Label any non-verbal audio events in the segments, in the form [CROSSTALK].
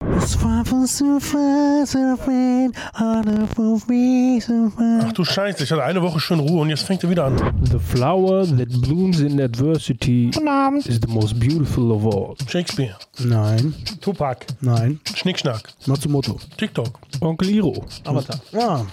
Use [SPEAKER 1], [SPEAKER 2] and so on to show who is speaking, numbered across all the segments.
[SPEAKER 1] Ach
[SPEAKER 2] Ach du Scheiße, ich hatte eine Woche schön Ruhe und jetzt fängt er wieder an.
[SPEAKER 3] The flower that blooms in adversity is the most beautiful of all.
[SPEAKER 2] Shakespeare,
[SPEAKER 1] Nein,
[SPEAKER 4] Tupac.
[SPEAKER 1] nein.
[SPEAKER 2] Schnickschnack,
[SPEAKER 1] Matsumoto.
[SPEAKER 2] TikTok.
[SPEAKER 3] Onkel Iro.
[SPEAKER 4] Avatar.
[SPEAKER 1] Ja.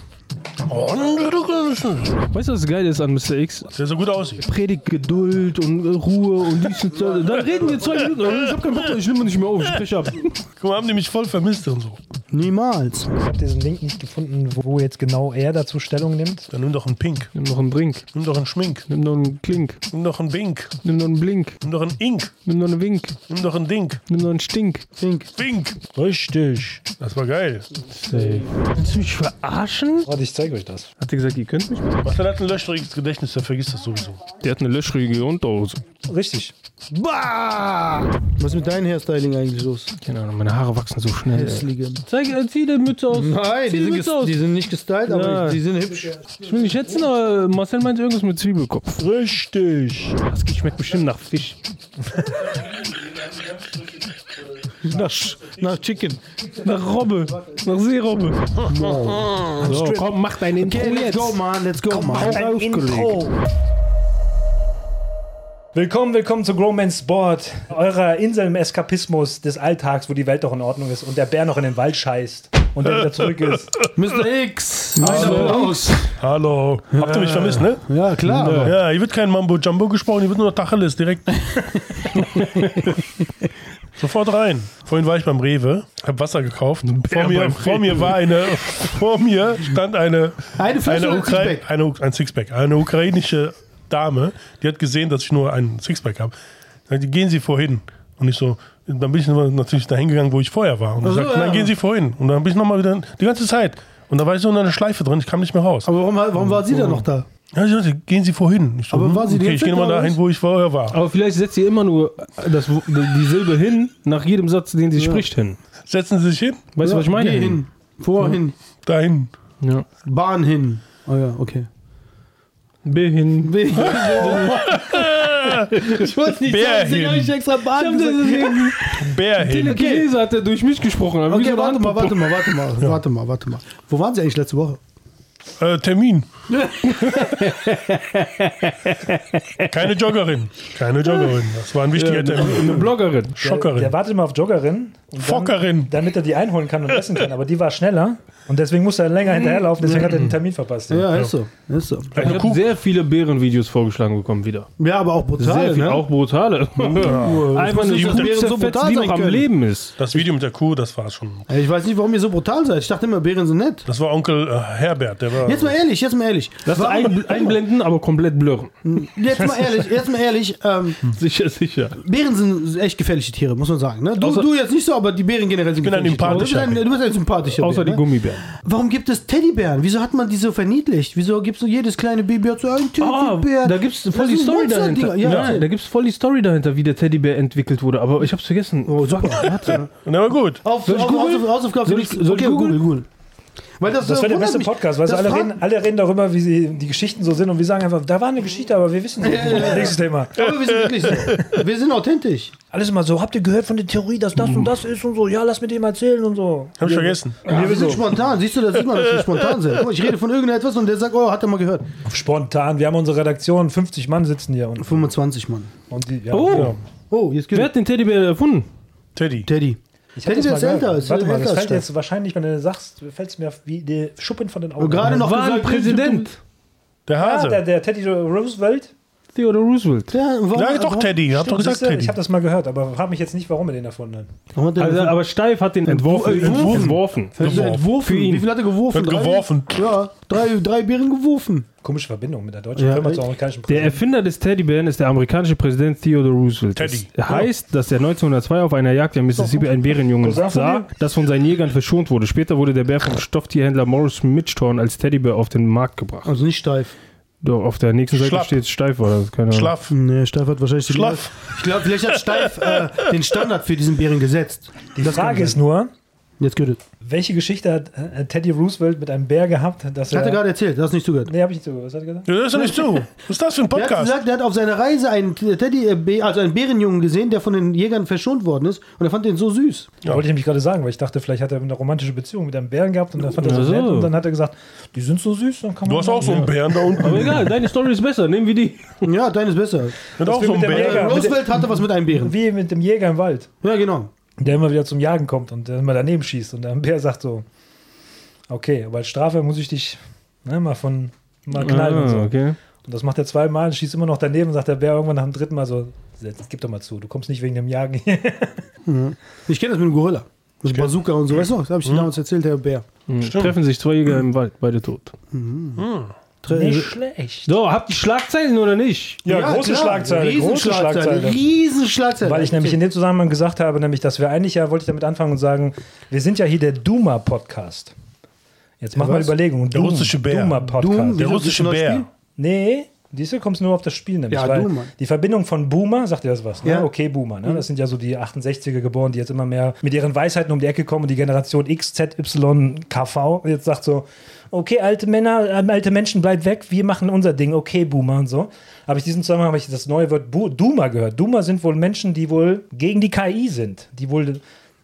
[SPEAKER 2] Der
[SPEAKER 3] Weißt du, was geil ist an Mr. X?
[SPEAKER 2] so gut aussieht.
[SPEAKER 3] Predigt Geduld und äh, Ruhe und dies und das. Dann reden wir zwei Minuten. und Ich hab keinen Bock, mehr, ich nehme nicht mehr auf. Ich spreche ab.
[SPEAKER 2] Guck mal, haben die mich voll vermisst und so.
[SPEAKER 1] Niemals.
[SPEAKER 4] Ich habe diesen Link nicht gefunden, wo jetzt genau er dazu Stellung nimmt.
[SPEAKER 2] Dann nimm doch einen Pink,
[SPEAKER 3] Nimm noch einen Drink.
[SPEAKER 2] nimm doch einen Schmink,
[SPEAKER 3] Nimm noch einen Klink.
[SPEAKER 2] nimm doch einen Bink,
[SPEAKER 3] Nimm noch einen Blink.
[SPEAKER 2] nimm doch einen Ink,
[SPEAKER 3] Nimm noch einen Wink.
[SPEAKER 2] nimm doch einen Dink,
[SPEAKER 3] Nimm noch einen Stink.
[SPEAKER 1] Fink.
[SPEAKER 2] Bink.
[SPEAKER 3] Richtig.
[SPEAKER 2] Das war geil.
[SPEAKER 3] Safe. Willst du mich verarschen?
[SPEAKER 4] Warte, ich zeige euch das.
[SPEAKER 3] Hat er gesagt, ihr könnt mich?
[SPEAKER 2] Marcel hat ein löschriges Gedächtnis, der vergisst das sowieso.
[SPEAKER 3] Der hat eine löschrige Unterhose.
[SPEAKER 4] Richtig.
[SPEAKER 3] Bah!
[SPEAKER 1] Was ist mit deinem Hairstyling eigentlich los?
[SPEAKER 3] Keine Ahnung, meine Haare wachsen so schnell. ey.
[SPEAKER 1] Hässlige.
[SPEAKER 3] Zeig, äh, zieh deine Mütze aus.
[SPEAKER 1] Nein,
[SPEAKER 3] zieh
[SPEAKER 1] die sind,
[SPEAKER 3] Mütze
[SPEAKER 1] ges-
[SPEAKER 3] aus.
[SPEAKER 1] die sind nicht gestylt, aber
[SPEAKER 3] Ja.
[SPEAKER 1] die sind hübsch.
[SPEAKER 3] Ich will nicht schätzen, aber Marcel meint irgendwas mit Zwiebelkopf. Richtig. Das schmeckt bestimmt nach Fisch. nach, Sch- nach Chicken. Nach Robbe. Nach Seerobbe. So, komm, mach dein Intro
[SPEAKER 1] Okay, let's
[SPEAKER 3] jetzt.
[SPEAKER 1] go, man, let's go, man.
[SPEAKER 3] Aufgelegt.
[SPEAKER 4] Willkommen, willkommen zu Grown Man's Board, eurer Insel im Eskapismus des Alltags, wo die Welt doch in Ordnung ist und der Bär noch in den Wald scheißt und dann wieder zurück ist.
[SPEAKER 1] Mr. X. Ein Applaus.
[SPEAKER 2] Hallo. Habt ihr mich vermisst, ne?
[SPEAKER 1] Also, Ja, klar. aber-
[SPEAKER 2] Ja, hier wird kein Mambo Jumbo gesprochen, hier wird nur noch Tacheles direkt. Sofort rein. Vorhin war ich beim Rewe, hab Wasser gekauft. Vor mir,
[SPEAKER 3] beim
[SPEAKER 2] vor mir war eine, vor mir stand eine,
[SPEAKER 1] Eine Flasche
[SPEAKER 2] eine,
[SPEAKER 1] oder ein
[SPEAKER 2] Ukra
[SPEAKER 1] Sixpack?
[SPEAKER 2] eine, ein Sixpack, eine ukrainische Dame, die hat gesehen, dass ich nur einen Sixpack habe. Dann gehen Sie vorhin. Und ich so, dann bin ich natürlich dahin gegangen, wo ich vorher war. Und ich
[SPEAKER 1] so,
[SPEAKER 2] sagte, dann
[SPEAKER 1] ja.
[SPEAKER 2] gehen Sie vorhin. Und dann bin ich nochmal wieder, die ganze Zeit. Und da war ich so in einer Schleife drin, ich kam nicht mehr raus.
[SPEAKER 1] Aber warum, warum war sie dann noch da?
[SPEAKER 2] Ja, ich sagte, gehen Sie vorhin. Ich so,
[SPEAKER 1] Aber
[SPEAKER 2] hm,
[SPEAKER 1] war sie die
[SPEAKER 2] okay, ich
[SPEAKER 1] ganze
[SPEAKER 2] gehe
[SPEAKER 1] Zeit
[SPEAKER 2] nochmal
[SPEAKER 1] da, oder
[SPEAKER 2] dahin,
[SPEAKER 1] was?
[SPEAKER 2] wo ich vorher war.
[SPEAKER 3] Aber vielleicht setzt ihr immer nur das, die Silbe hin, nach jedem Satz, den sie spricht, hin.
[SPEAKER 2] Setzen Sie sich hin,
[SPEAKER 3] Weißt du, was ich meine?
[SPEAKER 1] Geh hin. Vorhin.
[SPEAKER 2] dahin.
[SPEAKER 3] Ja.
[SPEAKER 1] Bahn [LAUGHS] hin. Oh ja, okay.
[SPEAKER 3] B hin.
[SPEAKER 1] ich wollte nicht
[SPEAKER 2] Bär
[SPEAKER 1] sagen, deswegen
[SPEAKER 2] hin.
[SPEAKER 1] hab ich extra Bahn gesagt.
[SPEAKER 2] Bär hin.
[SPEAKER 3] Telekinese hat er durch mich gesprochen. aber wie so
[SPEAKER 1] Okay,
[SPEAKER 3] eine
[SPEAKER 1] warte mal,
[SPEAKER 3] Handpuppe.
[SPEAKER 1] warte mal, warte mal, warte mal, warte mal. Wo waren Sie eigentlich letzte Woche?
[SPEAKER 2] Äh, Termin. Keine Joggerin. Keine Joggerin. Das war ein wichtiger Termin.
[SPEAKER 3] [LAUGHS] Eine Bloggerin.
[SPEAKER 2] Schockerin.
[SPEAKER 4] Der wartet immer auf Joggerin. und dann-
[SPEAKER 2] Fockerin.
[SPEAKER 4] Damit er die einholen kann und essen kann. Aber die war schneller und deswegen musste er länger hinterherlaufen. Deswegen hat er den Termin verpasst.
[SPEAKER 1] Ja, ist so, ist so.
[SPEAKER 3] Ich
[SPEAKER 2] Eine
[SPEAKER 3] habe
[SPEAKER 2] Kuh.
[SPEAKER 3] sehr viele Bärenvideos vorgeschlagen bekommen wieder.
[SPEAKER 1] Ja, aber auch
[SPEAKER 3] Sehr
[SPEAKER 1] brutal,
[SPEAKER 3] viele,
[SPEAKER 1] ne?
[SPEAKER 3] auch brutale. [LAUGHS] Einfach
[SPEAKER 1] muss
[SPEAKER 3] eine
[SPEAKER 1] nicht, dass
[SPEAKER 3] Kuh
[SPEAKER 1] Bären so
[SPEAKER 3] zerfetzt,
[SPEAKER 1] brutal
[SPEAKER 3] die
[SPEAKER 1] sein
[SPEAKER 3] noch am
[SPEAKER 1] können.
[SPEAKER 3] Leben ist.
[SPEAKER 2] Das Video mit der Kuh, das war schon.
[SPEAKER 1] Ey, Ich weiß nicht, warum ihr so brutal seid. Ich dachte immer, Bären sind nett.
[SPEAKER 2] Das war Onkel äh, Herbert. Der war.
[SPEAKER 1] Jetzt mal ehrlich, jetzt mal ehrlich.
[SPEAKER 3] Lass
[SPEAKER 1] Warum-
[SPEAKER 3] ein, einblenden, aber komplett blurren.
[SPEAKER 1] Jetzt mal ehrlich, jetzt mal ehrlich. Ähm,
[SPEAKER 3] Sicher, sicher.
[SPEAKER 1] Bären sind echt gefährliche Tiere, muss man sagen. Ne? Du,
[SPEAKER 3] Außer-
[SPEAKER 1] du jetzt nicht so, aber die Bären generell sind
[SPEAKER 2] bin ein
[SPEAKER 1] gefährliche Tiere. Du bist ein,
[SPEAKER 2] empathischer
[SPEAKER 1] du bist ein sympathischer
[SPEAKER 3] Außer die
[SPEAKER 1] Bär, ne?
[SPEAKER 3] Gummibären.
[SPEAKER 1] Warum gibt es Teddybären? Wieso hat man die so verniedlicht? Wieso gibt es nur jedes kleine Baby hat so einen Teddybär?
[SPEAKER 3] Ah, Oh, da gibt's
[SPEAKER 1] Das
[SPEAKER 3] voll die
[SPEAKER 1] sind
[SPEAKER 3] Story
[SPEAKER 1] Monster-Dinger.
[SPEAKER 3] dahinter.
[SPEAKER 1] Ja,
[SPEAKER 3] Nein, da gibt's voll die Story dahinter, wie der Teddybär entwickelt wurde. Aber ich hab's vergessen.
[SPEAKER 1] Oh,
[SPEAKER 3] [LAUGHS]
[SPEAKER 1] sag mal, warte.
[SPEAKER 2] Na aber gut.
[SPEAKER 1] Auf,
[SPEAKER 3] Soll ich
[SPEAKER 1] auf,
[SPEAKER 3] googeln?
[SPEAKER 1] auf, Hausaufgabe.
[SPEAKER 3] Soll ich- soll ich
[SPEAKER 1] okay,
[SPEAKER 3] googeln?
[SPEAKER 1] Google, Google. Weil das
[SPEAKER 4] Das wäre der
[SPEAKER 1] wundert
[SPEAKER 4] beste
[SPEAKER 1] mich.
[SPEAKER 4] Podcast, weil so
[SPEAKER 1] Das
[SPEAKER 4] alle,
[SPEAKER 1] fragt-
[SPEAKER 4] reden, alle reden darüber, wie sie, die Geschichten so sind und wir sagen einfach, da war eine Geschichte, aber wir wissen es [LAUGHS] nicht. Nächstes Thema.
[SPEAKER 1] Aber wir sind wirklich so. Wir sind authentisch.
[SPEAKER 4] Alles immer so, habt ihr gehört von der Theorie, dass das und das ist und so, ja, lass mir dem erzählen und so.
[SPEAKER 2] Hab ich vergessen.
[SPEAKER 1] wir sind spontan. Siehst du, das sieht man, dass wir spontan sind. Guck mal, Ich rede von irgendetwas und der sagt, oh, hat er mal gehört.
[SPEAKER 4] Spontan, wir haben unsere Redaktion, 50 Mann sitzen hier und,
[SPEAKER 1] 25, Mann.
[SPEAKER 4] und die, ja, genau.
[SPEAKER 3] Oh.
[SPEAKER 4] ja.
[SPEAKER 1] Oh, jetzt
[SPEAKER 3] Wer
[SPEAKER 1] geht
[SPEAKER 3] hat den Teddybär erfunden?
[SPEAKER 2] Teddy.
[SPEAKER 1] Teddy.
[SPEAKER 4] Ich hab
[SPEAKER 1] Teddy
[SPEAKER 4] das
[SPEAKER 1] ist
[SPEAKER 4] mal gehört.
[SPEAKER 1] älter. Ist
[SPEAKER 4] Warte mal, das
[SPEAKER 1] älter
[SPEAKER 4] fällt
[SPEAKER 1] als
[SPEAKER 4] jetzt wahrscheinlich, wenn du das sagst, fällt es mir wie der Schuppen von den Augen.
[SPEAKER 1] Und gerade noch
[SPEAKER 3] War ein
[SPEAKER 1] gesagt,
[SPEAKER 3] Präsident.
[SPEAKER 2] Der
[SPEAKER 4] Ah, der,
[SPEAKER 2] Hase.
[SPEAKER 4] der Teddy Roosevelt.
[SPEAKER 3] Theodore Roosevelt.
[SPEAKER 1] Ja, warum,
[SPEAKER 2] Sag ich doch
[SPEAKER 1] warum-
[SPEAKER 2] Teddy. Hab doch gesagt
[SPEAKER 4] Siehste, ich
[SPEAKER 2] Teddy.
[SPEAKER 4] habe das mal gehört, aber frag mich jetzt nicht, warum er den erfunden hat.
[SPEAKER 1] Warum hat der
[SPEAKER 3] Also, aber Steif hat den entworfen.
[SPEAKER 2] Entworfen.
[SPEAKER 3] entworfen.
[SPEAKER 1] Hat er
[SPEAKER 2] geworfen.
[SPEAKER 1] entworfen?
[SPEAKER 3] Für ihn.
[SPEAKER 1] Wie viel hat er geworfen?
[SPEAKER 2] Hat
[SPEAKER 1] Drei?
[SPEAKER 2] geworfen.
[SPEAKER 1] Ja, drei, drei Bären geworfen.
[SPEAKER 4] Komische Verbindung mit der deutschen
[SPEAKER 1] Ja,
[SPEAKER 4] Firma
[SPEAKER 1] ich-
[SPEAKER 4] zur amerikanischen
[SPEAKER 3] Der Erfinder des Teddybären ist der amerikanische Präsident Theodore Roosevelt.
[SPEAKER 2] Teddy.
[SPEAKER 3] Das heißt, dass er 1902 auf einer Jagd in Mississippi einen Bärenjungen
[SPEAKER 4] Was sagst du
[SPEAKER 3] sah,
[SPEAKER 4] mir?
[SPEAKER 3] das von seinen Jägern verschont wurde. Später wurde der Bär vom Stofftierhändler Morris Mitchthorn als Teddybär auf den Markt gebracht.
[SPEAKER 1] Also nicht steif.
[SPEAKER 3] Doch, auf der nächsten Seite
[SPEAKER 2] Schlapp.
[SPEAKER 3] steht steif, oder? Keine Ahnung.
[SPEAKER 2] Schlaf.
[SPEAKER 1] Nee, Steif hat wahrscheinlich die
[SPEAKER 2] Schlaff.
[SPEAKER 1] Ich glaube, vielleicht hat Steif äh, den Standard für diesen Bären gesetzt.
[SPEAKER 4] Die
[SPEAKER 1] kann
[SPEAKER 4] Frage
[SPEAKER 1] sein.
[SPEAKER 4] ist nur,
[SPEAKER 1] Jetzt geht es.
[SPEAKER 4] Welche Geschichte hat äh, Teddy Roosevelt mit einem Bär gehabt? Dass
[SPEAKER 1] Ich hatte
[SPEAKER 4] er,
[SPEAKER 1] gerade erzählt, du hast nicht zugehört.
[SPEAKER 4] nee, hab ich nicht zugehört. Was hat er gesagt?
[SPEAKER 2] Ja, das ist doch nicht zu. Was ist das für ein
[SPEAKER 1] Er hat
[SPEAKER 2] Podcast?
[SPEAKER 1] gesagt, er hat auf seiner Reise einen Teddy, äh, Bär- also einen Bärenjungen gesehen, der von den Jägern verschont worden ist und er fand den so süß.
[SPEAKER 2] Ja.
[SPEAKER 4] Wollte ich nämlich gerade sagen, weil ich dachte, vielleicht hat er eine romantische Beziehung mit einem Bären gehabt und dann fand er das
[SPEAKER 5] Ach so.
[SPEAKER 4] nett und dann hat er gesagt, die sind so süß, dann kann man.
[SPEAKER 2] Du hast auch so einen Bären da unten.
[SPEAKER 5] Aber egal, deine Story ist besser. Nehmen wir die.
[SPEAKER 1] Ja, dein ist besser.
[SPEAKER 2] Hat auch
[SPEAKER 4] wir
[SPEAKER 2] so einen
[SPEAKER 4] mit der
[SPEAKER 1] Äh,
[SPEAKER 2] Bären.
[SPEAKER 4] Jäger- mit der-
[SPEAKER 1] Roosevelt hatte was mit einem Bären.
[SPEAKER 4] Wie mit dem Jäger im Wald,
[SPEAKER 1] Ja, genau.
[SPEAKER 4] der immer wieder zum Jagen kommt und der immer daneben schießt und dann Bär sagt so, okay, aber als Strafe muss ich dich ne, mal von mal knallen und so.
[SPEAKER 5] Ah,
[SPEAKER 2] Ah,
[SPEAKER 5] okay.
[SPEAKER 4] Und das macht er zweimal, und schießt immer noch daneben und sagt der Bär irgendwann nach dem dritten Mal so, jetzt gib doch mal zu, du kommst nicht wegen dem Jagen hier.
[SPEAKER 1] Ich kenne das mit dem Gorilla. Mit Bazooka und so, weißt du? Das habe ich dir damals erzählt, der Bär.
[SPEAKER 5] Mhm. Treffen sich zwei Jäger im Wald, beide tot.
[SPEAKER 4] [LAUGHS]
[SPEAKER 1] Tre-
[SPEAKER 4] schlecht.
[SPEAKER 5] So, habt ihr Schlagzeilen oder nicht?
[SPEAKER 4] Ja, große
[SPEAKER 1] klar.
[SPEAKER 4] Schlagzeile, große
[SPEAKER 1] Riesenschlagzeile,
[SPEAKER 4] Schlagzeile.
[SPEAKER 1] Riesenschlagzeile.
[SPEAKER 4] Weil ich nämlich in dem Zusammenhang gesagt habe, nämlich, dass wir eigentlich ja, wollte ich damit anfangen und sagen, wir sind ja hier der Duma-Podcast. Jetzt mach mal
[SPEAKER 1] was?
[SPEAKER 4] Überlegungen.
[SPEAKER 2] Der russische Bär.
[SPEAKER 4] Duma-Podcast.
[SPEAKER 1] Doom?
[SPEAKER 2] Der russische
[SPEAKER 1] Neues Spiel?
[SPEAKER 2] Bär.
[SPEAKER 4] Nee, siehst du, kommst nur auf das Spiel nämlich.
[SPEAKER 1] Ja,
[SPEAKER 4] weil
[SPEAKER 1] Doom, Mann.
[SPEAKER 4] die Verbindung von Boomer, sagt ihr das was? Ne?
[SPEAKER 1] Ja. Mhm.
[SPEAKER 4] Okay, Boomer. Ne? Das sind ja so die 68er geboren, die jetzt immer mehr mit ihren Weisheiten um die Ecke kommen und die Generation X, Z, Y, KV jetzt sagt so, okay, alte Männer, ähm, alte Menschen, bleibt weg, wir machen unser Ding, okay, Boomer und so. Aber ich diesen Zusammenhang habe ich das neue Wort Bu Doomer gehört. Doomer sind wohl Menschen, die wohl gegen die KI sind, die wohl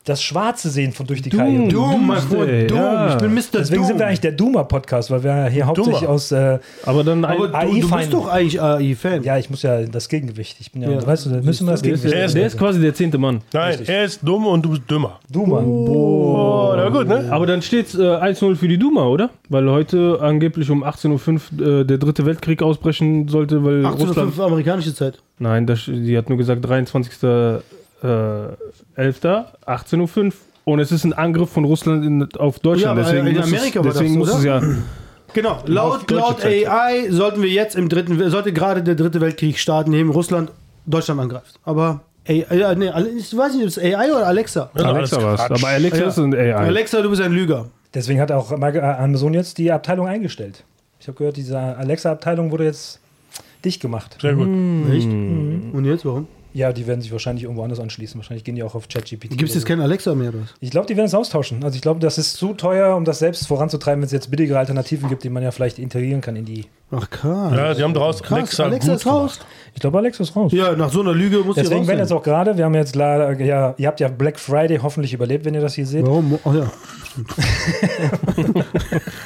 [SPEAKER 4] das Schwarze sehen von durch die KI.
[SPEAKER 1] Doom, mein Freund, Doom.
[SPEAKER 5] Ja.
[SPEAKER 1] Ich bin Mr.
[SPEAKER 4] Deswegen
[SPEAKER 1] Doom.
[SPEAKER 4] sind wir eigentlich der Doomer-Podcast, weil wir hier hauptsächlich
[SPEAKER 2] Doomer.
[SPEAKER 4] aus äh,
[SPEAKER 5] Aber dann ein,
[SPEAKER 1] Aber
[SPEAKER 4] AI
[SPEAKER 1] du, du
[SPEAKER 4] Feind.
[SPEAKER 1] bist doch eigentlich AI-Fan.
[SPEAKER 4] ja, ich muss ja das Gegengewicht. Ich bin ja,
[SPEAKER 1] Ja.
[SPEAKER 4] weißt du, da müssen wir das
[SPEAKER 5] der, ist,
[SPEAKER 4] Gegengewicht.
[SPEAKER 2] Der ist-
[SPEAKER 5] der ist quasi der zehnte Mann.
[SPEAKER 2] Nein, er ist dumm und du bist dümmer.
[SPEAKER 4] du, Mann.
[SPEAKER 2] Oh, na gut, ne?
[SPEAKER 5] Aber dann steht es äh, 1-0 für die Duma, oder? Weil heute angeblich um 18.05 Uhr äh, der dritte Weltkrieg ausbrechen sollte, weil
[SPEAKER 1] 1805
[SPEAKER 5] Russland.
[SPEAKER 1] amerikanische Zeit.
[SPEAKER 5] Nein, das, die hat nur gesagt 23.11. Äh, 18.05 Uhr. Und es ist ein Angriff von Russland in, auf
[SPEAKER 1] Ja,
[SPEAKER 5] Deutschland.
[SPEAKER 1] aber
[SPEAKER 5] deswegen
[SPEAKER 1] in
[SPEAKER 5] muss
[SPEAKER 1] Amerika
[SPEAKER 5] es,
[SPEAKER 1] war das
[SPEAKER 5] deswegen
[SPEAKER 1] so,
[SPEAKER 5] muss
[SPEAKER 1] oder?
[SPEAKER 5] es ja.
[SPEAKER 1] Genau, laut, laut AI sollten wir jetzt im dritten, sollte gerade der dritte Weltkrieg starten, neben Russland Deutschland angreift. Aber AI, ja, nee, Ale- ich weiß nicht, ob es AI oder Alexa.
[SPEAKER 2] Ja,
[SPEAKER 5] Alexa
[SPEAKER 2] alles
[SPEAKER 5] war es.
[SPEAKER 2] Quatsch.
[SPEAKER 5] Aber
[SPEAKER 3] Ah,
[SPEAKER 5] Alexa
[SPEAKER 1] Ja.
[SPEAKER 5] ist ein AI.
[SPEAKER 1] Alexa, du bist ein Lüger.
[SPEAKER 4] Deswegen hat auch Mag- äh, Amazon jetzt die Abteilung eingestellt. Ich habe gehört, diese Alexa-Abteilung wurde jetzt dicht gemacht.
[SPEAKER 2] Sehr gut.
[SPEAKER 1] Nicht? Mhm. Und jetzt warum?
[SPEAKER 4] Ja, die werden sich wahrscheinlich irgendwo anders anschließen. Wahrscheinlich gehen die auch auf ChatGPT.
[SPEAKER 1] Gibt es
[SPEAKER 4] oder
[SPEAKER 1] jetzt
[SPEAKER 4] so.
[SPEAKER 1] keinen Alexa mehr? Oder? was?
[SPEAKER 4] Ich glaube, die werden es austauschen. Also ich glaube, das ist zu teuer, um das selbst voranzutreiben, wenn es jetzt billigere Alternativen gibt, die man ja vielleicht integrieren kann in die.
[SPEAKER 1] Ach krass.
[SPEAKER 2] Ja, die haben daraus
[SPEAKER 1] krass.
[SPEAKER 2] Alexa, gut
[SPEAKER 1] ist raus.
[SPEAKER 4] Ich glaube, Alexa ist raus.
[SPEAKER 1] Ja, nach so einer Lüge muss die
[SPEAKER 4] Deswegen
[SPEAKER 1] raus
[SPEAKER 4] werden
[SPEAKER 1] sein.
[SPEAKER 4] jetzt auch gerade, wir haben jetzt leider, ja, ihr habt ja Black Friday hoffentlich überlebt, wenn ihr das hier seht.
[SPEAKER 1] Warum? Oh, ja.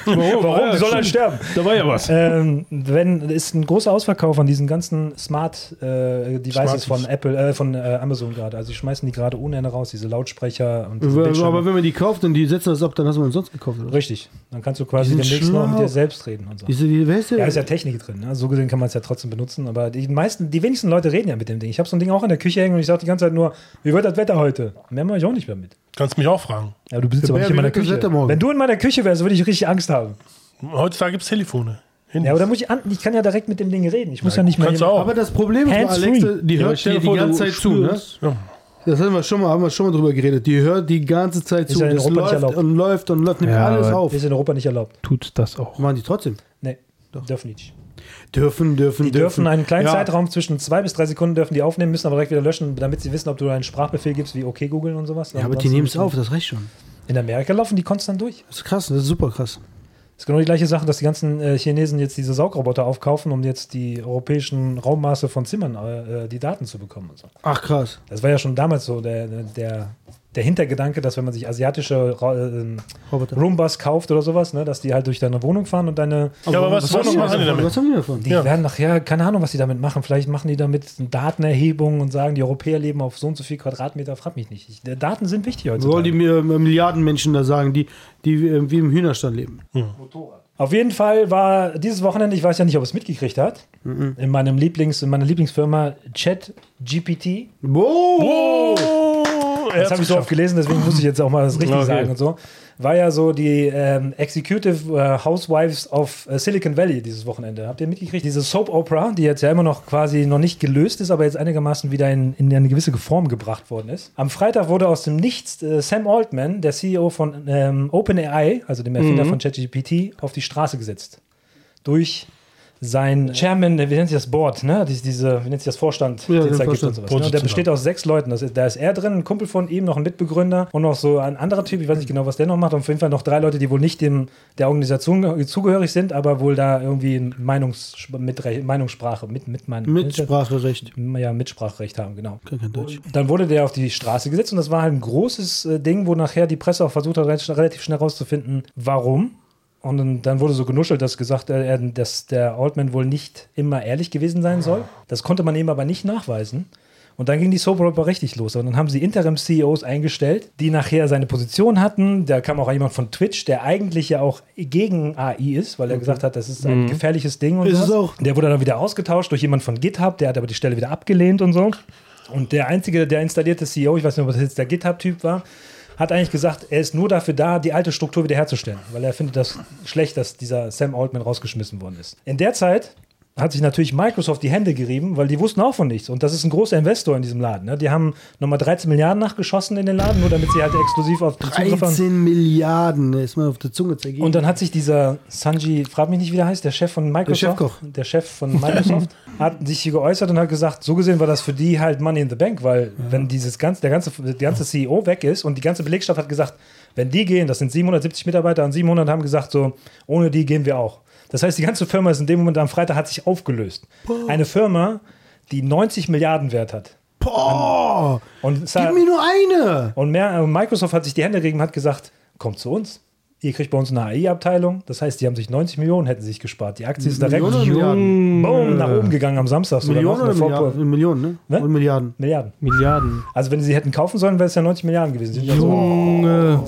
[SPEAKER 5] Warum?
[SPEAKER 4] Warum?
[SPEAKER 5] Ja,
[SPEAKER 4] Die soll dann
[SPEAKER 5] stimmt.
[SPEAKER 4] sterben.
[SPEAKER 5] Da war ja was.
[SPEAKER 4] [LAUGHS] ähm, wenn ist ein großer Ausverkauf an diesen ganzen Smart äh,
[SPEAKER 2] Smarties.
[SPEAKER 4] Devices von Apple, äh, von äh, Amazon gerade. Also die schmeißen die gerade ohne Ende raus, diese Lautsprecher und diese
[SPEAKER 1] Aber aber
[SPEAKER 4] Bildschirme.
[SPEAKER 1] wenn wir die kauft und die setzen das ab, dann hast du umsonst gekauft. Oder?
[SPEAKER 4] Richtig. Dann kannst du quasi
[SPEAKER 1] Die sind
[SPEAKER 4] demnächst noch mit
[SPEAKER 1] schlau.
[SPEAKER 4] dir selbst reden und so.
[SPEAKER 1] Diese, die, wer ist der?
[SPEAKER 4] Ja, ist ja Technik drin. Ne? So gesehen kann man es ja trotzdem benutzen. Aber die meisten, die wenigsten Leute reden ja mit dem Ding. Ich habe so ein Ding auch in der Küche hängen und ich sage die ganze Zeit nur, wie wird das Wetter heute? Mehr mache ich auch nicht mehr mit.
[SPEAKER 2] Kannst mich auch fragen.
[SPEAKER 4] Ja, du bist jetzt aber
[SPEAKER 1] Bär,
[SPEAKER 4] nicht in
[SPEAKER 1] wie
[SPEAKER 4] meiner
[SPEAKER 1] wird das
[SPEAKER 4] Küche.
[SPEAKER 1] Wetter morgen?
[SPEAKER 4] Wenn du in meiner Küche wärst, würde ich richtig Angst haben.
[SPEAKER 2] Heutzutage gibt es Telefone. Handys.
[SPEAKER 4] Ja, aber dann muss ich an, ich kann ja direkt mit dem Ding reden. Ich muss ja, nicht mehr.
[SPEAKER 2] Kannst du
[SPEAKER 4] jemand-
[SPEAKER 2] auch.
[SPEAKER 1] aber das Problem ist, bei
[SPEAKER 4] Hands-free.
[SPEAKER 1] Alexa, die
[SPEAKER 5] Ja, aber
[SPEAKER 1] hört
[SPEAKER 5] stell
[SPEAKER 1] dir
[SPEAKER 5] dir
[SPEAKER 1] die
[SPEAKER 5] vor,
[SPEAKER 1] ganze
[SPEAKER 5] du
[SPEAKER 1] Zeit zu. Ne?
[SPEAKER 5] spürst-
[SPEAKER 2] Ja.
[SPEAKER 1] Das haben wir schon mal, haben wir schon mal drüber geredet. Die hört die ganze Zeit
[SPEAKER 4] Ist
[SPEAKER 1] zu.
[SPEAKER 4] ja in
[SPEAKER 1] das
[SPEAKER 4] Europa nicht
[SPEAKER 1] läuft
[SPEAKER 4] erlaubt.
[SPEAKER 1] und läuft und läuft, nimmt
[SPEAKER 5] Ja,
[SPEAKER 1] alles
[SPEAKER 5] aber-
[SPEAKER 1] auf.
[SPEAKER 4] Ist in Europa nicht erlaubt.
[SPEAKER 5] Tut das auch.
[SPEAKER 1] Machen die trotzdem.
[SPEAKER 4] Nee, dürfen nicht.
[SPEAKER 1] Dürfen, dürfen,
[SPEAKER 4] Die dürfen einen kleinen
[SPEAKER 1] Ja.
[SPEAKER 4] Zeitraum zwischen zwei bis drei Sekunden dürfen die aufnehmen, müssen aber direkt wieder löschen, damit sie wissen, ob du einen Sprachbefehl gibst wie OK googeln und sowas.
[SPEAKER 1] Ja, aber die
[SPEAKER 4] Ansonsten-
[SPEAKER 1] nehmen es auf, das reicht schon.
[SPEAKER 4] In Amerika laufen die konstant durch.
[SPEAKER 1] Das ist krass, das ist super krass.
[SPEAKER 4] ist genau die gleiche Sache, dass die ganzen äh, Chinesen jetzt diese Saugroboter aufkaufen, um jetzt die europäischen Raummaße von Zimmern äh, äh, die Daten zu bekommen und so.
[SPEAKER 1] Ach krass.
[SPEAKER 4] Das war ja schon damals so der, der, der Hintergedanke, dass wenn man sich asiatische Ra äh,
[SPEAKER 1] Roboter.
[SPEAKER 4] Roombas kauft oder sowas, ne, dass die halt durch deine Wohnung fahren und deine
[SPEAKER 2] Ja, aber was,
[SPEAKER 1] haben
[SPEAKER 2] was
[SPEAKER 1] die
[SPEAKER 2] machen die
[SPEAKER 1] davon?
[SPEAKER 2] damit?
[SPEAKER 1] Was also haben die davon?
[SPEAKER 4] Die werden nachher, keine Ahnung, was sie damit machen. Vielleicht machen die damit Datenerhebungen und sagen, die Europäer leben auf so und so viel Quadratmeter. Frag mich nicht. Ich, Daten sind wichtig
[SPEAKER 1] Was
[SPEAKER 4] heutzutage.
[SPEAKER 1] wollen die mir Milliarden Menschen da sagen, die, die äh, wie im Hühnerstand leben?
[SPEAKER 4] auf jeden Fall war dieses Wochenende, ich weiß ja nicht, ob es mitgekriegt hat, in meinem Lieblings, in meiner Lieblingsfirma ChatGPT.
[SPEAKER 1] Wow!
[SPEAKER 2] Oh, er
[SPEAKER 4] [LAUGHS] Das habe ich so oft gelesen, deswegen muss ich jetzt auch mal das richtig
[SPEAKER 5] Okay.
[SPEAKER 4] sagen und so. War ja so die ähm, Executive äh, Housewives of äh, Silicon Valley dieses Wochenende. Habt ihr mitgekriegt? Diese Soap Opera, die jetzt ja immer noch quasi noch nicht gelöst ist, aber jetzt einigermaßen wieder in, in eine gewisse Form gebracht worden ist. Am Freitag wurde aus dem Nichts äh, Sam Altman, der CEO von ähm, OpenAI, also dem Erfinder von ChatGPT, auf die Straße gesetzt. Durch sein Chairman, wie nennt sich das Board, ne? Dies, diese, wie nennt sich das Vorstand,
[SPEAKER 1] Ja,
[SPEAKER 4] den es da gibt und
[SPEAKER 1] den Vorstand.
[SPEAKER 4] sowas. Ne? Und der besteht aus sechs Leuten. Das ist, da ist er drin, ein Kumpel von ihm, noch ein Mitbegründer und noch so ein anderer Typ, ich weiß nicht genau, was der noch macht. Und auf jeden Fall noch drei Leute, die wohl nicht dem, der Organisation ge- zugehörig sind, aber wohl da irgendwie in Meinungs, mit, Meinungssprache, mit, mit, mein,
[SPEAKER 1] Mitspracherecht.
[SPEAKER 4] ja, Mitspracherecht haben, genau.
[SPEAKER 1] Kann kein Deutsch.
[SPEAKER 4] Dann wurde der auf die Straße gesetzt und das war halt ein großes äh, Ding, wo nachher die Presse auch versucht hat, re- relativ schnell rauszufinden, warum. Und dann- dann wurde so genuschelt, dass gesagt, äh, er- dass der Oldman wohl nicht immer ehrlich gewesen sein soll. Das konnte man ihm aber nicht nachweisen. Und dann ging die Soap Opera richtig los. Und dann haben sie Interim-CEOs eingestellt, die nachher seine Position hatten. Da kam auch jemand von Twitch, der eigentlich ja auch gegen AI ist, weil er gesagt hat, das ist ein gefährliches Ding. Und
[SPEAKER 1] Mhm. Ist es
[SPEAKER 4] sowas.
[SPEAKER 1] auch.
[SPEAKER 4] Der wurde dann wieder ausgetauscht durch jemand von GitHub, der hat aber die Stelle wieder abgelehnt und so. Und der einzige, der installierte CEO, ich weiß nicht, ob das jetzt der GitHub-Typ war, hat eigentlich gesagt, er ist nur dafür da, die alte Struktur wiederherzustellen, weil er findet das schlecht, dass dieser Sam Altman rausgeschmissen worden ist. In der Zeit hat sich natürlich Microsoft die Hände gerieben, weil die wussten auch von nichts. Und das ist ein großer Investor in diesem Laden. Ne? Die haben nochmal 13 Milliarden nachgeschossen in den Laden, nur damit sie halt exklusiv auf die Zugriff haben.
[SPEAKER 1] 13 Milliarden ne, ist mir auf der Zunge zergeben.
[SPEAKER 4] Und dann hat sich dieser Sanji, frag mich nicht, wie der heißt, der Chef von Microsoft, der,
[SPEAKER 1] Chefkoch.
[SPEAKER 4] Chef von
[SPEAKER 1] [LAUGHS]
[SPEAKER 4] Microsoft, hat sich hier geäußert und hat gesagt, so gesehen war das für die halt Money in the Bank, weil wenn dieses ganze, der ganze, der ganze CEO weg ist und die ganze Belegschaft hat gesagt, wenn die gehen, das sind 770 Mitarbeiter und 700 haben gesagt, so, ohne die gehen wir auch. Das heißt, die ganze Firma ist in dem Moment am Freitag hat sich aufgelöst. Eine Firma, die 90 Milliarden wert hat.
[SPEAKER 1] Boah!
[SPEAKER 4] Und es hat-
[SPEAKER 1] Gib mir nur eine!
[SPEAKER 4] und mehr, äh, Microsoft hat sich die Hände gerieben und hat gesagt, kommt zu uns. Ihr kriegt bei uns eine AI-Abteilung. Das heißt, die haben sich 90 Millionen hätten sich gespart. Die Aktie ist direkt
[SPEAKER 1] Millionen oder
[SPEAKER 5] Hm.
[SPEAKER 4] boom, nach oben gegangen am Samstag. sogar noch.
[SPEAKER 1] Millionen oder
[SPEAKER 4] Eine Vorpro-
[SPEAKER 1] Milliarden? Millionen, ne?
[SPEAKER 4] Ne?
[SPEAKER 1] Und Milliarden.
[SPEAKER 4] Milliarden.
[SPEAKER 5] Milliarden.
[SPEAKER 4] Also wenn sie sie hätten kaufen sollen, wäre es ja 90 Milliarden gewesen. Sind ja so.
[SPEAKER 5] Junge.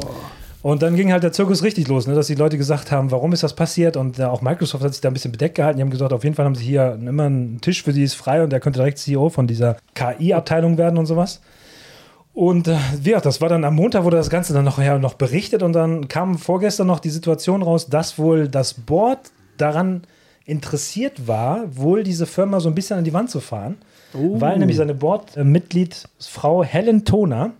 [SPEAKER 4] Und dann ging halt der Zirkus richtig los, ne? dass die Leute gesagt haben, warum ist das passiert? Und äh, auch Microsoft hat sich da ein bisschen bedeckt gehalten. Die haben gesagt, auf jeden Fall haben sie hier immer einen Tisch für sie ist frei und der könnte direkt CEO von dieser KI-Abteilung werden und sowas. Und äh, wie gesagt, das war dann am Montag wurde das Ganze dann noch, ja, noch berichtet und dann kam vorgestern noch die Situation raus, dass wohl das Board daran interessiert war, wohl diese Firma so ein bisschen an die Wand zu fahren. Weil nämlich seine Board-Mitglied, Frau Helen Toner,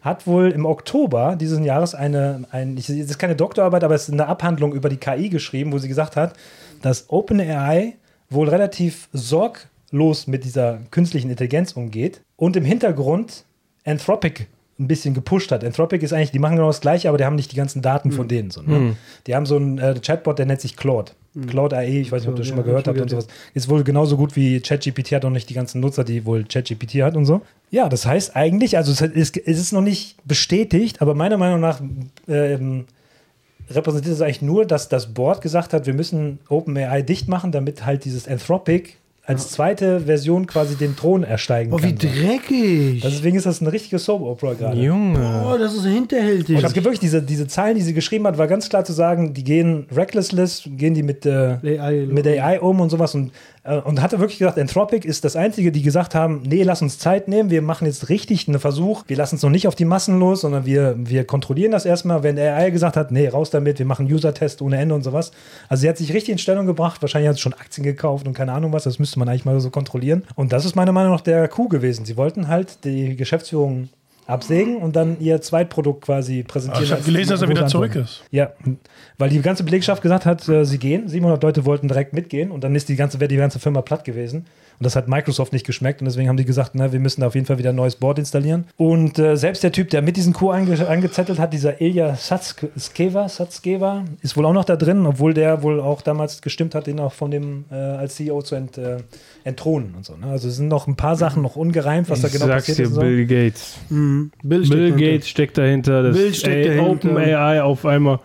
[SPEAKER 4] hat wohl im Oktober diesen Jahres eine, ein, ich, es ist keine Doktorarbeit, aber es ist eine Abhandlung über die KI geschrieben, wo sie gesagt hat, dass OpenAI wohl relativ sorglos mit dieser künstlichen Intelligenz umgeht und im Hintergrund Anthropic ein bisschen gepusht hat. Anthropic ist eigentlich, die machen genau das gleiche, aber die haben nicht die ganzen Daten
[SPEAKER 1] Hm.
[SPEAKER 4] von denen. So, ne? Die haben so einen äh, Chatbot, der nennt sich Claude. Claude AI, ich weiß nicht, ob ihr das schon mal
[SPEAKER 1] Hm. ja,
[SPEAKER 4] gehört
[SPEAKER 1] hab
[SPEAKER 4] habt
[SPEAKER 1] ich
[SPEAKER 4] und
[SPEAKER 1] schon
[SPEAKER 4] sowas. Ist wohl genauso gut wie ChatGPT, hat auch nicht die ganzen Nutzer, die wohl ChatGPT hat und so. Ja, das heißt eigentlich, also es ist, es ist noch nicht bestätigt, aber meiner Meinung nach ähm, repräsentiert es eigentlich nur, dass das Board gesagt hat, wir müssen OpenAI dicht machen, damit halt dieses Anthropic als zweite Version quasi den Thron ersteigen
[SPEAKER 1] Boah, wie
[SPEAKER 4] kann.
[SPEAKER 1] dreckig!
[SPEAKER 4] Also Deswegen ist das eine richtige Soap-Opera gerade.
[SPEAKER 5] Junge.
[SPEAKER 1] Boah, das ist hinterhältig.
[SPEAKER 4] Und es gibt wirklich diese, diese Zahlen, die sie geschrieben hat, war ganz klar zu sagen, die gehen recklessless, gehen die mit, äh,
[SPEAKER 1] AI
[SPEAKER 4] mit AI um und sowas und, äh, und hatte wirklich gesagt, Anthropic ist das Einzige, die gesagt haben, nee, lass uns Zeit nehmen, wir machen jetzt richtig einen Versuch, wir lassen es noch nicht auf die Massen los, sondern wir, wir kontrollieren das erstmal, wenn AI gesagt hat, nee, raus damit, wir machen User-Test ohne Ende und sowas. Also sie hat sich richtig in Stellung gebracht, wahrscheinlich hat sie schon Aktien gekauft und keine Ahnung was, das müsste man eigentlich mal so kontrollieren. Und das ist meiner Meinung nach der Coup gewesen. Sie wollten halt die Geschäftsführung absägen und dann ihr Zweitprodukt quasi präsentieren.
[SPEAKER 2] Ah, Ich habe
[SPEAKER 4] als
[SPEAKER 2] gelesen, dass er wieder
[SPEAKER 4] Antwort.
[SPEAKER 2] zurück ist.
[SPEAKER 4] Ja, weil die ganze Belegschaft gesagt hat, äh, sie gehen. 700 Leute wollten direkt mitgehen und dann ist die ganze, wäre die ganze Firma platt gewesen. Und das hat Microsoft nicht geschmeckt und deswegen haben die gesagt, na, wir müssen da auf jeden Fall wieder ein neues Board installieren. Und äh, selbst der Typ, der mit diesen Kuh ange angezettelt hat, dieser Ilya Satskeva, Satskeva, ist wohl auch noch da drin, obwohl der wohl auch damals gestimmt hat, den auch von dem äh, als CEO zu ent, äh, entthronen und so. Ne? Also es sind noch ein paar Sachen noch ungereimt, was da
[SPEAKER 5] Ich
[SPEAKER 4] genau
[SPEAKER 5] sag's
[SPEAKER 4] passiert
[SPEAKER 5] dir,
[SPEAKER 4] ist. und so.
[SPEAKER 5] Bill Gates.
[SPEAKER 1] Mhm. Bill,
[SPEAKER 5] Bill
[SPEAKER 1] steht
[SPEAKER 5] Gates steckt dahinter. Das
[SPEAKER 1] Bill steckt
[SPEAKER 5] ey,
[SPEAKER 1] dahinter.
[SPEAKER 5] Open AI auf einmal.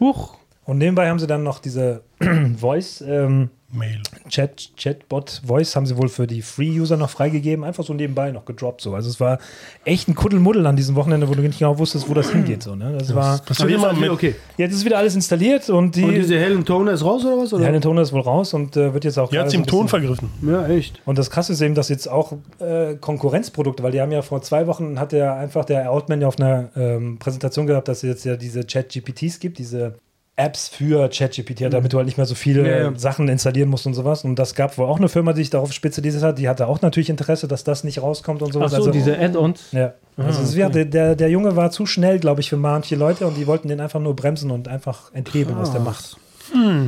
[SPEAKER 5] Huch.
[SPEAKER 4] Und nebenbei haben sie dann noch diese [CLEARS THROAT] Voice. Ähm,
[SPEAKER 2] Mail.
[SPEAKER 1] Ah,
[SPEAKER 4] Chat, Chatbot Voice haben sie wohl für die Free-User noch freigegeben, einfach so nebenbei noch gedroppt. So. Also es war echt ein Kuddelmuddel an diesem Wochenende, wo du nicht genau wusstest, wo das hingeht. So, ne? das war,
[SPEAKER 1] hinter. Aber
[SPEAKER 2] Passiert
[SPEAKER 1] ah, jetzt
[SPEAKER 2] immer
[SPEAKER 1] alles wieder
[SPEAKER 2] mit.
[SPEAKER 1] okay.
[SPEAKER 4] jetzt ist wieder alles installiert und die,
[SPEAKER 1] Und diese Helen Toner ist raus oder was? Oder?
[SPEAKER 4] Helen Toner ist wohl raus und äh, wird jetzt auch
[SPEAKER 2] Die hat
[SPEAKER 4] gerade
[SPEAKER 2] sie
[SPEAKER 4] so
[SPEAKER 2] im
[SPEAKER 4] ein bisschen-
[SPEAKER 2] Ton vergriffen.
[SPEAKER 1] Ja, echt.
[SPEAKER 4] und das krasse ist eben, dass jetzt auch äh, Konkurrenzprodukte, weil die haben ja vor zwei Wochen hat der einfach der Outman ja auf einer ähm, Präsentation gehabt, dass es jetzt ja diese Chat-GPTs gibt, diese Apps für ChatGPT,
[SPEAKER 5] Mhm.
[SPEAKER 4] damit du halt nicht mehr so viele
[SPEAKER 1] Ja, ja.
[SPEAKER 4] Sachen installieren musst und sowas. Und das gab wohl auch eine Firma, die sich darauf spezialisiert hat, die hatte auch natürlich Interesse, dass das nicht rauskommt und
[SPEAKER 5] Ach
[SPEAKER 4] sowas. Also,
[SPEAKER 5] so,
[SPEAKER 1] Also-
[SPEAKER 5] diese Ah, Add-ons.
[SPEAKER 4] ja. Also es wird- der, der
[SPEAKER 5] Ah.
[SPEAKER 4] Junge war zu schnell, glaube ich, für manche Leute und die wollten den einfach nur bremsen und einfach enthebeln aus der Macht.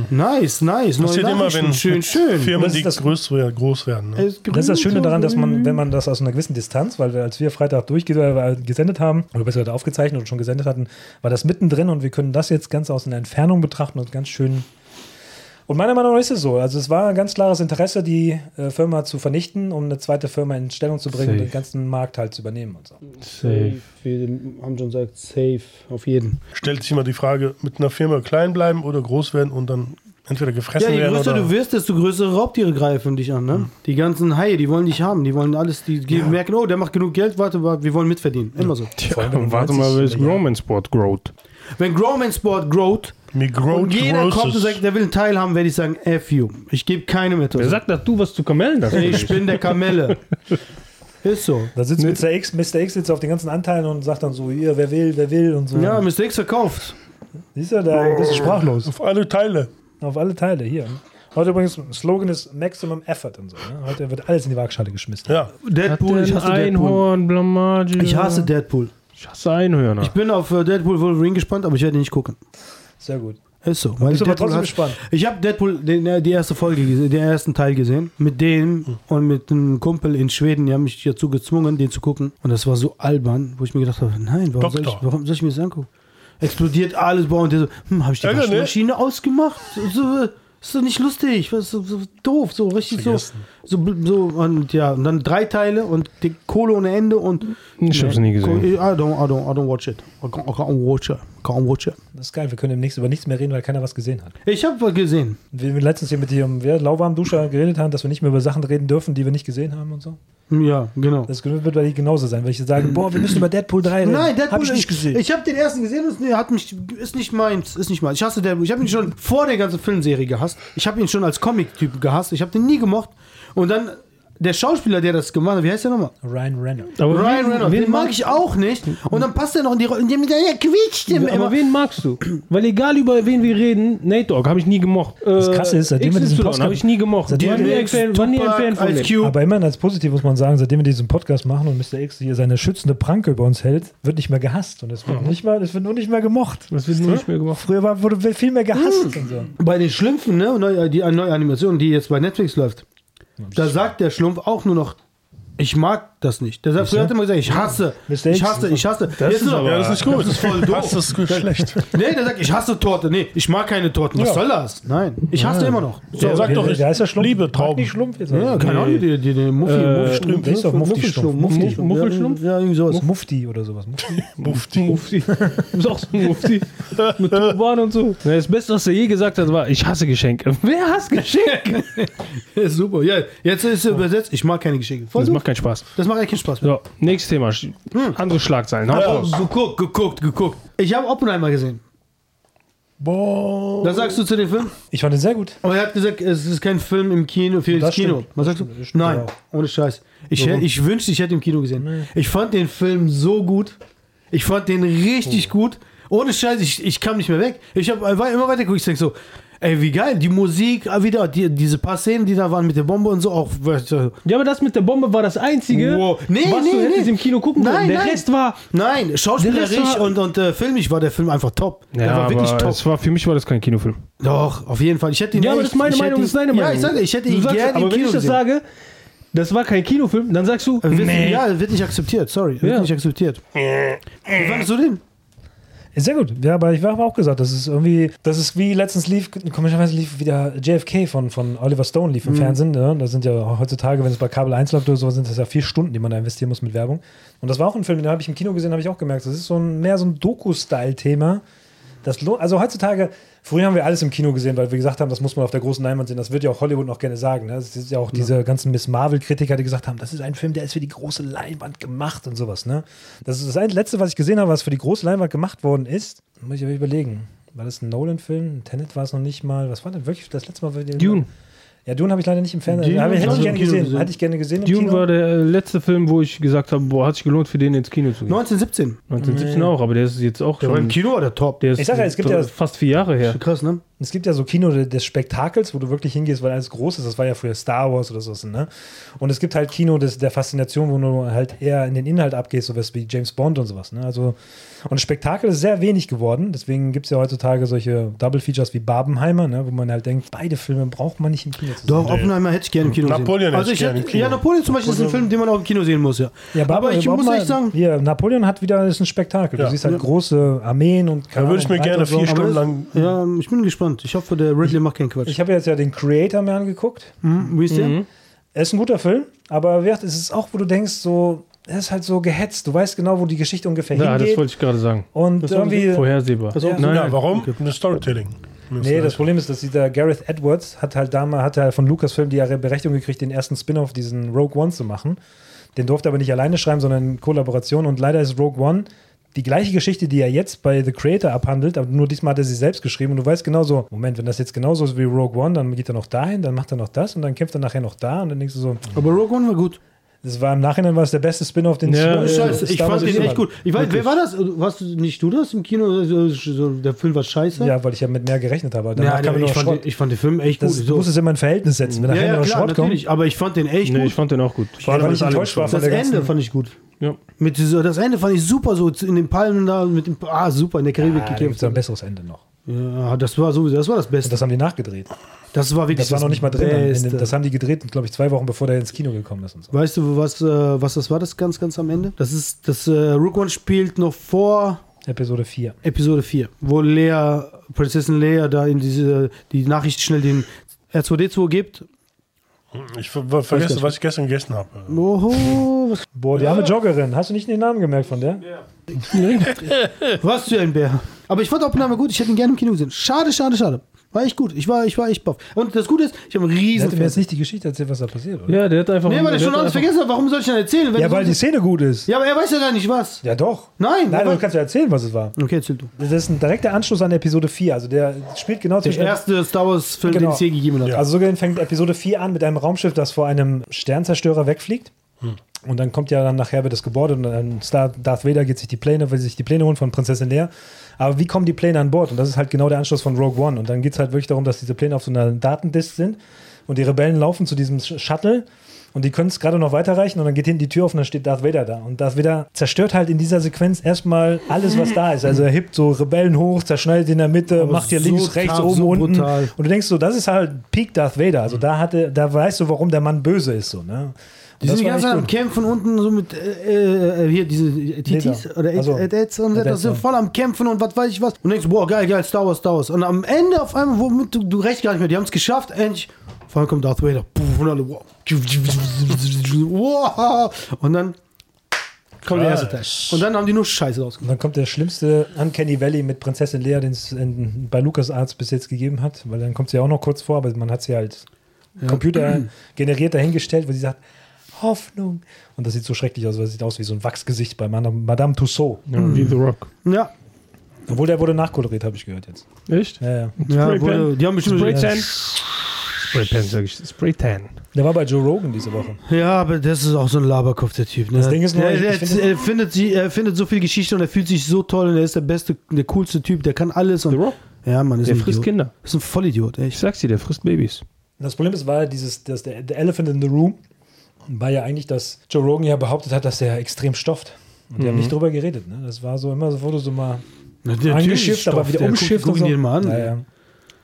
[SPEAKER 1] Nice, nice. Neue
[SPEAKER 2] Passiert immer,
[SPEAKER 1] Nachrichten.
[SPEAKER 2] wenn
[SPEAKER 1] schön, schön.
[SPEAKER 2] Firmen,
[SPEAKER 4] Das ist
[SPEAKER 2] die
[SPEAKER 4] das-
[SPEAKER 2] größ, groß werden. Ne?
[SPEAKER 4] Das ist das Schöne daran, dass man, wenn man das aus einer gewissen Distanz, weil wir, als wir Freitag durchgesendet haben, oder besser gesagt aufgezeichnet und schon gesendet hatten, war das mittendrin und wir können das jetzt ganz aus einer Entfernung betrachten und ganz schön. Und meiner Meinung nach ist es so. Also es war ein ganz klares Interesse, die äh, Firma zu vernichten, um eine zweite Firma in Stellung zu bringen und
[SPEAKER 1] Safe.
[SPEAKER 4] den ganzen Markt halt zu übernehmen und so.
[SPEAKER 1] Safe. Wir haben schon gesagt, safe. Auf jeden.
[SPEAKER 2] Stellt sich immer die Frage, mit einer Firma klein bleiben oder groß werden und dann entweder
[SPEAKER 1] Ja,
[SPEAKER 2] gefressen
[SPEAKER 1] je
[SPEAKER 2] werden
[SPEAKER 1] größer
[SPEAKER 2] oder...
[SPEAKER 1] du wirst, desto größere Raubtiere greifen dich an. Ne? Die ganzen Haie, die wollen dich haben. Die wollen alles, die die merken, oh, der macht genug Geld, warte, wa- wir wollen mitverdienen. Immer so.
[SPEAKER 3] Tja,
[SPEAKER 4] allem,
[SPEAKER 5] [LAUGHS]
[SPEAKER 4] wenn du
[SPEAKER 3] warte
[SPEAKER 4] 90
[SPEAKER 3] mal, bis
[SPEAKER 4] Milliarden-
[SPEAKER 3] Roman Sport growt.
[SPEAKER 1] Wenn Growman Sport growt
[SPEAKER 2] Mir growt
[SPEAKER 1] und jeder
[SPEAKER 2] grosses.
[SPEAKER 1] kommt und sagt, der will einen Teil haben, werde ich sagen, F you. Ich gebe keine mit.
[SPEAKER 3] Wer sagt, dass du was zu Kamellen hast?
[SPEAKER 1] ich bin der Kamelle. Ist so.
[SPEAKER 4] Da sitzt Mr. X, Mr. X sitzt auf den ganzen Anteilen und sagt dann so, hier, wer will, wer will und so.
[SPEAKER 1] Ja, Mr. X verkauft.
[SPEAKER 4] Siehst du, da bist du sprachlos.
[SPEAKER 2] Auf alle Teile.
[SPEAKER 4] Auf alle Teile hier. Heute übrigens, Slogan ist Maximum Effort und so. Ne? Heute wird alles in die Waagschale geschmissen.
[SPEAKER 2] Ja,
[SPEAKER 1] Deadpool, ich hasse Deadpool.
[SPEAKER 3] Einhorn, Blamage.
[SPEAKER 1] Ich hasse Deadpool.
[SPEAKER 3] Ich hasse Einhörner.
[SPEAKER 1] Ich bin auf äh, Deadpool Wolverine gespannt, aber ich werde ihn nicht gucken.
[SPEAKER 4] Sehr gut.
[SPEAKER 1] Ist so. Weil
[SPEAKER 4] Bist
[SPEAKER 1] ich
[SPEAKER 4] aber
[SPEAKER 1] Deadpool
[SPEAKER 4] trotzdem
[SPEAKER 1] hasse.
[SPEAKER 4] gespannt.
[SPEAKER 1] Ich habe Deadpool den, äh, die erste Folge gesehen, den ersten Teil gesehen. Mit dem und mit einem Kumpel in Schweden, die haben mich dazu gezwungen, den zu gucken. Und das war so albern, wo ich mir gedacht habe, nein, warum, soll ich,
[SPEAKER 2] Doktor.
[SPEAKER 1] warum soll ich mir das angucken? Explodiert alles bei und der so, hm, habe ich die
[SPEAKER 2] Ärger, ne?
[SPEAKER 1] Waschmaschine ausgemacht? So, so, ist doch nicht lustig, was so, so doof, so richtig so,
[SPEAKER 2] Vergessen.
[SPEAKER 1] so. bl- So und ja, und dann drei Teile und die Kohle ohne Ende und.
[SPEAKER 3] Ich hab's nie gesehen.
[SPEAKER 1] I don't, I don't, I don't watch it. I can't, I can't watch it. I can't watch it.
[SPEAKER 4] Das ist geil, wir können demnächst über nichts mehr reden, weil keiner was gesehen hat.
[SPEAKER 1] Ich habe gesehen.
[SPEAKER 4] Wir wir letztens hier mit dem wer, lauwarmen Duscher geredet haben, dass wir nicht mehr über Sachen reden dürfen, die wir nicht gesehen haben und so.
[SPEAKER 1] Ja, genau.
[SPEAKER 4] Das wird bei dir genauso sein, weil ich sagen, boah, wir müssen über Deadpool 3 reden.
[SPEAKER 1] Nein, Deadpool
[SPEAKER 4] Hab ich nicht gesehen.
[SPEAKER 1] Ich, habe den ersten gesehen und nee, hat mich, ist nicht meins, ist nicht meins. Ich hasse Deadpool. Ich habe ihn schon vor der ganzen Filmserie gehasst. Ich habe ihn schon als Comic-Typ gehasst. Ich habe den nie gemocht. Und dann der Schauspieler, der das gemacht hat, wie heißt der nochmal?
[SPEAKER 4] Ryan Reynolds.
[SPEAKER 3] aber
[SPEAKER 1] Ryan Reynolds. Den mag
[SPEAKER 3] magst-
[SPEAKER 1] ich auch nicht. Und dann passt er noch in die Rolle. Und der mit der der quietscht immer.
[SPEAKER 3] Hm. Aber wen magst du? Weil egal über wen wir reden, Nate Dogg habe ich nie gemocht. Das
[SPEAKER 4] Krasse ist, seitdem wir diesen Podcast-
[SPEAKER 3] habe ich nie gemocht.
[SPEAKER 4] Seitdem
[SPEAKER 3] War nie ein
[SPEAKER 1] DMX,
[SPEAKER 3] Fan war nie ein Fan
[SPEAKER 1] Tupac,
[SPEAKER 3] von
[SPEAKER 1] Ice
[SPEAKER 3] dem.
[SPEAKER 1] Cube.
[SPEAKER 4] Aber immerhin als positiv muss man sagen, seitdem wir diesen Podcast machen und Mr. X hier seine schützende Pranke über uns hält, wird nicht mehr gehasst und es wird, nicht, mal, es wird nur nicht mehr gemocht.
[SPEAKER 3] Das wird nur nicht mehr gemacht.
[SPEAKER 4] Früher war, wurde viel mehr gehasst
[SPEAKER 1] Hm.
[SPEAKER 4] und so.
[SPEAKER 1] Bei den Schlümpfen, ne, neu- die neue Animation, die jetzt bei Netflix läuft, da sagt der Schlumpf auch nur noch, ich mag das nicht. Der sagt, früher hat er immer gesagt, ich hasse,
[SPEAKER 4] Mistake.
[SPEAKER 1] ich hasse, ich hasse.
[SPEAKER 2] das
[SPEAKER 1] Jetzt
[SPEAKER 2] ist,
[SPEAKER 1] nur noch,
[SPEAKER 2] aber, ja, das ist nicht gut.
[SPEAKER 1] [LAUGHS] Das ist voll doof.
[SPEAKER 2] Das ist [LAUGHS] schlecht.
[SPEAKER 1] Nee, der sagt, ich hasse Torte. Nee, ich mag keine Torten. Was
[SPEAKER 4] Ja.
[SPEAKER 1] soll das? Nein, ich hasse immer noch. So,
[SPEAKER 2] Der sagt doch, ich
[SPEAKER 4] der ist ja Schlumpf.
[SPEAKER 2] liebe Trauben.
[SPEAKER 4] Nicht Schlumpf jetzt.
[SPEAKER 1] ja, keine
[SPEAKER 3] [LAUGHS]
[SPEAKER 1] Ahnung, die, die, die Muffi,
[SPEAKER 3] Äh,
[SPEAKER 1] Muffi, Strümpf,
[SPEAKER 4] der ist doch Mufti-Stumpf.
[SPEAKER 1] Mufti,
[SPEAKER 3] Muffelstumpf?
[SPEAKER 1] Ja, irgendwie sowas.
[SPEAKER 4] Muff- Mufti oder sowas. Mufti.
[SPEAKER 2] Mufti.
[SPEAKER 3] Mufti. Du bist auch so ein Mufti. Mit Turban und so. Na, Das Beste, was er je gesagt hat, war, ich hasse Geschenke. Wer hasst Geschenke?
[SPEAKER 1] Ja, super. Ja, jetzt ist er übersetzt, ich mag keine Geschenke. Voll
[SPEAKER 3] [LAUGHS] Das macht
[SPEAKER 1] doof.
[SPEAKER 3] keinen Spaß.
[SPEAKER 1] das macht echt keinen Spaß.
[SPEAKER 3] So, nächstes Thema. Sch- Andere Schlagzeilen. Hau raus.
[SPEAKER 1] Geguckt, geguckt, geguckt. Ich habe Oppenheimer gesehen.
[SPEAKER 2] Boah.
[SPEAKER 1] Was sagst du zu dem Film?
[SPEAKER 4] Ich fand den sehr gut.
[SPEAKER 1] Aber er hat gesagt, es ist kein Film im Kino für das
[SPEAKER 4] Das
[SPEAKER 1] Kino.
[SPEAKER 4] stimmt, das
[SPEAKER 1] Was sagst du?
[SPEAKER 4] stimmt, das stimmt
[SPEAKER 1] Nein,
[SPEAKER 4] auch.
[SPEAKER 1] ohne Scheiß. Ich, hä- ich wünschte, ich hätte im Kino gesehen. Ich fand den Film so gut. Ich fand den richtig
[SPEAKER 3] Oh.
[SPEAKER 1] gut. Ohne Scheiß, ich, ich kam nicht mehr weg. Ich habe immer weiter geguckt. Ich denke so, ey, wie geil. Die Musik, ah, wieder die, diese paar Szenen, die da waren mit der Bombe und so. Auch, weißt du,
[SPEAKER 3] Ja, aber das mit der Bombe war das Einzige,
[SPEAKER 1] Wow. Nee,
[SPEAKER 3] was
[SPEAKER 1] nee,
[SPEAKER 3] du hättest
[SPEAKER 1] nee.
[SPEAKER 3] im Kino gucken
[SPEAKER 1] Nein,
[SPEAKER 3] können. Der
[SPEAKER 1] nein.
[SPEAKER 3] Rest war...
[SPEAKER 1] nein,
[SPEAKER 3] Der Rest
[SPEAKER 1] schauspielerisch
[SPEAKER 3] war-
[SPEAKER 1] und, und äh, filmisch war der Film einfach top. der war wirklich top.
[SPEAKER 3] war, für mich war das kein Kinofilm.
[SPEAKER 1] Doch, auf jeden Fall. Ich hätte ihn
[SPEAKER 3] Ja, aber
[SPEAKER 1] echt-
[SPEAKER 3] das ist meine
[SPEAKER 1] ich hätte
[SPEAKER 3] Meinung,
[SPEAKER 1] ihn-
[SPEAKER 3] das ist deine
[SPEAKER 1] Ja,
[SPEAKER 3] Meinung.
[SPEAKER 1] ich sage, ich hätte
[SPEAKER 3] Du
[SPEAKER 1] ihn
[SPEAKER 3] sagst,
[SPEAKER 1] gerne im
[SPEAKER 3] aber wenn
[SPEAKER 1] Kino
[SPEAKER 3] ich das
[SPEAKER 1] gesehen.
[SPEAKER 3] sage, das war kein Kinofilm, dann sagst du,
[SPEAKER 1] Wird, Äh, Ja, wird nicht akzeptiert, sorry. Wird
[SPEAKER 3] Ja.
[SPEAKER 1] nicht akzeptiert. Wie fandest du den?
[SPEAKER 4] Ist sehr gut. Ja, aber ich habe auch gesagt, das ist irgendwie, das ist wie letztens lief, komischerweise lief wieder JFK von, von Oliver Stone lief im Fernsehen. Ne? Das sind ja heutzutage, wenn es bei Kabel 1 läuft oder so, sind das ja vier Stunden, die man da investieren muss mit Werbung. Und das war auch ein Film, den habe ich im Kino gesehen, habe ich auch gemerkt. Das ist so ein, mehr so ein Doku-Style-Thema. Das lo- also heutzutage, früher haben wir alles im Kino gesehen, weil wir gesagt haben, das muss man auf der großen Leinwand sehen. Das wird ja auch Hollywood noch gerne sagen. Ne? Das ist ja auch diese ganzen Miss Marvel-Kritiker, die gesagt haben, das ist ein Film, der ist für die große Leinwand gemacht und sowas. Ne? Das ist das ein- letzte, was ich gesehen habe, was für die große Leinwand gemacht worden ist. Muss ich aber überlegen. War das ein Nolan-Film? Ein Tenet war es noch nicht mal. Was war denn wirklich das letzte Mal? wo wir den-
[SPEAKER 3] Dune.
[SPEAKER 4] Ja, Dune habe ich leider nicht im Fernsehen.
[SPEAKER 3] Dune
[SPEAKER 4] Aber
[SPEAKER 3] hab ich
[SPEAKER 4] Hätte ich
[SPEAKER 3] im
[SPEAKER 4] gerne
[SPEAKER 1] Kino
[SPEAKER 4] gesehen.
[SPEAKER 1] gesehen.
[SPEAKER 4] Hätte ich gerne gesehen. im
[SPEAKER 3] Dune
[SPEAKER 4] Kino.
[SPEAKER 3] war der äh, letzte Film, wo ich gesagt habe, boah, hat sich gelohnt, für den ins Kino zu gehen.
[SPEAKER 1] 1917.
[SPEAKER 3] 1917 auch, aber der ist jetzt auch
[SPEAKER 1] Der war im
[SPEAKER 3] schon...
[SPEAKER 1] Kino oder top?
[SPEAKER 3] Der ist
[SPEAKER 4] Ich sag ja, es gibt ja-
[SPEAKER 3] fast vier Jahre her.
[SPEAKER 1] Krass, ne?
[SPEAKER 4] Es gibt ja so Kino de- des Spektakels, wo du wirklich hingehst, weil alles groß ist. Das war ja früher Star Wars oder so. Ne? Und es gibt halt Kino des, der Faszination, wo du halt eher in den Inhalt abgehst, sowas wie James Bond und sowas. Ne? Also, und Spektakel ist sehr wenig geworden. Deswegen gibt es ja heutzutage solche Double Features wie Barbenheimer, ne? wo man halt denkt, beide Filme braucht man nicht im Kino zu sehen.
[SPEAKER 1] Doch, Oppenheimer hätte ich gerne im Kino
[SPEAKER 2] Napoleon
[SPEAKER 1] gesehen.
[SPEAKER 2] hätte
[SPEAKER 1] Also
[SPEAKER 2] ich
[SPEAKER 1] ich
[SPEAKER 2] gerne
[SPEAKER 1] hätte,
[SPEAKER 2] im Kino.
[SPEAKER 1] Ja, Napoleon zum Beispiel ist ein Film, den man auch im Kino sehen muss, ja. aber ich muss
[SPEAKER 4] Barbenheimer-
[SPEAKER 1] echt sagen,
[SPEAKER 4] hier, Napoleon hat wieder das ist ein Spektakel.
[SPEAKER 2] Ja.
[SPEAKER 4] Du siehst halt große Armeen und
[SPEAKER 2] Da würde ich mir gerne vier
[SPEAKER 1] aber
[SPEAKER 2] Stunden
[SPEAKER 1] das-
[SPEAKER 2] lang.
[SPEAKER 1] ja, ich bin gespannt. Ich hoffe, der Ridley macht keinen Quatsch.
[SPEAKER 4] Ich habe jetzt ja den Creator mir angeguckt.
[SPEAKER 1] Hm, wie ist der?
[SPEAKER 3] Mhm.
[SPEAKER 4] Er ist ein guter Film, aber wie gesagt, es ist auch, wo du denkst, so, er ist halt so gehetzt. Du weißt genau, wo die Geschichte ungefähr
[SPEAKER 3] Ja, das
[SPEAKER 4] hingeht.
[SPEAKER 3] wollte ich gerade sagen.
[SPEAKER 4] und irgendwie.
[SPEAKER 3] Vorhersehbar.
[SPEAKER 1] Pass auf,
[SPEAKER 4] Ja.
[SPEAKER 3] Nein,
[SPEAKER 2] Ja,
[SPEAKER 3] nein.
[SPEAKER 2] warum? Eine Storytelling.
[SPEAKER 4] Nee,
[SPEAKER 2] halt-
[SPEAKER 4] das Problem ist, dass dieser Gareth Edwards hat halt damals hat er von Lucasfilm die Berechtigung gekriegt, den ersten Spin-off, diesen Rogue One zu machen. Den durfte er aber nicht alleine schreiben, sondern in Kollaboration. Und leider ist Rogue One die gleiche Geschichte, die er jetzt bei The Creator abhandelt, aber nur diesmal hat er sie selbst geschrieben. Und du weißt genau so, Moment, wenn das jetzt genauso ist wie Rogue One, dann geht er noch dahin, dann macht er noch das und dann kämpft er nachher noch da. Und dann denkst du so,
[SPEAKER 1] Aber Rogue One war gut.
[SPEAKER 4] das war im Nachhinein war es der beste Spin-off, den
[SPEAKER 3] Ja,
[SPEAKER 4] Star-
[SPEAKER 3] Äh,
[SPEAKER 1] Scheiße, ich
[SPEAKER 4] Star Wars
[SPEAKER 1] fand den
[SPEAKER 4] je
[SPEAKER 1] echt
[SPEAKER 4] hatte.
[SPEAKER 1] gut. Ich weiß, wer war das? Warst du nicht du das im Kino? So, so, der Film war scheiße?
[SPEAKER 4] Ja, weil ich ja mit mehr gerechnet habe. Danach
[SPEAKER 1] Ja,
[SPEAKER 4] kam
[SPEAKER 1] ich,
[SPEAKER 4] nur noch
[SPEAKER 1] fand den,
[SPEAKER 4] Schrott.
[SPEAKER 1] ich fand den Film echt
[SPEAKER 4] Das,
[SPEAKER 1] gut.
[SPEAKER 4] du musst es immer in Verhältnis setzen. Wenn
[SPEAKER 1] ja,
[SPEAKER 4] nachher
[SPEAKER 1] ja,
[SPEAKER 4] noch
[SPEAKER 1] klar,
[SPEAKER 4] Schrott kommt,
[SPEAKER 1] natürlich. Aber ich fand den echt
[SPEAKER 3] Nee,
[SPEAKER 1] gut.
[SPEAKER 3] ich fand den auch gut.
[SPEAKER 4] weil ich enttäuscht war von
[SPEAKER 1] Das
[SPEAKER 4] der ganzen
[SPEAKER 1] Ende fand ich gut.
[SPEAKER 3] Ja.
[SPEAKER 1] Mit dieser, das Ende fand ich super so in den Palmen da mit dem ah super in der
[SPEAKER 4] Ah,
[SPEAKER 1] Karibik
[SPEAKER 4] da gibt
[SPEAKER 1] gekämpft.
[SPEAKER 4] es ein besseres Ende noch.
[SPEAKER 1] Ja, das war sowieso, das war das
[SPEAKER 4] Und
[SPEAKER 1] Beste.
[SPEAKER 4] das haben die nachgedreht.
[SPEAKER 1] Das war wirklich
[SPEAKER 4] Das war noch nicht mal drin. am Ende.
[SPEAKER 1] Beste.
[SPEAKER 4] Das haben die gedreht, glaube ich, zwei Wochen bevor der ins Kino gekommen ist und so.
[SPEAKER 1] weißt du, was äh, was das war das ganz ganz am Ende? Das ist das äh, Rook One spielt noch vor
[SPEAKER 4] Episode 4.
[SPEAKER 1] Episode 4, wo Lea Prinzessin Lea da in diese die Nachricht schnell den R2D2 gibt.
[SPEAKER 2] Ich ver ver vergesse, was ich gestern gegessen habe.
[SPEAKER 1] Oho, was,
[SPEAKER 4] Boah, die arme Joggerin. Hast du nicht den Namen gemerkt von der?
[SPEAKER 1] was für ein Bär. Aber ich fand Oppenheimer gut, ich hätte ihn gerne im Kino gesehen. Schade, schade, schade. War echt gut. Ich war ich war echt baff. Und das Gute ist, ich habe einen
[SPEAKER 4] Die
[SPEAKER 1] riesen
[SPEAKER 4] hat mir jetzt nicht die Geschichte erzählt, was da passiert, oder?
[SPEAKER 3] Ja, der hat einfach.
[SPEAKER 1] Nee, weil ich schon alles vergessen habe. Warum soll ich denn erzählen? wenn
[SPEAKER 4] Ja,
[SPEAKER 1] du
[SPEAKER 4] weil die
[SPEAKER 1] sonst-
[SPEAKER 4] Szene gut ist.
[SPEAKER 1] ja, aber er weiß ja gar nicht was.
[SPEAKER 4] Ja, doch.
[SPEAKER 1] Nein,
[SPEAKER 4] Nein,
[SPEAKER 1] aber-
[SPEAKER 4] aber du kannst ja erzählen, was es war.
[SPEAKER 1] Okay, erzähl du.
[SPEAKER 4] Das ist ein direkter Anschluss an Episode 4. Also der spielt genau
[SPEAKER 1] Der
[SPEAKER 4] zwischen.
[SPEAKER 1] erste Star Wars-Film,
[SPEAKER 4] Genau.
[SPEAKER 1] den es je gegeben hat.
[SPEAKER 4] Also sogar fängt Episode 4 an mit einem Raumschiff, das vor einem Sternzerstörer wegfliegt. Und dann kommt ja dann nachher wird das Gebäude und dann Star Darth Vader geht sich die Pläne, will sich die Pläne holen von Prinzessin Leia. Aber wie kommen die Pläne an Bord? Und das ist halt genau der Anschluss von Rogue One. Und dann geht es halt wirklich darum, dass diese Pläne auf so einer Datendisk sind und die Rebellen laufen zu diesem Sh- Shuttle und die können es gerade noch weiterreichen und dann geht hinten die Tür auf und dann steht Darth Vader da. Und Darth Vader zerstört halt in dieser Sequenz erstmal alles, was da ist. Also er hebt so Rebellen hoch, zerschneidet in der Mitte, macht hier
[SPEAKER 1] so
[SPEAKER 4] links, rechts,
[SPEAKER 1] krass,
[SPEAKER 4] oben,
[SPEAKER 1] so
[SPEAKER 4] unten.
[SPEAKER 1] brutal. Mhm.
[SPEAKER 4] Und du denkst so, das ist halt Peak Darth Vader. Also da hatte, da weißt du, warum der Mann böse ist so, ne?
[SPEAKER 1] Die
[SPEAKER 4] Das
[SPEAKER 1] sind die
[SPEAKER 4] war
[SPEAKER 1] ganze
[SPEAKER 4] echt
[SPEAKER 1] Zeit am
[SPEAKER 4] gut.
[SPEAKER 1] Kämpfen unten so mit, äh, äh, hier diese Titis
[SPEAKER 4] Leder.
[SPEAKER 1] oder
[SPEAKER 4] Also,
[SPEAKER 1] Ads und so, das
[SPEAKER 4] Ads,
[SPEAKER 1] sind
[SPEAKER 4] ja.
[SPEAKER 1] voll am Kämpfen und was weiß ich was. Und denkst, boah, geil, geil, Star Wars, Star Wars. Und am Ende auf einmal, womit du, du recht gar nicht mehr, die haben es geschafft, endlich. Vor allem kommt Darth Vader. Puh, Und alle, wow. Wow. Und dann kommt der erste Teil. Und dann haben die nur Scheiße rausgekommen.
[SPEAKER 4] Und dann kommt der schlimmste Uncanny Valley mit Prinzessin Leia, den es in- bei Lucas Arts bis jetzt gegeben hat, weil dann kommt sie ja auch noch kurz vor, aber man hat sie halt Computer generiert dahingestellt, wo sie sagt, Hoffnung. Und das sieht so schrecklich aus, weil es sieht aus wie so ein Wachsgesicht bei Madame, Madame Tussaud.
[SPEAKER 3] Ja, wie The Rock.
[SPEAKER 1] Ja.
[SPEAKER 4] Obwohl der wurde nachkoloriert, habe ich gehört jetzt.
[SPEAKER 3] Echt?
[SPEAKER 4] Ja, ja.
[SPEAKER 1] ja
[SPEAKER 3] Spray Pen.
[SPEAKER 1] wurde, die haben bestimmt.
[SPEAKER 3] Tan. Spray Tan, sag ich. Spray Tan.
[SPEAKER 4] Der war bei Joe Rogan diese Woche.
[SPEAKER 1] Ja, aber das ist auch so ein Laberkopf, der Typ. Ne?
[SPEAKER 4] Das Ding ist nur,
[SPEAKER 1] der,
[SPEAKER 4] ich-
[SPEAKER 1] der,
[SPEAKER 4] ich finde-
[SPEAKER 1] er, findet sie, er findet so viel Geschichte und er fühlt sich so toll und er ist der beste, der coolste Typ, der kann alles.
[SPEAKER 3] The
[SPEAKER 1] Und
[SPEAKER 3] Rock?
[SPEAKER 1] ja, Mann, ist
[SPEAKER 3] Der
[SPEAKER 1] ein
[SPEAKER 3] frisst
[SPEAKER 1] Idiot.
[SPEAKER 3] Kinder.
[SPEAKER 1] Ist ein Vollidiot,
[SPEAKER 3] Ich
[SPEAKER 1] echt.
[SPEAKER 3] sag's dir, der frisst Babys.
[SPEAKER 4] Das Problem ist, war dieses, das, der, der Elephant in the Room war ja eigentlich, dass Joe Rogan ja behauptet hat, dass der extrem stofft. Und die haben nicht drüber geredet. Ne? Das war so immer so, wurde so mal angeschifft, aber wieder umschifft
[SPEAKER 1] und
[SPEAKER 4] und so.
[SPEAKER 1] Ihn mal an.
[SPEAKER 4] Ja, ja.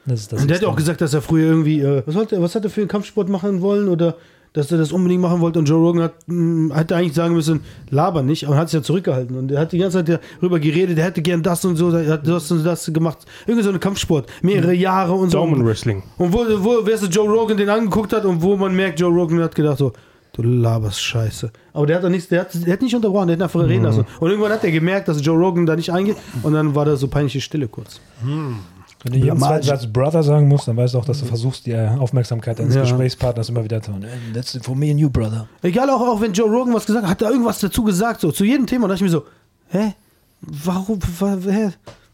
[SPEAKER 4] Das ist das
[SPEAKER 1] Und der hat ja auch gesagt, dass er früher irgendwie, äh, was, wollte, was hat er für einen Kampfsport machen wollen oder dass er das unbedingt machen wollte und Joe Rogan hat, mh, hätte eigentlich sagen müssen, laber nicht, aber hat es ja zurückgehalten und er hat die ganze Zeit darüber geredet, er hätte gern das und so, er hat das und das gemacht. Irgendwie so einen Kampfsport, mehrere Jahre und so.
[SPEAKER 3] Daumen Wrestling.
[SPEAKER 1] Und wo, wo weißt du, Joe Rogan den angeguckt hat und wo man merkt, Joe Rogan hat gedacht so, du laberst Scheiße. Aber der hat doch nichts, der hat, der hat nicht unterbrochen, der hat einfach reden lassen. Und irgendwann hat er gemerkt, dass Joe Rogan da nicht eingeht und dann war da so peinliche Stille kurz.
[SPEAKER 4] Wenn du jeden
[SPEAKER 1] Blamage.
[SPEAKER 4] zweiten Satz Brother sagen musst, dann weißt du auch, dass du versuchst, die äh, Aufmerksamkeit deines
[SPEAKER 1] Ja.
[SPEAKER 4] Gesprächspartners immer wieder zu holen. That's for me and you, Brother.
[SPEAKER 1] Egal, auch, auch wenn Joe Rogan was gesagt hat, hat er irgendwas dazu gesagt, so zu jedem Thema. Da dachte ich mir so, hä? Warum? Wa, hä?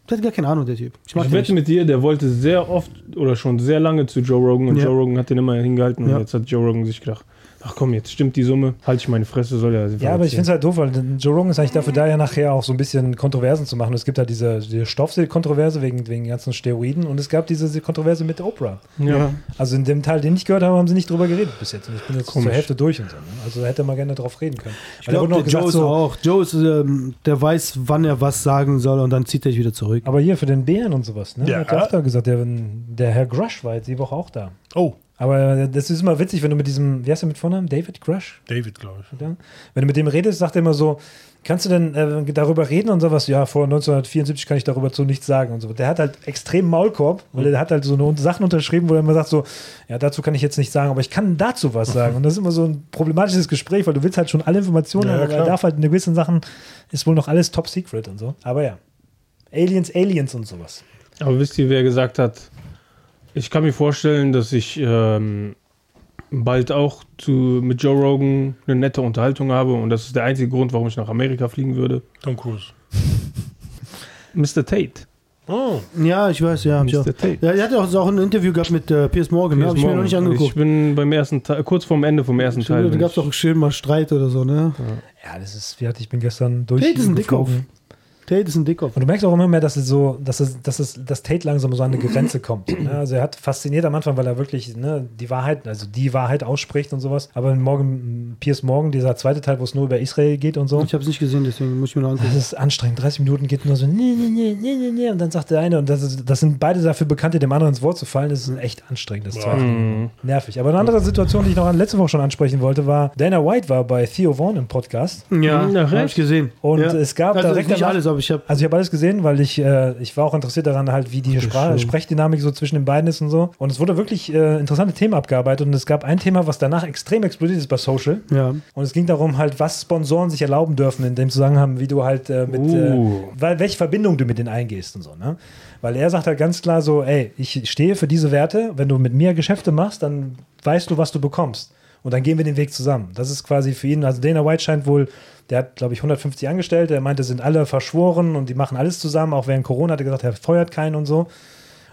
[SPEAKER 1] Der hat gar keine Ahnung, der Typ. Ich mag
[SPEAKER 3] Ich
[SPEAKER 1] den
[SPEAKER 3] wette
[SPEAKER 1] nicht.
[SPEAKER 3] mit dir, der wollte sehr oft oder schon sehr lange zu Joe Rogan und
[SPEAKER 1] Ja.
[SPEAKER 3] Joe Rogan hat den immer hingehalten und
[SPEAKER 1] Ja.
[SPEAKER 3] jetzt hat Joe Rogan sich gedacht, ach komm, jetzt stimmt die Summe, halte ich meine Fresse, soll ja.
[SPEAKER 4] Ja, aber ich finde es halt doof, weil Joe Rogan ist eigentlich dafür da, ja nachher auch so ein bisschen Kontroversen zu machen. Es gibt halt diese, diese Stoffsee-Kontroverse wegen, wegen den ganzen Steroiden und es gab diese Kontroverse mit Oprah.
[SPEAKER 3] Ja.
[SPEAKER 4] Also in dem Teil, den ich gehört habe, haben sie nicht drüber geredet bis jetzt. Und ich bin jetzt zur Hälfte durch und so. Ne? Also da hätte man gerne drauf reden können.
[SPEAKER 1] Ich glaube, der Joe ist auch. Joe ist, ähm, der weiß, wann er was sagen soll und dann zieht er sich wieder zurück.
[SPEAKER 4] aber hier für den Bären und sowas, ne?
[SPEAKER 2] Ja.
[SPEAKER 4] Hat er auch da gesagt, der, der Herr Grush war jetzt die Woche auch da.
[SPEAKER 2] Oh,
[SPEAKER 4] Aber das ist immer witzig, wenn du mit diesem, wie heißt der mit Vornamen? David Grush?
[SPEAKER 2] David, glaube ich.
[SPEAKER 4] Ja. Wenn du mit dem redest, sagt er immer so, kannst du denn äh, darüber reden und sowas? Ja, vor 1974 kann ich darüber zu nichts sagen und so. Der hat halt extrem Maulkorb, weil
[SPEAKER 2] Mhm.
[SPEAKER 4] er hat halt so eine Sachen unterschrieben, wo er immer sagt so, ja, dazu kann ich jetzt nicht sagen, aber ich kann dazu was sagen. Und das ist immer so ein problematisches Gespräch, weil du willst halt schon alle Informationen,
[SPEAKER 2] Ja, ja,
[SPEAKER 4] haben, aber er
[SPEAKER 2] klar.
[SPEAKER 4] darf halt in gewissen Sachen, ist wohl noch alles top secret und so. Aber ja. Aliens, Aliens und sowas.
[SPEAKER 3] Aber wisst ihr, wer gesagt hat, ich kann mir vorstellen, dass ich ähm, bald auch zu, mit Joe Rogan eine nette Unterhaltung habe und das ist der einzige Grund, warum ich nach Amerika fliegen würde?
[SPEAKER 2] Tom Cruise.
[SPEAKER 3] Mr. Tate.
[SPEAKER 2] Oh,
[SPEAKER 1] Ja, ich weiß, ja. Hab ich auch.
[SPEAKER 3] Mr. Tate.
[SPEAKER 1] Ja, er hat auch, auch ein Interview gehabt mit äh, Piers Morgan, ne?
[SPEAKER 3] Piers
[SPEAKER 1] habe ich mir noch
[SPEAKER 3] Morgan.
[SPEAKER 1] nicht angeguckt.
[SPEAKER 3] Also Ich bin beim ersten Teil, kurz vorm Ende vom ersten Teil.
[SPEAKER 1] da
[SPEAKER 3] bin
[SPEAKER 1] gab es
[SPEAKER 3] ich-
[SPEAKER 1] doch schön mal Streit oder so, ne?
[SPEAKER 4] Ja, das ist, wie hatte ich bin gestern durch.
[SPEAKER 1] Tate ist ein Dickkopf.
[SPEAKER 4] geflogen.
[SPEAKER 1] Tate ist ein Dickkopf.
[SPEAKER 4] Und du merkst auch immer mehr, dass es so, dass es, dass es, dass Tate langsam so an eine Grenze kommt. Ne? Also er hat fasziniert am Anfang, weil er wirklich ne, die Wahrheit, also die Wahrheit ausspricht und sowas. Aber Morgan, Piers Morgan, dieser zweite Teil, wo es nur über Israel geht und so.
[SPEAKER 1] Ich habe es nicht gesehen, deswegen muss ich mir noch angucken.
[SPEAKER 4] Das ist anstrengend. 30 Minuten geht nur so, nee, nee, nee, nee, nee, nee. Und dann sagt der eine, und das, ist, das sind beide dafür bekannt, dem anderen ins Wort zu fallen. Das ist ein echt anstrengend, das zweite. Nervig. Aber eine andere Situation, die ich noch an letzte Woche schon ansprechen wollte, war, Dana White war bei Theo Vaughn im Podcast.
[SPEAKER 1] Ja,
[SPEAKER 3] Na,
[SPEAKER 1] habe Hm? ich
[SPEAKER 3] recht.
[SPEAKER 1] gesehen.
[SPEAKER 4] Und
[SPEAKER 1] ja.
[SPEAKER 4] es gab
[SPEAKER 1] also
[SPEAKER 4] direkt
[SPEAKER 1] nicht
[SPEAKER 4] danach-
[SPEAKER 1] alles, aber ich habe
[SPEAKER 4] Also ich habe alles gesehen, weil ich, äh, ich war auch interessiert daran, halt, wie die Sprache, Sprechdynamik so zwischen den beiden ist und so. Und es wurde wirklich äh, interessante Themen abgearbeitet und es gab ein Thema, was danach extrem explodiert ist bei Social.
[SPEAKER 1] ja.
[SPEAKER 4] Und es ging darum, halt, was Sponsoren sich erlauben dürfen, in dem Zusammenhang, wie du halt äh, mit,
[SPEAKER 3] Uh.
[SPEAKER 4] äh, weil, welche Verbindung du mit denen eingehst und so, ne? Weil er sagt halt ganz klar so, ey, ich stehe für diese Werte, wenn du mit mir Geschäfte machst, dann weißt du, was du bekommst. Und dann gehen wir den Weg zusammen. Das ist quasi für ihn, also Dana White scheint wohl, der hat, glaube ich, 150 Angestellte, er meinte, sind alle verschworen und die machen alles zusammen, auch während Corona hat er gesagt, er feuert keinen und so.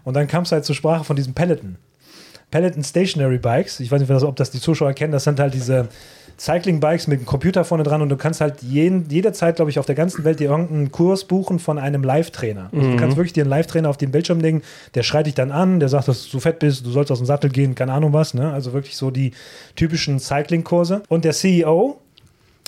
[SPEAKER 4] Und dann kam es halt zur Sprache von diesen Peloton. Peloton Stationary Bikes. Ich weiß nicht, ob das die Zuschauer kennen. Das sind halt diese Cycling Bikes mit einem Computer vorne dran und du kannst halt jeden, jederzeit, glaube ich, auf der ganzen Welt dir irgendeinen Kurs buchen von einem Live-Trainer. Also du kannst wirklich dir einen Live-Trainer auf den Bildschirm legen, der schreit dich dann an, der sagt, dass du zu fett bist, du sollst aus dem Sattel gehen, keine Ahnung was. Ne? Also wirklich so die typischen Cycling-Kurse. Und der CEO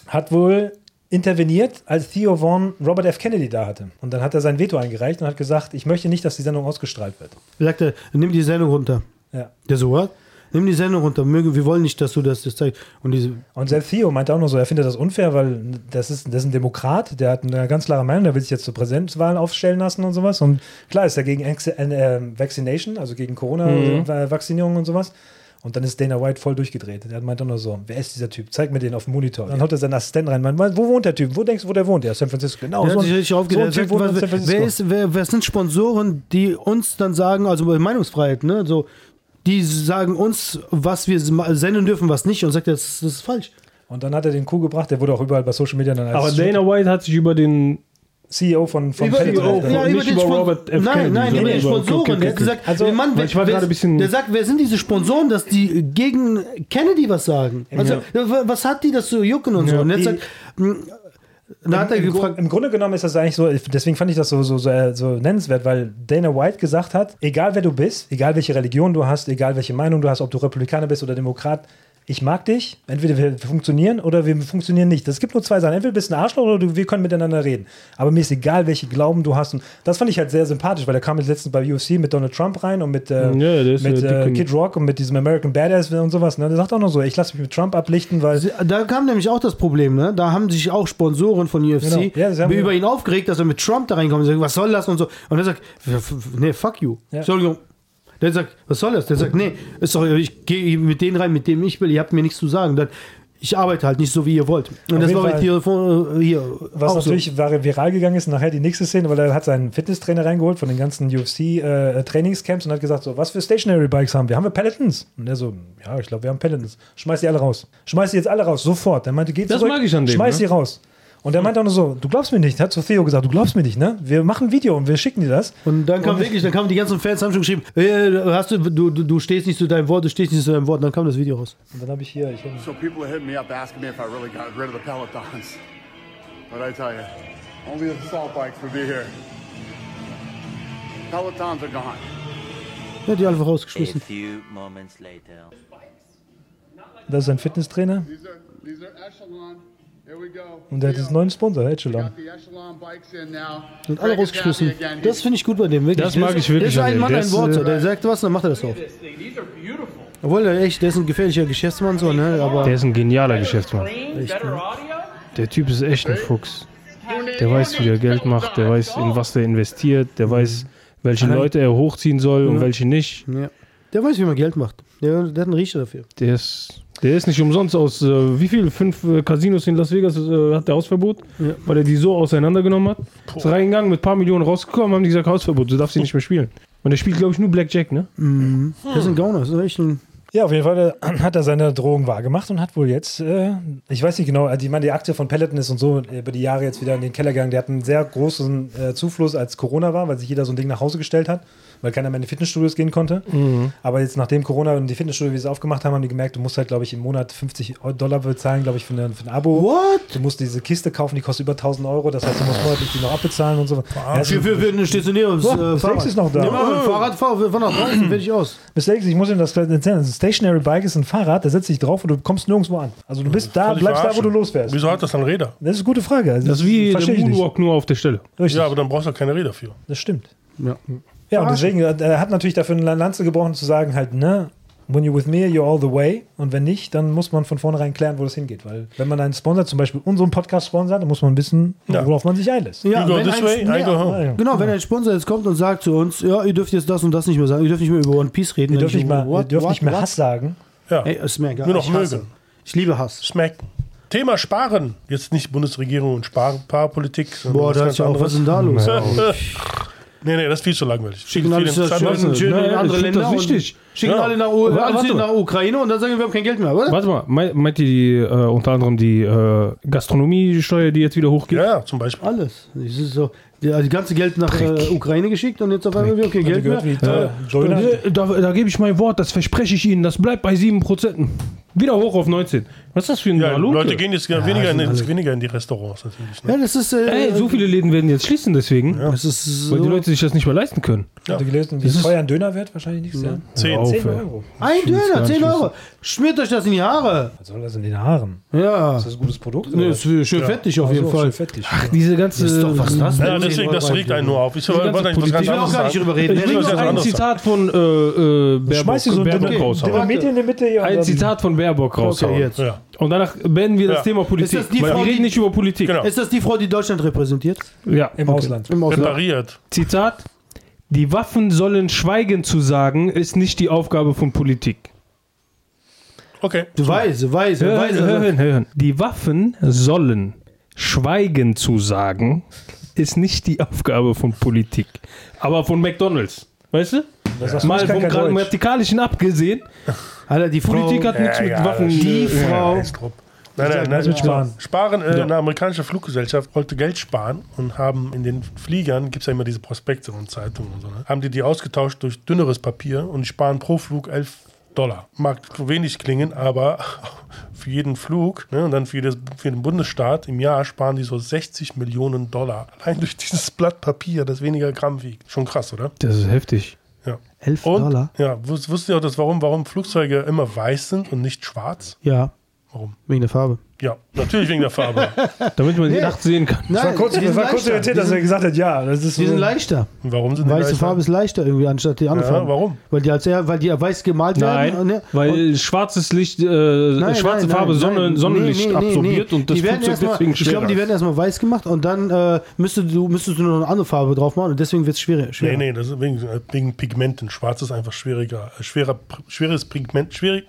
[SPEAKER 4] hat wohl interveniert, als Theo Vaughn Robert F. Kennedy da hatte. Und dann hat er sein Veto eingereicht und hat gesagt, ich möchte nicht, dass die Sendung ausgestrahlt wird.
[SPEAKER 1] Er sagte, nimm die Sendung runter.
[SPEAKER 4] Ja.
[SPEAKER 1] Der so, was? Nimm die Sendung runter. Möge- Wir wollen nicht, dass du das, das zeigst. Und diese,
[SPEAKER 4] Und selbst Theo meinte auch noch so, er findet das unfair, weil das ist, das ist ein Demokrat, der hat eine ganz klare Meinung, der will sich jetzt zur Präsidentswahl aufstellen lassen und sowas. Und klar ist er gegen Ex äh, Vaccination, also gegen Corona-Vaccinierung und sowas. Und dann ist Dana White voll durchgedreht. Der meinte auch noch so, wer ist dieser Typ? Zeig mir den auf dem Monitor. Dann haut er seinen Assistenten rein. Meint, wo wohnt der Typ? Wo denkst du, wo der wohnt? Ja, San Francisco. Genau,
[SPEAKER 1] der
[SPEAKER 4] so
[SPEAKER 1] hat
[SPEAKER 4] ein-
[SPEAKER 1] sich richtig
[SPEAKER 4] so ein
[SPEAKER 1] aufgeregt. Er
[SPEAKER 4] Typ wohnt in
[SPEAKER 1] sagt,
[SPEAKER 4] San
[SPEAKER 1] was,
[SPEAKER 4] Francisco.
[SPEAKER 1] wer, ist, wer, wer sind Sponsoren, die uns dann sagen, also bei Meinungsfreiheit, ne? So, die sagen uns, was wir ma- senden dürfen, was nicht. Und sagt, das, das ist falsch.
[SPEAKER 4] Und dann hat er den Kuh gebracht, der wurde auch überall bei Social Media dann als
[SPEAKER 3] Aber Dana White hat sich über den
[SPEAKER 4] CEO von, von
[SPEAKER 1] Über-
[SPEAKER 4] Peloton
[SPEAKER 3] CEO.
[SPEAKER 4] aufgeregt.
[SPEAKER 3] Ja, nicht über
[SPEAKER 1] Spon-
[SPEAKER 3] Robert F.
[SPEAKER 1] Nein,
[SPEAKER 3] Kennedy,
[SPEAKER 1] nein,
[SPEAKER 3] sondern
[SPEAKER 1] über die
[SPEAKER 3] über- okay,
[SPEAKER 1] Sponsoren.
[SPEAKER 3] okay,
[SPEAKER 1] Der hat
[SPEAKER 3] okay.
[SPEAKER 1] gesagt,
[SPEAKER 4] Also,
[SPEAKER 1] der Mann,
[SPEAKER 3] weil ich war
[SPEAKER 1] wer,
[SPEAKER 3] gerade ein
[SPEAKER 1] ist-
[SPEAKER 3] bisschen-
[SPEAKER 1] der sagt, wer sind diese Sponsoren, dass die gegen Kennedy was sagen? Also, w- was hat die das zu jucken und so? Und jetzt
[SPEAKER 4] die-
[SPEAKER 1] sagt, mh, da hat er
[SPEAKER 4] Im, Gru-
[SPEAKER 1] gefragt,
[SPEAKER 4] Im Grunde genommen ist das eigentlich so, deswegen fand ich das so, so, so, äh, so nennenswert, weil Dana White gesagt hat, egal wer du bist, egal welche Religion du hast, egal welche Meinung du hast, ob du Republikaner bist oder Demokrat, ich mag dich, entweder wir funktionieren oder wir funktionieren nicht. Es gibt nur zwei Sachen. Entweder du bist ein Arschloch oder du, wir können miteinander reden. Aber mir ist egal, welche Glauben du hast. Und das fand ich halt sehr sympathisch, weil er kam jetzt letztens bei UFC mit Donald Trump rein und mit, äh,
[SPEAKER 3] Ja, der ist,
[SPEAKER 4] mit
[SPEAKER 3] äh,
[SPEAKER 4] äh,
[SPEAKER 3] dick
[SPEAKER 4] Kid Rock und mit diesem American Badass und sowas. Ne? Der sagt auch noch so, ich lasse mich mit Trump ablichten, weil
[SPEAKER 1] Da kam nämlich auch das Problem, ne? Da haben sich auch Sponsoren von UFC
[SPEAKER 4] Genau. Ja, sie haben-
[SPEAKER 1] über ihn aufgeregt, dass er mit Trump da reinkommt und sagt, was soll das und so. Und er sagt, f- f- nee, fuck you.
[SPEAKER 4] Ja.
[SPEAKER 1] Entschuldigung. Der sagt, was soll das? Der sagt, nee, ist doch, ich gehe mit denen rein, mit dem ich will, ihr habt mir nichts zu sagen. Dann, ich arbeite halt nicht so, wie ihr wollt. Und das
[SPEAKER 4] jeden
[SPEAKER 1] war bei
[SPEAKER 4] Fall.
[SPEAKER 1] Telefon äh, hier.
[SPEAKER 4] Was
[SPEAKER 1] auch
[SPEAKER 4] natürlich var- viral gegangen ist, nachher die nächste Szene, weil er hat seinen Fitnesstrainer reingeholt von den ganzen UFC-Trainingscamps äh, und hat gesagt, so, was für Stationary-Bikes haben wir? Haben wir Pelletons? Und er so, ja, ich glaube, wir haben Pelletons. Schmeiß die alle raus. Schmeiß die jetzt alle raus, sofort. Dann meinte, geht
[SPEAKER 3] Das
[SPEAKER 4] zurück,
[SPEAKER 3] mag ich an dem,
[SPEAKER 4] schmeiß
[SPEAKER 3] ne?
[SPEAKER 4] die raus. Und der meinte auch nur so, du glaubst mir nicht, hat zu Theo gesagt, du glaubst mir nicht, ne? Wir machen ein Video und wir schicken dir das.
[SPEAKER 1] Und dann kam wirklich, dann kamen die ganzen Fans, haben schon geschrieben, äh, hast du, du, du, du stehst nicht zu deinem Wort, du stehst nicht zu deinem Wort. Und dann kam das Video raus.
[SPEAKER 4] Und dann habe ich hier, ich hab,
[SPEAKER 6] So people are hitting me up asking me if I really got rid of the Pelotons. But I tell you, only the assault bikes would be here. Pelotons are gone.
[SPEAKER 1] Ja, die einfach
[SPEAKER 7] A
[SPEAKER 1] rausgeschmissen.
[SPEAKER 7] few moments later.
[SPEAKER 4] das ist ein Fitnesstrainer
[SPEAKER 6] These are these are echelon. Here we go.
[SPEAKER 4] und der hat jetzt einen neuen Sponsor, Echelon.
[SPEAKER 6] Got the echelon bikes in now.
[SPEAKER 1] Sind alle
[SPEAKER 6] Craig is
[SPEAKER 1] rausgeschmissen.
[SPEAKER 6] happy again.
[SPEAKER 1] Das finde ich gut bei dem, wirklich.
[SPEAKER 3] Das mag
[SPEAKER 1] Der ist-
[SPEAKER 3] ich wirklich
[SPEAKER 1] Der
[SPEAKER 3] an
[SPEAKER 1] ist ein
[SPEAKER 3] dem.
[SPEAKER 1] Mann,
[SPEAKER 3] Der
[SPEAKER 1] ein
[SPEAKER 3] ist,
[SPEAKER 1] Wort. so.
[SPEAKER 3] äh,
[SPEAKER 1] Der sagt was, dann macht er das auch. Obwohl, der echt, der ist ein gefährlicher Geschäftsmann, so, ne? Aber
[SPEAKER 3] Der ist ein genialer Geschäftsmann. ne? Der Typ ist echt ein Fuchs. Der weiß, wie er Geld macht, der weiß, in was er investiert, der weiß, welche Leute er hochziehen soll und welche nicht.
[SPEAKER 1] ja. der weiß, wie man Geld macht. Der, der hat einen Riecher dafür.
[SPEAKER 3] Der ist, der ist nicht umsonst aus, äh, wie viel? Fünf äh, Casinos in Las Vegas äh, hat der Hausverbot, weil er die so auseinandergenommen hat. Ist reingegangen, mit ein paar Millionen rausgekommen, haben die gesagt, Hausverbot, du darfst hier nicht mehr spielen. Und er spielt, glaube ich, nur Blackjack, ne?
[SPEAKER 1] Der ist ein Gauner, das ist echt ein.
[SPEAKER 4] Ja, auf jeden Fall äh, [CLEARS THROAT] hat er seine Drohung wahrgemacht und hat wohl jetzt, äh, ich weiß nicht genau, also ich meine, die Aktie von Peloton ist und so äh, über die Jahre jetzt wieder in den Keller gegangen. Der hat einen sehr großen äh, Zufluss, als Corona war, weil sich jeder so ein Ding nach Hause gestellt hat, weil keiner mehr in die Fitnessstudios gehen konnte. Aber jetzt, nachdem Corona und die Fitnessstudios aufgemacht haben, haben die gemerkt, du musst halt, glaube ich, im Monat 50 Dollar bezahlen, glaube ich, für, eine, für ein Abo.
[SPEAKER 1] What?
[SPEAKER 4] Du musst diese Kiste kaufen, die kostet über 1000 Euro, das heißt, du musst monatlich die noch abbezahlen und so. Ja,
[SPEAKER 1] Für, für, für ein stationäres
[SPEAKER 4] Boah,
[SPEAKER 1] äh,
[SPEAKER 4] das
[SPEAKER 1] Fahrrad.
[SPEAKER 4] Dings ist noch da.
[SPEAKER 1] Nimm mal ein Fahrrad, fahr, fahr nach draußen, fertig aus.
[SPEAKER 4] Bis Alex, ich muss Ihnen das vielleicht erzählen. Das ist ein Stationary Bike ist ein Fahrrad, da setzt dich drauf und du kommst nirgendwo an. Also du bist da,
[SPEAKER 2] Völlig
[SPEAKER 4] bleibst da, wo
[SPEAKER 2] verarschen.
[SPEAKER 4] du losfährst.
[SPEAKER 2] Wieso hat das dann Räder?
[SPEAKER 4] Das ist eine gute Frage. Also,
[SPEAKER 3] Das ist wie der
[SPEAKER 4] verstehe ich nicht.
[SPEAKER 3] Moonwalk nur auf der Stelle.
[SPEAKER 4] Richtig,
[SPEAKER 2] Ja, aber dann brauchst du auch keine Räder für.
[SPEAKER 4] das stimmt.
[SPEAKER 1] Ja.
[SPEAKER 4] Ja, und deswegen, äh, er hat natürlich dafür eine Lanze gebrochen, zu sagen halt, ne, when you're with me, you're all the way. Und wenn nicht, dann muss man von vornherein klären, wo das hingeht. Weil wenn man einen Sponsor, zum Beispiel unseren Podcast sponsert, dann muss man wissen,
[SPEAKER 2] Ja.
[SPEAKER 4] worauf man sich einlässt. Ah,
[SPEAKER 1] Ja,
[SPEAKER 2] you go
[SPEAKER 1] wenn
[SPEAKER 2] this
[SPEAKER 1] ein-
[SPEAKER 2] way, I
[SPEAKER 1] ja,
[SPEAKER 2] go home.
[SPEAKER 4] Ja.
[SPEAKER 1] Genau, wenn ein Sponsor jetzt kommt und sagt zu uns, ja, ihr dürft jetzt das und das nicht mehr sagen, ihr dürft nicht mehr über One Piece reden.
[SPEAKER 4] Ihr
[SPEAKER 1] dann
[SPEAKER 4] dürft nicht
[SPEAKER 1] ich-
[SPEAKER 4] mehr, ihr
[SPEAKER 1] what,
[SPEAKER 4] dürft
[SPEAKER 1] what,
[SPEAKER 4] nicht mehr
[SPEAKER 1] what?
[SPEAKER 4] Hass sagen.
[SPEAKER 2] Ja.
[SPEAKER 1] Ey, ist mir egal.
[SPEAKER 2] Nur noch
[SPEAKER 1] ich hasse.
[SPEAKER 2] mögen.
[SPEAKER 1] Ich liebe Hass.
[SPEAKER 2] Schmeckt. Thema Sparen. Jetzt nicht Bundesregierung und Spar Sparpolitik. sondern
[SPEAKER 1] Boah, da ist ja auch, was ist denn da los?
[SPEAKER 2] [LAUGHS] nee, nee, das ist viel zu langweilig.
[SPEAKER 1] Schicken
[SPEAKER 2] Viel
[SPEAKER 1] alles das
[SPEAKER 2] interessanter.
[SPEAKER 1] schön, schön
[SPEAKER 3] Nein,
[SPEAKER 1] in
[SPEAKER 3] ich
[SPEAKER 1] andere
[SPEAKER 3] find
[SPEAKER 1] Länder
[SPEAKER 3] das
[SPEAKER 1] und
[SPEAKER 3] wichtig.
[SPEAKER 1] schicken
[SPEAKER 2] Ja.
[SPEAKER 1] alle nach, U
[SPEAKER 3] Warte,
[SPEAKER 1] alles
[SPEAKER 3] warte.
[SPEAKER 1] nach Ukraine und dann sagen wir, wir haben kein Geld mehr. Was?
[SPEAKER 3] Warte mal, mei- meint ihr die, äh, unter anderem die äh, Gastronomiesteuer, die jetzt wieder hochgeht?
[SPEAKER 2] Ja, ja, zum Beispiel.
[SPEAKER 1] Alles. Es ist so, die, also die ganze Geld nach äh, Ukraine geschickt und jetzt auf einmal wir haben kein Geld
[SPEAKER 4] gehört,
[SPEAKER 1] mehr.
[SPEAKER 4] wie teuer Joiner-
[SPEAKER 3] Äh, Da, da gebe ich mein Wort, das verspreche ich Ihnen, das bleibt bei 7%. Wieder hoch auf 19. Was ist das für ein
[SPEAKER 2] Ja,
[SPEAKER 3] Halunke?
[SPEAKER 2] Leute gehen jetzt weniger, in, weniger in die Restaurants natürlich. Ne?
[SPEAKER 1] Ja, das ist, äh,
[SPEAKER 3] Ey, so viele Läden werden jetzt schließen deswegen,
[SPEAKER 1] das ist so.
[SPEAKER 3] weil die Leute sich das nicht mehr leisten können.
[SPEAKER 4] Ich hatte gelesen, wie
[SPEAKER 3] Das ist-
[SPEAKER 4] teuer ein Döner wird wahrscheinlich nächstes Jahr.
[SPEAKER 2] Zehn.
[SPEAKER 3] Auf,
[SPEAKER 4] 10
[SPEAKER 3] ey.
[SPEAKER 4] Euro.
[SPEAKER 1] Ein
[SPEAKER 3] gar
[SPEAKER 1] Döner,
[SPEAKER 3] nicht
[SPEAKER 1] 10 Euro. Schmiert euch das in die Haare.
[SPEAKER 4] Was soll das in den Haaren?
[SPEAKER 1] Ja.
[SPEAKER 4] Das ist Also, ein gutes Produkt.
[SPEAKER 1] Nee, ist schön fettig auf jeden Fall.
[SPEAKER 4] Fettig.
[SPEAKER 3] Diese ganze.
[SPEAKER 1] Das ist doch was das
[SPEAKER 2] Ja, deswegen, das regt einen nur auf. Ich wollte
[SPEAKER 3] ganze
[SPEAKER 2] eigentlich was
[SPEAKER 3] Politik-
[SPEAKER 2] ganz
[SPEAKER 3] Ich will auch
[SPEAKER 2] anderes
[SPEAKER 1] gar nicht
[SPEAKER 2] sagen.
[SPEAKER 1] drüber reden.
[SPEAKER 3] Ich
[SPEAKER 2] Ich will was
[SPEAKER 3] bring noch
[SPEAKER 2] ganz
[SPEAKER 3] ein
[SPEAKER 2] anderes sagen.
[SPEAKER 3] Zitat von äh, äh, Baerbock,
[SPEAKER 4] Schmeiß dir so ein
[SPEAKER 3] Baerbock
[SPEAKER 4] Döner-
[SPEAKER 3] raushauen.
[SPEAKER 4] Dynamit in die Mitte hier.
[SPEAKER 3] Ein
[SPEAKER 4] und dann-
[SPEAKER 3] Zitat von Baerbock raushauen.
[SPEAKER 1] Okay, jetzt.
[SPEAKER 2] Ja,
[SPEAKER 3] Und danach beenden wir
[SPEAKER 2] Ja.
[SPEAKER 3] das Thema Politik.
[SPEAKER 1] Ist das die
[SPEAKER 3] weil
[SPEAKER 1] Frau,
[SPEAKER 3] wir reden
[SPEAKER 1] die-
[SPEAKER 3] nicht über Politik.
[SPEAKER 2] genau.
[SPEAKER 1] Ist das die Frau, die Deutschland repräsentiert?
[SPEAKER 3] Ja.
[SPEAKER 4] Im
[SPEAKER 3] okay.
[SPEAKER 4] Ausland.
[SPEAKER 1] Im Ausland.
[SPEAKER 2] Repariert.
[SPEAKER 3] Zitat: Die Waffen sollen schweigen zu sagen, ist nicht die Aufgabe von Politik.
[SPEAKER 2] Okay.
[SPEAKER 1] Weise, weise,
[SPEAKER 3] Hören,
[SPEAKER 1] weise.
[SPEAKER 3] hören, hören. Die Waffen sollen schweigen zu sagen, ist nicht die Aufgabe von Politik. Aber von McDonalds. Weißt du?
[SPEAKER 4] sagst du,
[SPEAKER 3] Mal
[SPEAKER 4] ich kann
[SPEAKER 3] vom
[SPEAKER 4] kein Deutsch.
[SPEAKER 3] Grammatikalischen abgesehen,
[SPEAKER 1] Alter, die Frau.
[SPEAKER 3] Politik hat nichts
[SPEAKER 2] Ja,
[SPEAKER 3] mit
[SPEAKER 2] ja,
[SPEAKER 3] Waffen.
[SPEAKER 2] das-
[SPEAKER 1] Die
[SPEAKER 3] äh,
[SPEAKER 1] Frau.
[SPEAKER 2] Ja, ist grob. Nein, nein, nein.
[SPEAKER 4] mit Sparen.
[SPEAKER 2] Sparen, äh, eine amerikanische Fluggesellschaft wollte Geld sparen und haben in den Fliegern, gibt es ja immer diese Prospekte und Zeitungen und so, ne? haben die die ausgetauscht durch dünneres Papier und sparen pro Flug 11 Dollar. Mag wenig klingen, aber [LAUGHS] für jeden Flug ne, und dann für, jedes, für den Bundesstaat im Jahr sparen die so 60 Millionen Dollar. Allein durch dieses Blatt Papier, das weniger Gramm wiegt. Schon krass, oder?
[SPEAKER 3] Das ist heftig.
[SPEAKER 2] Ja.
[SPEAKER 1] 11
[SPEAKER 2] Und,
[SPEAKER 1] Dollar?
[SPEAKER 2] ja, wus- wusst ihr auch das, warum, warum Flugzeuge immer weiß sind und nicht schwarz?
[SPEAKER 1] Ja.
[SPEAKER 2] Warum?
[SPEAKER 1] Wegen der Farbe.
[SPEAKER 2] Ja, natürlich wegen der Farbe.
[SPEAKER 3] Damit man die Nacht sehen kann.
[SPEAKER 1] Nein,
[SPEAKER 4] war kurz,
[SPEAKER 1] die sind
[SPEAKER 4] das war kurz
[SPEAKER 1] leichter.
[SPEAKER 4] irritiert, dass er gesagt hat, ja, das ist
[SPEAKER 1] Die sind
[SPEAKER 4] so-
[SPEAKER 1] leichter.
[SPEAKER 2] Und Warum sind die
[SPEAKER 1] Weiße
[SPEAKER 2] leichter?
[SPEAKER 1] Farbe ist leichter irgendwie anstatt die andere
[SPEAKER 2] Ja,
[SPEAKER 1] Farbe.
[SPEAKER 2] warum?
[SPEAKER 1] Weil die als eher, weil die ja weiß gemalt
[SPEAKER 3] Nein,
[SPEAKER 1] werden. ne? Und-
[SPEAKER 3] weil schwarzes Licht, äh,
[SPEAKER 1] Nein,
[SPEAKER 3] schwarze
[SPEAKER 1] nein,
[SPEAKER 3] Farbe
[SPEAKER 1] nein,
[SPEAKER 3] Sonne,
[SPEAKER 1] nein.
[SPEAKER 3] Sonnenlicht
[SPEAKER 1] Nee, nee, nee,
[SPEAKER 3] absorbiert
[SPEAKER 1] nee.
[SPEAKER 3] und das
[SPEAKER 1] Die werden
[SPEAKER 3] Flugzeug
[SPEAKER 1] erstmal-
[SPEAKER 3] deswegen
[SPEAKER 1] Ich glaube, die
[SPEAKER 3] schwerer.
[SPEAKER 1] werden erstmal weiß gemacht und dann äh, müsstest, du, müsstest du noch eine andere Farbe drauf machen und deswegen wird es schwerer. schwerer.
[SPEAKER 2] Nee, nee, das ist wegen, äh, wegen Pigmenten. Schwarz ist einfach schwieriger. äh, Schwerer, schweres Pigment, schwierig.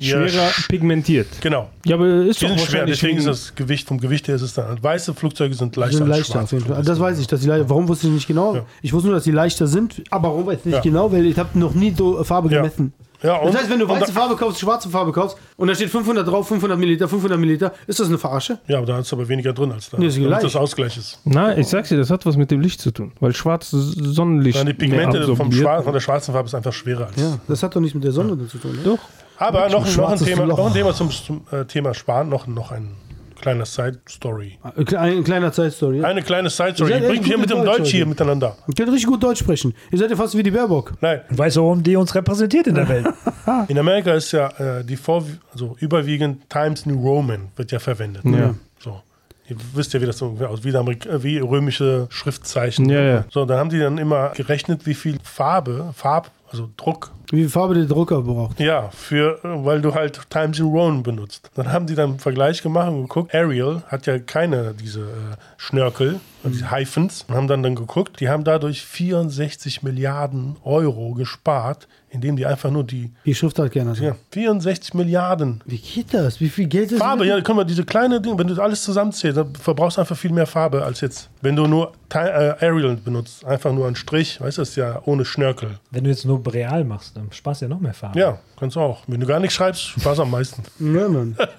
[SPEAKER 2] Ja,
[SPEAKER 3] schwerer pigmentiert.
[SPEAKER 2] Genau.
[SPEAKER 3] Ja, aber ist
[SPEAKER 2] Die
[SPEAKER 3] doch
[SPEAKER 2] sind schwer,
[SPEAKER 3] wahrscheinlich
[SPEAKER 2] deswegen ist
[SPEAKER 3] wegen-
[SPEAKER 2] das Gewicht, vom Gewicht her ist es dann. halt- Weiße Flugzeuge sind leichter.
[SPEAKER 1] sind
[SPEAKER 2] als
[SPEAKER 1] leichter auf
[SPEAKER 2] schwarze
[SPEAKER 1] jeden Fall. Das
[SPEAKER 3] genau.
[SPEAKER 2] Flugzeuge.
[SPEAKER 1] weiß ich, dass sie leichter. Warum wusste ich nicht genau?
[SPEAKER 2] Ja.
[SPEAKER 1] Ich wusste nur, dass sie leichter sind, aber warum weiß ich nicht
[SPEAKER 2] Ja.
[SPEAKER 1] genau, weil ich habe noch nie so Farbe
[SPEAKER 2] Ja.
[SPEAKER 1] gemessen.
[SPEAKER 2] Ja, und,
[SPEAKER 1] Also, Das heißt, wenn du
[SPEAKER 2] und
[SPEAKER 1] weiße Farbe kaufst, schwarze Farbe kaufst und da steht 500 drauf, 500 Milliliter, 500 Milliliter, ist das eine Verarsche?
[SPEAKER 2] Ja, aber da hast du aber weniger drin als da.
[SPEAKER 1] Nee, ist
[SPEAKER 2] damit
[SPEAKER 1] gleich.
[SPEAKER 2] das Ausgleich ist.
[SPEAKER 3] Nein, ich sag's dir, das hat was mit dem Licht zu tun, weil schwarz Sonnenlicht.
[SPEAKER 2] Dann die Pigmente
[SPEAKER 3] mehr
[SPEAKER 2] vom
[SPEAKER 3] absorbiert.
[SPEAKER 2] Schwarz, von der schwarzen Farbe ist einfach schwerer als.
[SPEAKER 1] Ja, das hat doch nichts mit der Sonne zu tun. Ne?
[SPEAKER 3] Doch.
[SPEAKER 2] Aber noch, noch, ein
[SPEAKER 1] schwarzes
[SPEAKER 2] Thema,
[SPEAKER 1] Loch.
[SPEAKER 2] noch ein Thema zum, zum äh, Thema Sparen, noch, noch ein kleiner Side-Story.
[SPEAKER 1] Äh, Ein kleiner Zeitstory. Ja?
[SPEAKER 2] Eine kleine
[SPEAKER 1] Ihr
[SPEAKER 2] Side-Story.
[SPEAKER 1] seid
[SPEAKER 2] Ihr bringt
[SPEAKER 1] echt
[SPEAKER 2] hier
[SPEAKER 1] gut
[SPEAKER 2] mit
[SPEAKER 1] in
[SPEAKER 2] dem
[SPEAKER 1] Deutsch
[SPEAKER 2] Deutsch hier
[SPEAKER 1] heute.
[SPEAKER 2] miteinander.
[SPEAKER 1] Ihr könnt richtig gut Deutsch sprechen. Ihr seid ja fast wie die Baerbock.
[SPEAKER 2] Nein,
[SPEAKER 4] Und weißt du, warum die uns repräsentiert in der Welt? [LAUGHS]
[SPEAKER 2] in Amerika ist ja äh, die vor, also überwiegend Times New Roman wird ja verwendet.
[SPEAKER 3] Ja.
[SPEAKER 2] So. Ihr wisst ja, wie das so ungefähr aus, wie, der Amerik äh, wie römische Schriftzeichen.
[SPEAKER 3] Ja, ja.
[SPEAKER 2] So, dann haben die dann immer gerechnet, wie viel Farbe, Farb, also Druck
[SPEAKER 1] Wie viel Farbe der Drucker braucht.
[SPEAKER 2] Ja, für, äh, weil du halt Times New Roman benutzt. Dann haben die dann einen Vergleich gemacht und geguckt, Arial hat ja keine diese äh, Schnörkel, also
[SPEAKER 3] Mhm.
[SPEAKER 2] diese Hyphens, und haben dann, dann geguckt, die haben dadurch 64 Milliarden Euro gespart, indem die einfach nur die,
[SPEAKER 1] Die Schrift hat gerne.
[SPEAKER 2] ja, 64 Milliarden
[SPEAKER 1] Wie geht das? Wie viel Geld ist
[SPEAKER 2] Farbe, ja, guck mal, diese kleine Dinge, wenn du alles zusammenzählst, dann verbrauchst du einfach viel mehr Farbe als jetzt. Wenn du nur Ti- äh, Arial benutzt, einfach nur einen Strich, weißt du, ist ja ohne Schnörkel.
[SPEAKER 4] Wenn du jetzt nur Breal machst, dann sparst du ja noch mehr Farbe.
[SPEAKER 2] Ja, kannst du auch. Wenn du gar nichts schreibst, Spaß am meisten.
[SPEAKER 1] Ja, Mann.
[SPEAKER 2] Also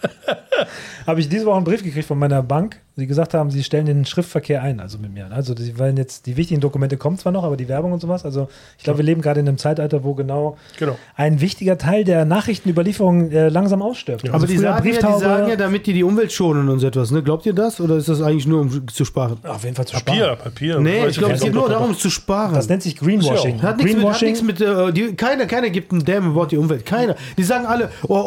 [SPEAKER 4] Habe ich diese Woche einen Brief gekriegt von meiner Bank, die gesagt haben, sie stellen den Schriftverkehr ein, also mit mir. Also die werden jetzt, die wichtigen Dokumente kommen zwar noch, aber die Werbung und sowas. Also ich glaube, wir leben gerade in einem Zeitalter, wo genau
[SPEAKER 2] Genau.
[SPEAKER 4] ein wichtiger Teil der Nachrichtenüberlieferung äh, langsam ausstirbt.
[SPEAKER 1] Aber die
[SPEAKER 4] früher
[SPEAKER 1] sagen, ja, die
[SPEAKER 4] Brieftaube-
[SPEAKER 1] sagen ja, damit die die Umwelt schonen und so etwas. Ne? Glaubt ihr das? Oder ist das eigentlich nur, um zu sparen?
[SPEAKER 4] Ah, auf jeden Fall zu
[SPEAKER 2] [LAUGHS] Papier,
[SPEAKER 4] sparen.
[SPEAKER 2] Papier.
[SPEAKER 1] Nee,
[SPEAKER 2] Weißt
[SPEAKER 1] ich
[SPEAKER 2] du,
[SPEAKER 1] glaube, es
[SPEAKER 2] Papier.
[SPEAKER 1] geht nur darum, zu sparen.
[SPEAKER 4] Das nennt sich Greenwashing.
[SPEAKER 2] Ist
[SPEAKER 1] hat nichts mit, hat
[SPEAKER 4] Greenwashing
[SPEAKER 1] nichts mit äh, die, keiner, keiner gibt einen Damn about die Umwelt. Keiner. Die sagen alle, oh,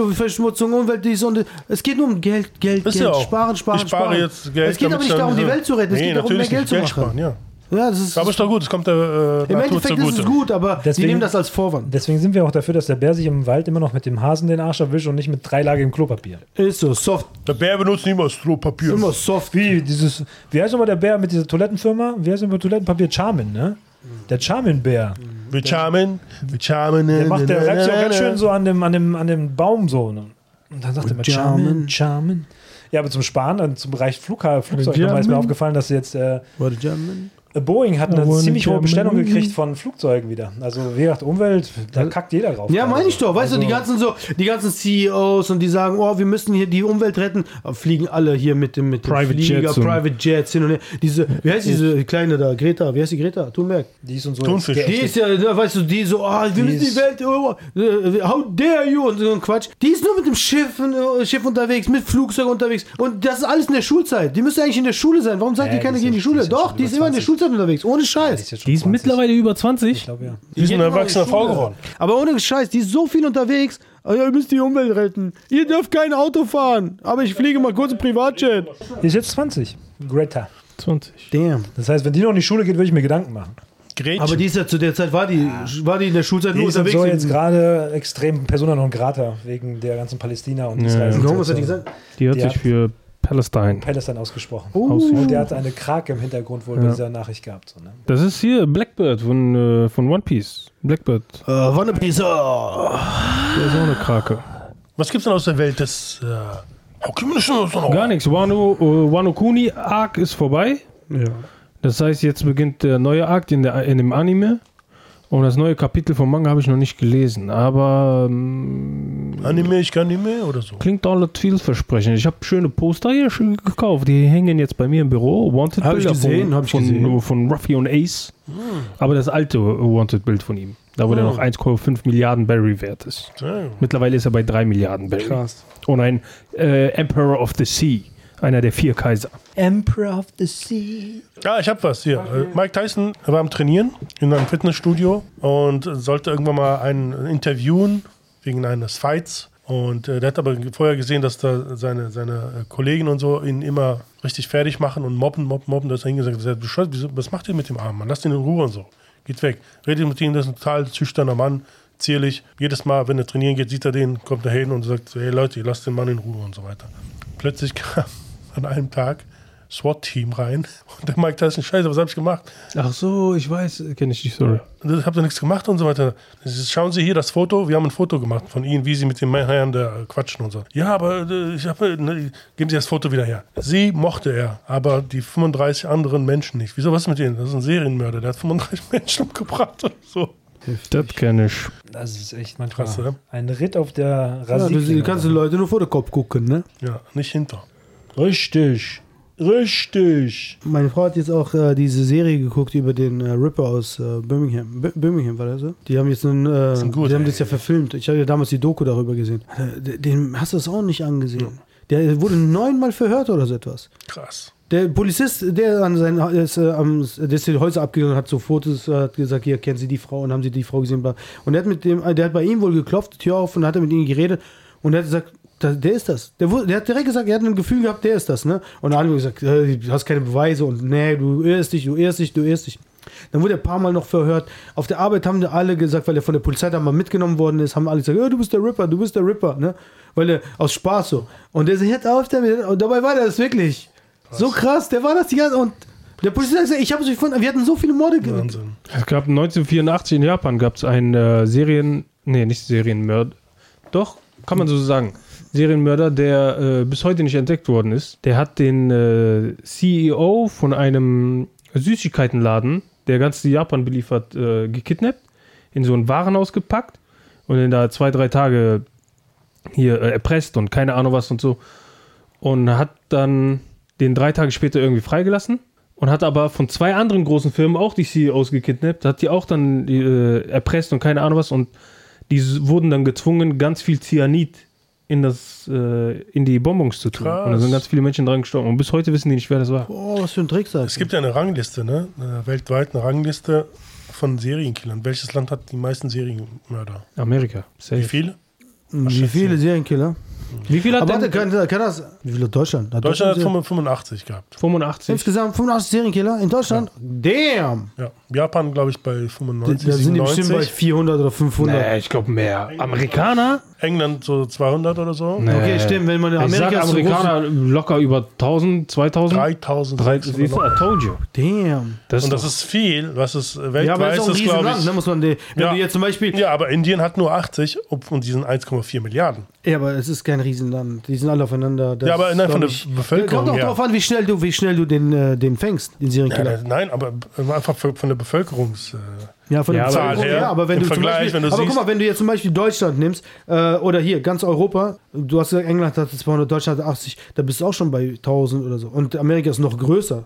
[SPEAKER 1] Umweltverschmutzung, Umwelt dies und das. Es geht nur um Geld, Geld,
[SPEAKER 2] Ist
[SPEAKER 1] Geld,
[SPEAKER 2] ja auch.
[SPEAKER 1] sparen, sparen,
[SPEAKER 2] ich spare
[SPEAKER 1] sparen.
[SPEAKER 2] jetzt Geld.
[SPEAKER 1] es geht aber
[SPEAKER 2] damit
[SPEAKER 1] nicht
[SPEAKER 2] ich
[SPEAKER 1] darum, die
[SPEAKER 2] dann- äh,
[SPEAKER 1] Welt zu retten. es
[SPEAKER 2] Nee,
[SPEAKER 1] geht darum, mehr
[SPEAKER 2] natürlich
[SPEAKER 1] Geld
[SPEAKER 2] nicht.
[SPEAKER 1] zu machen.
[SPEAKER 2] sparen, ja.
[SPEAKER 1] Ja, das ist,
[SPEAKER 2] Aber ist doch gut, es kommt der äh,
[SPEAKER 1] im
[SPEAKER 2] Natur
[SPEAKER 1] Endeffekt ist
[SPEAKER 2] zugute.
[SPEAKER 1] es gut, aber die
[SPEAKER 4] Deswegen-
[SPEAKER 1] nehmen das als Vorwand.
[SPEAKER 4] Deswegen sind wir auch dafür, dass der Bär sich im Wald immer noch mit dem Hasen den Arsch erwischt und nicht mit dreilagigem Klopapier.
[SPEAKER 1] Ist so, soft,
[SPEAKER 2] Der Bär benutzt niemals Strohpapier.
[SPEAKER 1] immer soft.
[SPEAKER 4] Wie dieses, wie heißt nochmal der Bär mit dieser Toilettenfirma? Wie heißt nochmal Toilettenpapier? Charmin, ne? Der Charmin-Bär.
[SPEAKER 2] Wir charmen, wir charmen.
[SPEAKER 4] Der macht, der reibt sich auch ganz schön so an dem, an dem, an dem Baum so. Ne? Und dann sagt er immer Charmin, Charmin. Ja, aber zum Sparen, dann zum Bereich Flugha- Flugzeug nochmal ist mir aufgefallen, dass jetzt äh,
[SPEAKER 1] Warte, German.
[SPEAKER 4] Boeing hat eine
[SPEAKER 3] wanna
[SPEAKER 4] ziemlich hohe
[SPEAKER 3] German.
[SPEAKER 4] Bestellung gekriegt von Flugzeugen wieder. Also wie gesagt, Umwelt, da kackt jeder drauf.
[SPEAKER 1] Ja, meine ich doch. Weißt du, die
[SPEAKER 4] Also-
[SPEAKER 1] ganzen so, die ganzen CEOs und die sagen, oh, wir müssen hier die Umwelt retten, aber fliegen alle hier mit dem, mit dem
[SPEAKER 3] Private
[SPEAKER 1] Flieger,
[SPEAKER 3] Jets und-
[SPEAKER 1] Private Jets hin und her. Diese, wie heißt diese kleine da, Greta? Wie heißt die Greta? Thunberg.
[SPEAKER 4] Die ist und so.
[SPEAKER 2] Thunfisch.
[SPEAKER 4] jetzt-
[SPEAKER 1] Die ist ja, ne, weißt du, die so, ah, wir müssen die
[SPEAKER 4] ist-
[SPEAKER 1] Welt, oh, äh, how dare you und so ein Quatsch. Die ist nur mit dem Schiff, äh, Schiff unterwegs, mit Flugzeug unterwegs und das ist alles in der Schulzeit. Die müsste eigentlich in der Schule sein. Warum sagt
[SPEAKER 4] Nee,
[SPEAKER 1] ihr
[SPEAKER 4] die
[SPEAKER 1] keiner
[SPEAKER 4] ist
[SPEAKER 1] gehen in die
[SPEAKER 4] jetzt- die
[SPEAKER 1] Schule?
[SPEAKER 4] ist jetzt
[SPEAKER 1] Doch,
[SPEAKER 4] schon
[SPEAKER 1] die ist
[SPEAKER 4] über
[SPEAKER 1] immer in der
[SPEAKER 4] 20.
[SPEAKER 1] Schulzeit unterwegs, ohne
[SPEAKER 4] die
[SPEAKER 1] Scheiß.
[SPEAKER 4] ist jetzt schon
[SPEAKER 3] Die ist
[SPEAKER 4] 20.
[SPEAKER 3] mittlerweile über 20.
[SPEAKER 4] Ich glaube, ja.
[SPEAKER 2] Die ist
[SPEAKER 1] geht
[SPEAKER 2] ein
[SPEAKER 1] immer in die
[SPEAKER 2] erwachsener
[SPEAKER 1] Schule.
[SPEAKER 2] Frau geworden.
[SPEAKER 1] Aber ohne Scheiß, die ist so viel unterwegs. Ah, ja, Ihr müsst die Umwelt retten. Ihr dürft kein Auto fahren. Aber ich fliege mal kurz im Privatjet.
[SPEAKER 4] Die ist jetzt 20. Greta.
[SPEAKER 3] 20.
[SPEAKER 1] Damn.
[SPEAKER 4] Das heißt, wenn die noch in die Schule geht, würde ich mir Gedanken machen.
[SPEAKER 2] Gretchen.
[SPEAKER 1] Aber die ist ja zu der Zeit, war die, war die in der Schulzeit
[SPEAKER 4] Die
[SPEAKER 1] nur
[SPEAKER 4] ist und
[SPEAKER 1] unterwegs.
[SPEAKER 4] so jetzt gerade extrem Persona non grata wegen der ganzen Palästina und Israel.
[SPEAKER 1] Warum, was hat die gesagt?
[SPEAKER 3] Die hat
[SPEAKER 4] Die
[SPEAKER 3] sich
[SPEAKER 4] hat-
[SPEAKER 3] für Palestine.
[SPEAKER 4] Palestine ausgesprochen.
[SPEAKER 3] ausgesprochen.
[SPEAKER 4] Und der hat eine Krake im Hintergrund wohl bei
[SPEAKER 3] Ja.
[SPEAKER 4] dieser Nachricht gehabt. So, ne?
[SPEAKER 3] Das ist hier Blackbird von, äh, von One Piece. Blackbird.
[SPEAKER 1] Äh, Wanne Pisa.
[SPEAKER 3] Der ist auch eine Krake.
[SPEAKER 2] Was gibt's denn aus der Welt des. Äh, okay, wir müssen uns noch-
[SPEAKER 3] Gar nichts. Wano, äh, Wano Kuni Arc ist vorbei. Das heißt, jetzt beginnt der neue Arc in, der, in dem Anime. Und das neue Kapitel vom Manga habe ich noch nicht gelesen. Aber ähm,
[SPEAKER 2] Anime, ich kann nicht mehr oder so.
[SPEAKER 3] klingt alles vielversprechend. Ich habe schöne Poster hier schon gekauft. Die hängen jetzt bei mir im Büro. Wanted
[SPEAKER 1] Hab ich
[SPEAKER 3] Bilder
[SPEAKER 1] gesehen,
[SPEAKER 3] von,
[SPEAKER 1] hab ich
[SPEAKER 3] von,
[SPEAKER 1] gesehen. Ah.
[SPEAKER 3] von Ruffy und Ace. Aber das alte Wanted-Bild von ihm. Da wo der noch 1,5 Milliarden Barry wert ist.
[SPEAKER 2] Ja,
[SPEAKER 3] Mittlerweile ist er bei 3 Milliarden Barry.
[SPEAKER 1] Krass.
[SPEAKER 3] Und ein äh, Emperor of the Sea, einer der vier Kaiser.
[SPEAKER 4] Emperor of the Sea.
[SPEAKER 2] Ja, Ah, ich hab was hier. Äh, Mike Tyson war am Trainieren in einem Fitnessstudio und sollte irgendwann mal einen interviewen wegen eines Fights. Und äh, der hat aber vorher gesehen, dass da seine, seine äh, Kollegen und so ihn immer richtig fertig machen und mobben, mobben, mobben. Da ist er hingesagt, der hat bescheuert, wieso, was macht ihr mit dem Arm, Mann? Lasst ihn in Ruhe und so. Geht weg. Redet mit ihm, das ist ein total schüchterner Mann, zierlich. Jedes Mal, wenn er trainieren geht, sieht er den, kommt er [LAUGHS] hin und sagt, hey Leute, lasst den Mann in Ruhe und so weiter. Plötzlich kam an einem Tag SWAT-Team rein. [LAUGHS] Und der Mike Tyson, scheiße, was hab ich gemacht?
[SPEAKER 3] Ach so, ich weiß, kenne ich die Story.
[SPEAKER 2] das habt ihr nichts gemacht und so weiter. Das ist, Schauen Sie hier das Foto, wir haben ein Foto gemacht von Ihnen, wie Sie mit dem Herrn da quatschen und so. Ja, aber äh, ich habe, ne, geben Sie das Foto wieder her. Sie mochte er, aber die 35 anderen Menschen nicht. Wieso, was ist mit denen? Das ist ein Serienmörder, der hat 35 [LAUGHS] Menschen umgebracht oder so.
[SPEAKER 3] Das kenne ich.
[SPEAKER 4] Das ist echt manchmal
[SPEAKER 2] Krass, oder?
[SPEAKER 4] ein Ritt auf der
[SPEAKER 1] Ja, du,
[SPEAKER 4] Rasierklinge.
[SPEAKER 1] du kannst die Leute nur vor den Kopf gucken, ne?
[SPEAKER 2] Ja, nicht hinter.
[SPEAKER 4] Richtig. Richtig.
[SPEAKER 1] Meine Frau hat jetzt auch äh, diese Serie geguckt über den äh, Ripper aus äh, Birmingham. B Birmingham war der so? Die haben jetzt einen, äh,
[SPEAKER 2] sind gut,
[SPEAKER 1] die haben
[SPEAKER 2] ey.
[SPEAKER 1] das ja verfilmt. Ich habe ja damals die Doku darüber gesehen. Alter, d- Den hast du das auch nicht angesehen. Der wurde neunmal verhört oder so etwas.
[SPEAKER 2] Krass.
[SPEAKER 1] Der Polizist, der an sein ist, äh, am, der ist die Häuser abgegangen, hat so Fotos, äh, hat gesagt, hier kennen Sie die Frau und haben Sie die Frau gesehen. bla. Und der hat mit dem, äh, der hat bei ihm wohl geklopft, die Tür auf und hat mit ihm geredet und der hat gesagt, da, der ist das. Der, wu- der hat direkt gesagt, er hat ein Gefühl gehabt, der ist das, ne? Und alle haben gesagt, äh, du hast keine Beweise und nee, du irrst dich, du irrst dich, du irrst dich. Dann wurde er ein paar Mal noch verhört. Auf der Arbeit haben die alle gesagt, weil er von der Polizei da mal mitgenommen worden ist, haben alle gesagt, ja, du bist der Ripper, du bist der Ripper, ne? Weil er aus Spaß so. Und der sagt, hört auf damit. Und dabei war der das wirklich. So krass, der war das die ganze Und der Polizist hat gesagt, ich habe es gefunden, wir hatten so viele Morde. ge-
[SPEAKER 2] Wahnsinn.
[SPEAKER 3] Es gab 1984 in Japan gab es einen äh, Serien, nee, nicht Serienmörder, doch kann man so sagen, Serienmörder, der äh, bis heute nicht entdeckt worden ist. Der hat den äh, CEO von einem Süßigkeitenladen, der ganz Japan beliefert, äh, gekidnappt, in so ein Warenhaus gepackt und ihn da zwei drei Tage hier äh, erpresst und keine Ahnung was und so und hat dann den drei Tage später irgendwie freigelassen und hat aber von zwei anderen großen Firmen auch die CEOs gekidnappt, hat die auch dann äh, erpresst und keine Ahnung was und die s- wurden dann gezwungen, ganz viel Cyanid in das äh, in die Bonbons zu tun.
[SPEAKER 2] Krass.
[SPEAKER 3] Und da sind ganz viele Menschen dran gestorben und bis heute wissen die nicht, wer das war.
[SPEAKER 1] Oh, was für ein Trick
[SPEAKER 2] Es gibt ja eine Rangliste, ne? Eine weltweit eine Rangliste von Serienkillern. Welches Land hat die meisten Serienmörder?
[SPEAKER 3] Amerika.
[SPEAKER 2] Wie
[SPEAKER 3] Safe.
[SPEAKER 2] viele?
[SPEAKER 1] Wie viele Serienkiller?
[SPEAKER 3] Wie viel hat
[SPEAKER 1] Aber warte,
[SPEAKER 3] denn
[SPEAKER 1] kann, kann das. Wie viele Deutschland? Hat
[SPEAKER 2] Deutschland hat
[SPEAKER 1] Serien-
[SPEAKER 2] 85 gehabt.
[SPEAKER 3] 85?
[SPEAKER 1] insgesamt 85 Serienkiller in Deutschland? Damn!
[SPEAKER 2] Ja. Japan, glaube ich, bei
[SPEAKER 1] Da
[SPEAKER 2] 95,
[SPEAKER 1] da sind die bestimmt bei
[SPEAKER 2] 97.
[SPEAKER 1] 400 oder 500.
[SPEAKER 3] Nee, Äh, ich glaube mehr. Amerikaner?
[SPEAKER 2] England so 200 oder so.
[SPEAKER 3] Nee.
[SPEAKER 1] Okay, stimmt, wenn man in
[SPEAKER 3] Ich sag
[SPEAKER 1] Amerika ist so
[SPEAKER 3] Amerikaner locker über 1000, 2000.
[SPEAKER 2] 3600.
[SPEAKER 3] I told you.
[SPEAKER 1] Damn.
[SPEAKER 3] Das
[SPEAKER 2] Und
[SPEAKER 3] ist
[SPEAKER 2] das ist viel, was es äh, weltweit
[SPEAKER 1] Ja, aber das ist auch ein
[SPEAKER 2] ist, glaube
[SPEAKER 1] Riesenland,
[SPEAKER 2] ich.
[SPEAKER 1] ne? Muss man die, wenn
[SPEAKER 2] Ja.
[SPEAKER 1] du jetzt zum Beispiel. Ja.
[SPEAKER 2] Ja, aber Indien hat nur 80 ob- und die sind 1,4 Milliarden.
[SPEAKER 1] aber es ist kein Riesenland. Die sind alle aufeinander. Das
[SPEAKER 2] ja, aber
[SPEAKER 1] ist,
[SPEAKER 2] nein, von der
[SPEAKER 1] glaub ich-
[SPEAKER 2] Bevölkerung
[SPEAKER 1] Kommt auch
[SPEAKER 2] her.
[SPEAKER 1] drauf an, wie schnell du, wie schnell du den, äh, den fängst, den
[SPEAKER 2] ja,
[SPEAKER 1] Serienkiller.
[SPEAKER 2] das- nein, aber äh, einfach von der Bevölkerungs... äh,
[SPEAKER 1] Ja, von
[SPEAKER 3] Ja,
[SPEAKER 1] der
[SPEAKER 3] aber-
[SPEAKER 1] Bevölkerung,
[SPEAKER 2] Zahl her,
[SPEAKER 1] ja, aber wenn
[SPEAKER 2] im
[SPEAKER 1] du
[SPEAKER 2] Vergleich,
[SPEAKER 1] zum Beispiel,
[SPEAKER 2] wenn du
[SPEAKER 1] aber
[SPEAKER 2] siehst-
[SPEAKER 1] guck mal, wenn du jetzt zum Beispiel Deutschland nimmst äh, oder hier ganz Europa, du hast gesagt, England hatte 200, Deutschland hatte 80, da bist du auch schon bei 1000 oder so. Und Amerika ist noch größer.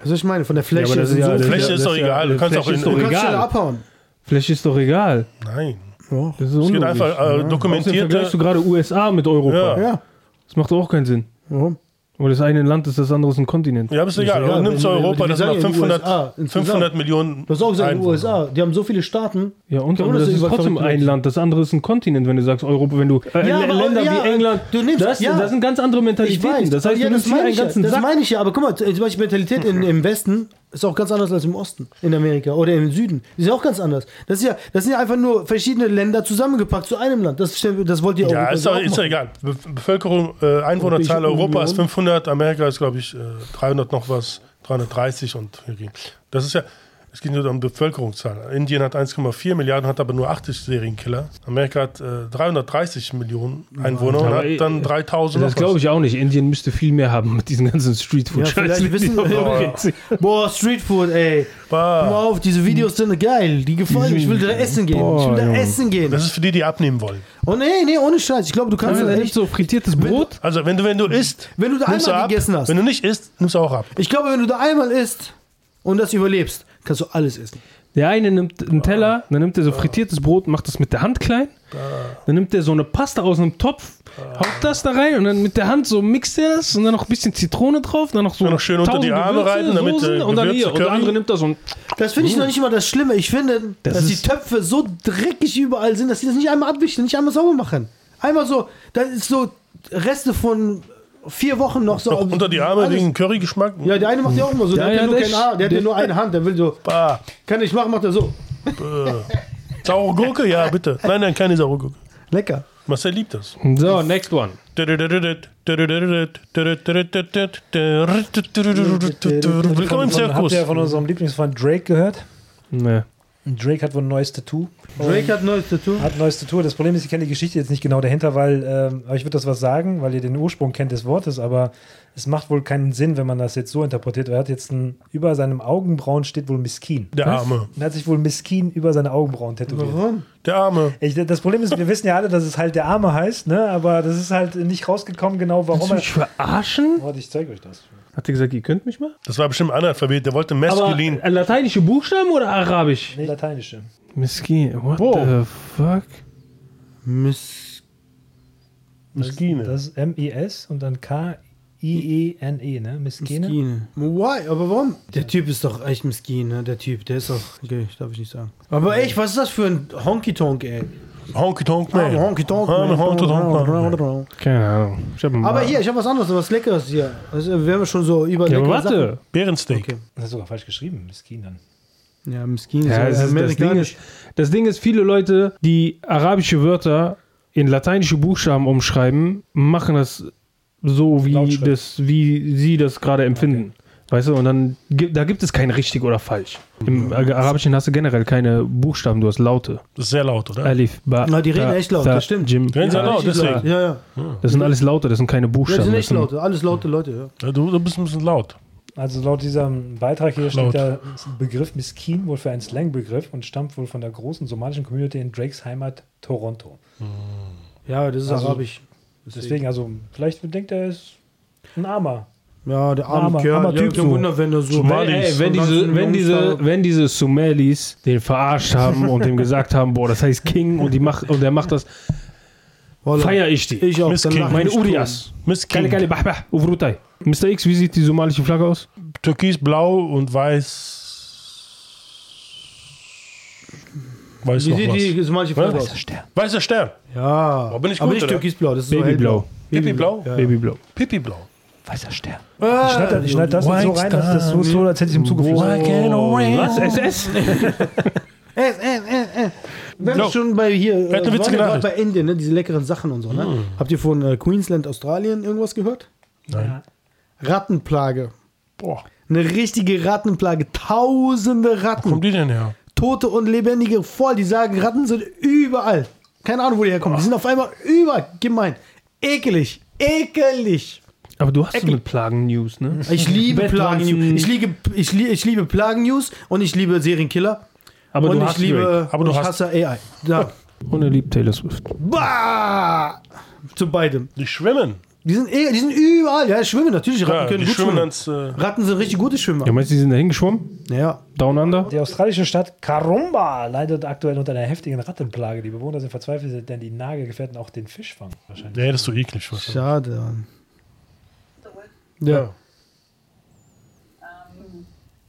[SPEAKER 1] Also ich meine, von der Fläche
[SPEAKER 3] aber das
[SPEAKER 1] sind
[SPEAKER 3] ist ja
[SPEAKER 1] so
[SPEAKER 3] alles-
[SPEAKER 1] viele.
[SPEAKER 2] Fläche
[SPEAKER 3] das
[SPEAKER 2] ist doch
[SPEAKER 3] ist ja-
[SPEAKER 2] egal. Du kannst
[SPEAKER 3] Fläche
[SPEAKER 2] auch in,
[SPEAKER 3] ist doch
[SPEAKER 1] Du kannst
[SPEAKER 3] egal.
[SPEAKER 1] schneller abhauen.
[SPEAKER 3] Vielleicht ist doch egal.
[SPEAKER 2] Nein.
[SPEAKER 1] Ja.
[SPEAKER 3] Das
[SPEAKER 2] Es
[SPEAKER 3] ist
[SPEAKER 2] geht
[SPEAKER 3] unlogisch.
[SPEAKER 2] einfach äh,
[SPEAKER 3] Außerdem
[SPEAKER 2] dokumentierte...
[SPEAKER 3] vergleichst du gerade USA mit Europa.
[SPEAKER 2] Ja.
[SPEAKER 1] Ja.
[SPEAKER 3] Das macht auch keinen Sinn.
[SPEAKER 1] Warum?
[SPEAKER 3] Weil das eine ein Land ist, das andere ist ein Kontinent.
[SPEAKER 2] Ja, aber ist egal.
[SPEAKER 1] egal,
[SPEAKER 2] Und nimmst du
[SPEAKER 1] wenn-
[SPEAKER 2] Europa,
[SPEAKER 1] wenn-
[SPEAKER 2] das
[SPEAKER 1] wir
[SPEAKER 2] sind noch
[SPEAKER 1] sagen ja, die
[SPEAKER 2] 500,
[SPEAKER 1] USA
[SPEAKER 2] 500
[SPEAKER 1] insgesamt.
[SPEAKER 2] Millionen.
[SPEAKER 1] Du hast auch gesagt, in den
[SPEAKER 2] Einwohner.
[SPEAKER 1] USA, die haben so viele Staaten.
[SPEAKER 3] Ja, und
[SPEAKER 1] Kann man
[SPEAKER 3] aber das
[SPEAKER 1] das
[SPEAKER 3] ist
[SPEAKER 1] übertragen?
[SPEAKER 3] trotzdem ein Land, das andere ist ein Kontinent, wenn du sagst Europa, wenn du äh,
[SPEAKER 1] Ja, aber-
[SPEAKER 3] Länder
[SPEAKER 1] ja,
[SPEAKER 3] wie England,
[SPEAKER 1] du nimmst-
[SPEAKER 3] das,
[SPEAKER 1] ja.
[SPEAKER 3] das sind ganz andere
[SPEAKER 1] Ich
[SPEAKER 3] Mentalitäten.
[SPEAKER 1] weiß,
[SPEAKER 3] das heißt,
[SPEAKER 1] ja,
[SPEAKER 3] du nimmst hier
[SPEAKER 1] meine
[SPEAKER 3] einen
[SPEAKER 1] ich ja,
[SPEAKER 3] ganzen
[SPEAKER 1] Das
[SPEAKER 3] Sack.
[SPEAKER 1] meine ich ja, aber guck mal, zum Beispiel Mentalität in, im Westen ist auch ganz anders als im Osten, in Amerika oder im Süden. Ist ja auch ganz anders. Das, ist ja, das sind ja einfach nur verschiedene Länder zusammengepackt zu einem Land. Das, stell- das wollt ihr
[SPEAKER 2] Ja,
[SPEAKER 1] Europa
[SPEAKER 2] ist
[SPEAKER 1] so
[SPEAKER 2] doch
[SPEAKER 1] auch
[SPEAKER 2] ist doch
[SPEAKER 1] machen.
[SPEAKER 2] egal. Be Bevölkerung, äh, Einwohnerzahl
[SPEAKER 1] Europäische
[SPEAKER 2] Europa ist
[SPEAKER 1] Union.
[SPEAKER 2] 500, Amerika ist, glaube ich, äh, 300 noch was, 330 und irgendwie. das ist ja, es geht nur um Bevölkerungszahl. Indien hat 1,4 Milliarden, hat aber nur 80 Serienkiller. Amerika hat äh, 330 Millionen Einwohner und
[SPEAKER 3] Aber
[SPEAKER 2] hat
[SPEAKER 3] eh,
[SPEAKER 2] dann 3000
[SPEAKER 3] Das
[SPEAKER 2] noch was.
[SPEAKER 3] glaube ich auch nicht. Indien müsste viel mehr haben mit diesen ganzen
[SPEAKER 1] Ja,
[SPEAKER 3] Streetfood-Scheiß. [LAUGHS]
[SPEAKER 1] vielleicht wissen Boah, Streetfood, ey. Hör mal
[SPEAKER 2] Bah,
[SPEAKER 1] auf, diese Videos sind geil. Die gefallen mir. Ich will da essen gehen. ich will da essen gehen.
[SPEAKER 2] Das ist für die, die abnehmen wollen.
[SPEAKER 1] Und nee, nee, ohne Scheiß. Ich glaube, du kannst
[SPEAKER 3] Haben wir
[SPEAKER 1] das
[SPEAKER 3] nicht
[SPEAKER 1] echt.
[SPEAKER 3] so frittiertes Brot?
[SPEAKER 2] Also, wenn du, wenn du isst,
[SPEAKER 1] Wenn du da
[SPEAKER 2] nimmst
[SPEAKER 1] einmal
[SPEAKER 2] ab.
[SPEAKER 1] gegessen hast.
[SPEAKER 2] Wenn du nicht isst, nimmst du auch ab.
[SPEAKER 1] Ich glaube, wenn du da einmal isst und das überlebst, kannst du alles essen.
[SPEAKER 3] Der eine nimmt einen Teller, dann nimmt er so frittiertes Brot, macht das mit der Hand klein. Dann nimmt er so eine Paste aus einem Topf, haut das da rein und dann mit der Hand so mixt er das und dann noch ein bisschen Zitrone drauf, dann noch so
[SPEAKER 2] Dann noch schön unter
[SPEAKER 3] tausend
[SPEAKER 2] die Arme reiten, damit, äh,
[SPEAKER 3] Soßen und dann
[SPEAKER 2] Gewürze,
[SPEAKER 3] hier. Und der
[SPEAKER 2] Curry.
[SPEAKER 3] andere nimmt das und
[SPEAKER 1] Das finde ich noch nicht immer das Schlimme. Ich finde, dass die
[SPEAKER 3] ist-
[SPEAKER 1] Töpfe so dreckig überall sind, dass sie das nicht einmal abwischen, nicht einmal sauber machen. Einmal so, da ist so Reste von vier Wochen noch
[SPEAKER 2] [LAUGHS]
[SPEAKER 1] so.
[SPEAKER 2] Doch unter die Arme
[SPEAKER 1] Alles.
[SPEAKER 2] wegen Currygeschmack.
[SPEAKER 1] Ja, der eine macht ja auch immer so. Der
[SPEAKER 3] Ja,
[SPEAKER 1] hat ja,
[SPEAKER 3] ja,
[SPEAKER 1] nur
[SPEAKER 3] der
[SPEAKER 1] keine
[SPEAKER 3] ist-
[SPEAKER 1] Ahnung, der hat ja nur eine Hand. Der will so,
[SPEAKER 2] Bah,
[SPEAKER 1] kann ich machen, macht er so.
[SPEAKER 2] saure Gurke? Ja, bitte. Nein, nein, keine saure Gurke.
[SPEAKER 1] Lecker.
[SPEAKER 2] Marcel liebt das.
[SPEAKER 3] so, next one.
[SPEAKER 2] Dö, dö, dö, dö, dö. Willkommen im
[SPEAKER 4] Habt
[SPEAKER 2] Zirkus.
[SPEAKER 4] ihr von unserem Lieblingsfreund Drake gehört?
[SPEAKER 3] Nee.
[SPEAKER 4] Drake hat wohl ein neues Tattoo.
[SPEAKER 1] Drake Oh. hat ein neues Tattoo.
[SPEAKER 4] Hat ein neues Tattoo. Das Problem ist, ich kenne die Geschichte jetzt nicht genau dahinter, weil ähm, euch wird das was sagen, weil ihr den Ursprung kennt des Wortes, aber es macht wohl keinen Sinn, wenn man das jetzt so interpretiert. Er hat jetzt ein, über seinem Augenbrauen steht wohl Miskin.
[SPEAKER 2] Der Arme.
[SPEAKER 4] Er hat sich wohl Miskin über seine Augenbrauen tätowiert.
[SPEAKER 1] Warum?
[SPEAKER 2] Der Arme.
[SPEAKER 4] Ich, das Problem ist, wir wissen ja alle, dass es halt der Arme heißt, ne? aber das ist halt nicht rausgekommen, genau
[SPEAKER 2] Oh
[SPEAKER 4] warum er.
[SPEAKER 3] verarschen?
[SPEAKER 4] Warte, ich zeige euch das.
[SPEAKER 3] Hat er gesagt, ihr könnt mich mal?
[SPEAKER 2] Das war bestimmt ein Analphabet. Der wollte
[SPEAKER 3] Aber
[SPEAKER 2] Maskulin.
[SPEAKER 3] äh, lateinische Buchstaben oder arabisch?
[SPEAKER 4] Nee, lateinische.
[SPEAKER 3] Miskin. What
[SPEAKER 5] Wow.
[SPEAKER 3] the fuck?
[SPEAKER 1] Miss.
[SPEAKER 2] Miskine.
[SPEAKER 4] Das ist M-I-S und dann K-I-E-N-E, ne? Miskine.
[SPEAKER 1] Miskine. Why? Aber warum? Der Typ ist doch echt Miskin, ne? Der Typ, der ist doch. Okay, darf ich nicht sagen. Aber echt, was ist das für ein Honky Tonk, ey?
[SPEAKER 2] Honky Tonk Man.
[SPEAKER 1] Honky Tonk.
[SPEAKER 2] Ah, Honky Tonk Man.
[SPEAKER 3] Keine Ahnung. Ich hab einen
[SPEAKER 1] Aber
[SPEAKER 3] Mar-
[SPEAKER 1] hier, ich habe was anderes, was Leckeres hier. Also, wir haben schon so über.
[SPEAKER 3] Ja, aber
[SPEAKER 1] leckere Sachen.
[SPEAKER 3] warte.
[SPEAKER 2] Bärensteak.
[SPEAKER 1] Okay.
[SPEAKER 4] Das ist sogar falsch geschrieben, Miskin dann.
[SPEAKER 1] Ja, äh, Miskin.
[SPEAKER 3] Ja, es
[SPEAKER 1] so
[SPEAKER 3] ist, das, Ding
[SPEAKER 1] amerikanisch.
[SPEAKER 3] ist, das Ding ist, viele Leute, die arabische Wörter in lateinische Buchstaben umschreiben, machen das so, wie,
[SPEAKER 4] Lautschrift.
[SPEAKER 3] das, wie sie das gerade empfinden. Weißt du, und dann gibt- da gibt es kein richtig oder falsch. Im Arabischen hast du generell keine Buchstaben, du hast Laute.
[SPEAKER 2] Das ist sehr laut, oder?
[SPEAKER 3] Alif, Ba.
[SPEAKER 1] Na, die reden
[SPEAKER 3] Ta,
[SPEAKER 1] echt laut,
[SPEAKER 3] Ta,
[SPEAKER 1] das stimmt.
[SPEAKER 3] Jim.
[SPEAKER 2] Reden sie
[SPEAKER 1] Ja,
[SPEAKER 2] laut,
[SPEAKER 1] richtig laut.
[SPEAKER 2] deswegen.
[SPEAKER 1] Ja, ja.
[SPEAKER 3] Das sind alles Laute, das sind keine
[SPEAKER 1] Ja,
[SPEAKER 3] Buchstaben.
[SPEAKER 1] das sind
[SPEAKER 3] das
[SPEAKER 1] echt
[SPEAKER 3] sind-
[SPEAKER 1] laute, alles laute Leute, ja.
[SPEAKER 2] Ja, du, du bist ein bisschen laut.
[SPEAKER 4] Also laut diesem Beitrag hier
[SPEAKER 2] Laut.
[SPEAKER 4] steht der Begriff Miskin wohl für einen Slangbegriff und stammt wohl von der großen somalischen Community in Drakes Heimat Toronto.
[SPEAKER 1] Ja, das ist
[SPEAKER 4] Also-
[SPEAKER 1] arabisch.
[SPEAKER 4] Deswegen, also vielleicht denkt er, er ist ein Armer.
[SPEAKER 1] Ja, der arme
[SPEAKER 4] Armer-
[SPEAKER 1] Kerl.
[SPEAKER 4] armer
[SPEAKER 1] ja,
[SPEAKER 4] Typ
[SPEAKER 1] kein
[SPEAKER 4] so.
[SPEAKER 1] Wunder, wenn er so.
[SPEAKER 3] Weil, ey, wenn, diese, wenn, diese, wenn diese Somalis den verarscht haben und dem gesagt haben, boah, das heißt King und, die macht, und der macht das, feier ich die.
[SPEAKER 1] Ich auch.
[SPEAKER 2] Miss
[SPEAKER 1] dann
[SPEAKER 2] King.
[SPEAKER 1] lach
[SPEAKER 3] Meine
[SPEAKER 1] ich drum.
[SPEAKER 3] Urias. Kale,
[SPEAKER 2] Miskin.
[SPEAKER 3] kale, bah, bah, uvrutai. Mr. X, wie sieht die somalische Flagge aus?
[SPEAKER 2] Türkis, blau und weiß. Weiß
[SPEAKER 1] Wie
[SPEAKER 2] noch
[SPEAKER 1] sieht
[SPEAKER 2] was.
[SPEAKER 1] die somanische Flagge aus?
[SPEAKER 2] Weißer Stern.
[SPEAKER 1] Ja.
[SPEAKER 2] Aber bin ich
[SPEAKER 1] Aber
[SPEAKER 2] gut,
[SPEAKER 1] nicht
[SPEAKER 2] oder?
[SPEAKER 1] türkisblau, das ist so
[SPEAKER 3] Babyblau.
[SPEAKER 2] Babyblau?
[SPEAKER 1] Ja.
[SPEAKER 3] Babyblau.
[SPEAKER 2] Pipi-blau.
[SPEAKER 4] Weißer Stern.
[SPEAKER 1] Ah,
[SPEAKER 4] Ich schneide ich schneid das jetzt so rein, dass das so, so als hätte ich ihm zugeflüstert.
[SPEAKER 3] Was? SS?
[SPEAKER 1] es, es, es, es. Wenn
[SPEAKER 2] No.
[SPEAKER 1] äh, wir schon bei hier, äh,
[SPEAKER 2] Wer hat eine
[SPEAKER 1] waren wir
[SPEAKER 2] witzige
[SPEAKER 1] gerade
[SPEAKER 2] Nachricht? Hm.
[SPEAKER 1] bei Indien, ne? diese leckeren Sachen und so. Ne? Habt ihr von äh, Queensland, Australien irgendwas gehört?
[SPEAKER 2] Nein.
[SPEAKER 1] Rattenplage.
[SPEAKER 2] Boah,
[SPEAKER 1] Eine richtige Rattenplage. Tausende
[SPEAKER 2] wo kommt
[SPEAKER 1] Ratten.
[SPEAKER 2] die denn her?
[SPEAKER 1] Tote und Lebendige voll. Die sagen, Ratten sind überall. Keine Ahnung, wo die herkommen. Die sind auf einmal überall. Gemein. Ekelig. Ekelig.
[SPEAKER 3] Aber du hast so eine Plagen-News, ne?
[SPEAKER 2] Hm.
[SPEAKER 1] Ich liebe
[SPEAKER 3] Bettwanzen.
[SPEAKER 1] Plagen-News. Ich liebe, ich, liebe, ich liebe Plagen-News und ich liebe Serienkiller.
[SPEAKER 3] Aber
[SPEAKER 1] und
[SPEAKER 3] du
[SPEAKER 1] ich
[SPEAKER 3] hast Drake.
[SPEAKER 1] liebe,
[SPEAKER 2] Aber du
[SPEAKER 1] und ich
[SPEAKER 2] hast-
[SPEAKER 1] hasse AI. Ja.
[SPEAKER 3] Und er liebt Taylor Swift.
[SPEAKER 1] Bah! Zu beidem.
[SPEAKER 2] Die schwimmen.
[SPEAKER 1] Die sind, eh- die sind überall. Ja, schwimmen natürlich. Ratten
[SPEAKER 2] Ja,
[SPEAKER 1] können
[SPEAKER 2] die
[SPEAKER 1] gut schwimmen.
[SPEAKER 2] schwimmen ans. Äh,
[SPEAKER 1] Ratten sind richtig gute Schwimmer.
[SPEAKER 3] Ja, meinst du, die sind da hingeschwommen?
[SPEAKER 1] Ja.
[SPEAKER 3] Down Under?
[SPEAKER 4] Die australische Stadt Karumba leidet aktuell unter einer heftigen Rattenplage. Die Bewohner sind verzweifelt, denn die Nagel gefährden auch den Fischfang. Wahrscheinlich.
[SPEAKER 2] nee, das ist so eklig. Was.
[SPEAKER 1] Schade. Mann. Ja.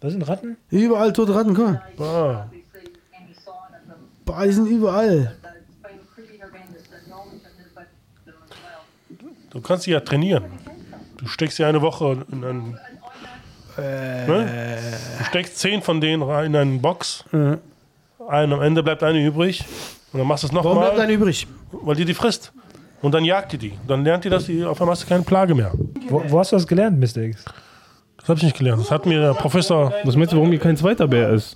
[SPEAKER 4] Was sind Ratten?
[SPEAKER 1] Überall tote Ratten, guck mal.
[SPEAKER 2] Ah,
[SPEAKER 7] obviously any sign of them.
[SPEAKER 1] Bah, die sind überall.
[SPEAKER 7] So it's been pretty horrendous that no one can live with them as uh,
[SPEAKER 2] du
[SPEAKER 7] well.
[SPEAKER 2] kannst sie ja trainieren. Du steckst sie eine Woche in einen.
[SPEAKER 1] Äh.
[SPEAKER 2] Ne? Du steckst zehn von denen rein in einen Box. Einen, am Ende bleibt eine übrig. Und dann machst du es
[SPEAKER 1] Warum bleibt
[SPEAKER 2] nochmal,
[SPEAKER 1] einer übrig?
[SPEAKER 2] weil die die frisst. Und dann jagt die die. Dann lernt die das, die, auf einmal hast du keine Plage mehr.
[SPEAKER 4] Wo, wo hast du das gelernt, Mr. X?
[SPEAKER 2] Das habe ich nicht gelernt. Das hat mir der Professor.
[SPEAKER 3] Was meinst du, warum hier kein zweiter Bär ist?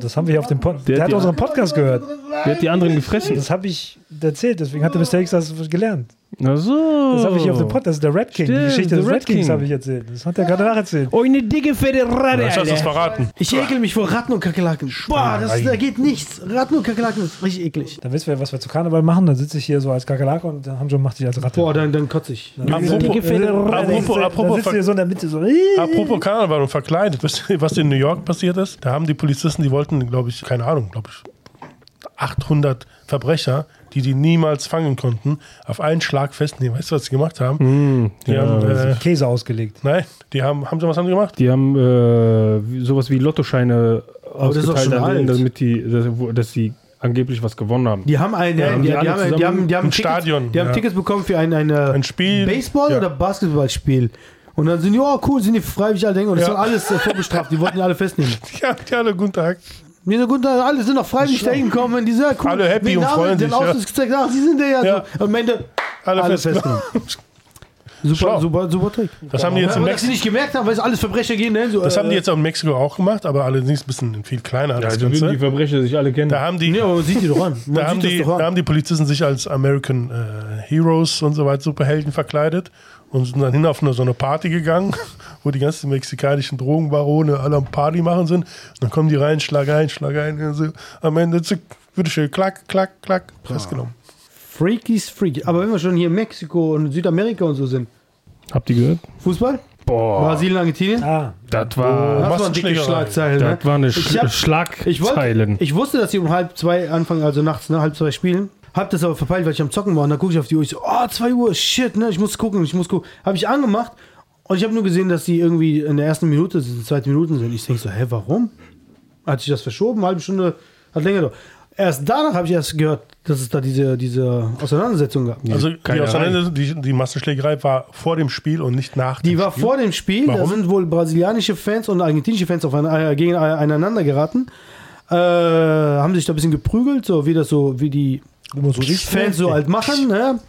[SPEAKER 4] Das haben wir hier auf dem Podcast. Der,
[SPEAKER 3] hat
[SPEAKER 4] hat
[SPEAKER 3] die-
[SPEAKER 4] unseren Podcast gehört.
[SPEAKER 3] Wer hat die anderen gefressen?
[SPEAKER 4] Das habe ich erzählt, deswegen hatte Mr. X das gelernt.
[SPEAKER 3] Ach so.
[SPEAKER 4] Das habe ich hier auf dem Podcast. Das ist der Red
[SPEAKER 3] Oh.
[SPEAKER 4] King.
[SPEAKER 3] Stimmt,
[SPEAKER 4] Die Geschichte des
[SPEAKER 3] der Red
[SPEAKER 4] Red Kings
[SPEAKER 3] King.
[SPEAKER 4] habe ich erzählt. Das hat er gerade nacherzählt.
[SPEAKER 3] Oh, eine dicke, fette Ratte,
[SPEAKER 2] Ich hast das verraten.
[SPEAKER 1] Ich ekel mich vor Ratten und Kakerlaken. Boah, das, da geht nichts. Ratten und Kakerlaken ist richtig eklig.
[SPEAKER 4] Dann wissen wir, was wir zu Karneval machen. Dann sitze ich hier so als Kakerlake und dann haben schon macht sich als Ratte.
[SPEAKER 1] Boah, dann, dann kotze ich.
[SPEAKER 2] Apropos, apropos,
[SPEAKER 4] dann
[SPEAKER 2] apropos,
[SPEAKER 4] sitzt ihr so in der Mitte so.
[SPEAKER 2] Apropos Karneval und verkleidet, wisst ihr, was in New York passiert ist? Da haben die Polizisten, die wollten, glaube ich, keine Ahnung, glaube ich, 800 Verbrecher, die die niemals fangen konnten, auf einen Schlag festnehmen. Weißt du, was sie gemacht haben? die haben äh,
[SPEAKER 4] Käse ausgelegt.
[SPEAKER 2] nein, die haben, haben sie was haben sie gemacht? [LAUGHS]
[SPEAKER 3] Die haben äh, wie- sowas wie Lottoscheine
[SPEAKER 1] das ist doch
[SPEAKER 3] ausgeteilt,
[SPEAKER 1] schon
[SPEAKER 3] an denen,
[SPEAKER 1] alt.
[SPEAKER 3] damit die, dass, wo- dass die angeblich was gewonnen haben.
[SPEAKER 1] Die haben ein, ja,
[SPEAKER 3] haben
[SPEAKER 1] die,
[SPEAKER 3] die
[SPEAKER 1] die,
[SPEAKER 3] alle
[SPEAKER 1] haben, die
[SPEAKER 3] zusammen
[SPEAKER 1] haben, die haben
[SPEAKER 2] im
[SPEAKER 1] Tickets,
[SPEAKER 2] Stadion,
[SPEAKER 1] Die haben
[SPEAKER 2] ja.
[SPEAKER 1] Tickets bekommen für ein, ein, äh,
[SPEAKER 2] Ein Spiel.
[SPEAKER 1] Baseball
[SPEAKER 2] Ja.
[SPEAKER 1] oder Basketballspiel. Und dann sind die, oh cool, sind die freiwillig alle denken. Und das
[SPEAKER 2] Ja.
[SPEAKER 1] sind alles äh, vorbestraft. Die wollten die
[SPEAKER 2] [LAUGHS]
[SPEAKER 1] alle festnehmen.
[SPEAKER 2] Ja, die alle guten Tag.
[SPEAKER 1] Wir sind gut, alle sind noch freiwillig dahin gekommen. Die sind ja cool.
[SPEAKER 2] Alle happy
[SPEAKER 1] Wir
[SPEAKER 2] und
[SPEAKER 1] haben
[SPEAKER 2] freuen
[SPEAKER 1] den
[SPEAKER 2] sich, ja.
[SPEAKER 1] Ausweis gezeigt, ach, sie sind der ja.
[SPEAKER 2] Ja.
[SPEAKER 1] So. Am Ende
[SPEAKER 2] Alle,
[SPEAKER 1] alle
[SPEAKER 2] festgenommen.
[SPEAKER 1] festgenommen. Super,
[SPEAKER 2] Schlau.
[SPEAKER 1] super, super Trick.
[SPEAKER 2] Das haben die jetzt in
[SPEAKER 1] Aber dass sie
[SPEAKER 2] Mexiko.
[SPEAKER 1] nicht gemerkt haben, weil es alles Verbrecher gehen, ne? So,
[SPEAKER 2] Das
[SPEAKER 1] äh,
[SPEAKER 2] haben die jetzt auch in Mexiko auch gemacht, aber allerdings ein bisschen viel kleiner.
[SPEAKER 3] Ja,
[SPEAKER 2] das
[SPEAKER 3] also würden die
[SPEAKER 2] Ganze.
[SPEAKER 3] Verbrecher sich alle kennen.
[SPEAKER 2] Da haben die,
[SPEAKER 1] Ja, aber man sieht die doch an.
[SPEAKER 2] [LAUGHS]
[SPEAKER 1] Man
[SPEAKER 2] da, haben
[SPEAKER 1] sieht das
[SPEAKER 2] die
[SPEAKER 1] doch an.
[SPEAKER 2] da haben die Polizisten sich als American äh, Heroes und so weiter Superhelden verkleidet und sind dann hin auf eine, so eine Party gegangen, [LAUGHS] wo die ganzen mexikanischen Drogenbarone alle am Party machen sind. Und dann kommen die rein, schlag ein, schlag ein. Und so, am Ende zick, wird schön klack, klack, klack, festgenommen.
[SPEAKER 1] Ah, Freakies Freaky. Aber wenn wir schon hier in Mexiko und Südamerika und so sind.
[SPEAKER 3] Habt ihr gehört?
[SPEAKER 1] Fußball?
[SPEAKER 3] Boah,
[SPEAKER 1] Brasilien, Argentinien?
[SPEAKER 4] Ah,
[SPEAKER 3] das war,
[SPEAKER 1] das war eine dicke
[SPEAKER 2] Massenschlägerei.
[SPEAKER 1] Schlagzeile, ne?
[SPEAKER 3] das war eine Sch
[SPEAKER 1] Ich hab-
[SPEAKER 3] Schlagzeilen.
[SPEAKER 1] Ich, wollte, ich wusste, dass sie um halb zwei anfangen, also nachts, ne, halb zwei spielen. Hab das aber verpeilt, weil ich am Zocken war. Und dann gucke ich auf die Uhr. Ich so, oh, 2 Uhr, shit, ne, ich muss gucken, ich muss gucken. Habe ich angemacht und ich habe nur gesehen, dass die irgendwie in der ersten Minute sind, zweiten Minuten sind. Ich denke so, hä, warum? Hat sich das verschoben? Eine halbe Stunde, hat länger gedauert. Erst danach habe ich erst gehört, dass es da diese, diese Auseinandersetzung gab.
[SPEAKER 2] Also die,
[SPEAKER 3] Keine
[SPEAKER 2] Auseinandersetzung, die, die Massenschlägerei war vor dem Spiel und nicht nach dem
[SPEAKER 1] Die war
[SPEAKER 2] Spiel.
[SPEAKER 1] vor dem Spiel. Da
[SPEAKER 2] Warum?
[SPEAKER 1] sind wohl brasilianische Fans und argentinische Fans auf äh, gegen, äh, einander geraten. Äh, haben sich da ein bisschen geprügelt, so wie das so, wie die
[SPEAKER 4] immer so ist.
[SPEAKER 1] Fans so alt machen. Ne?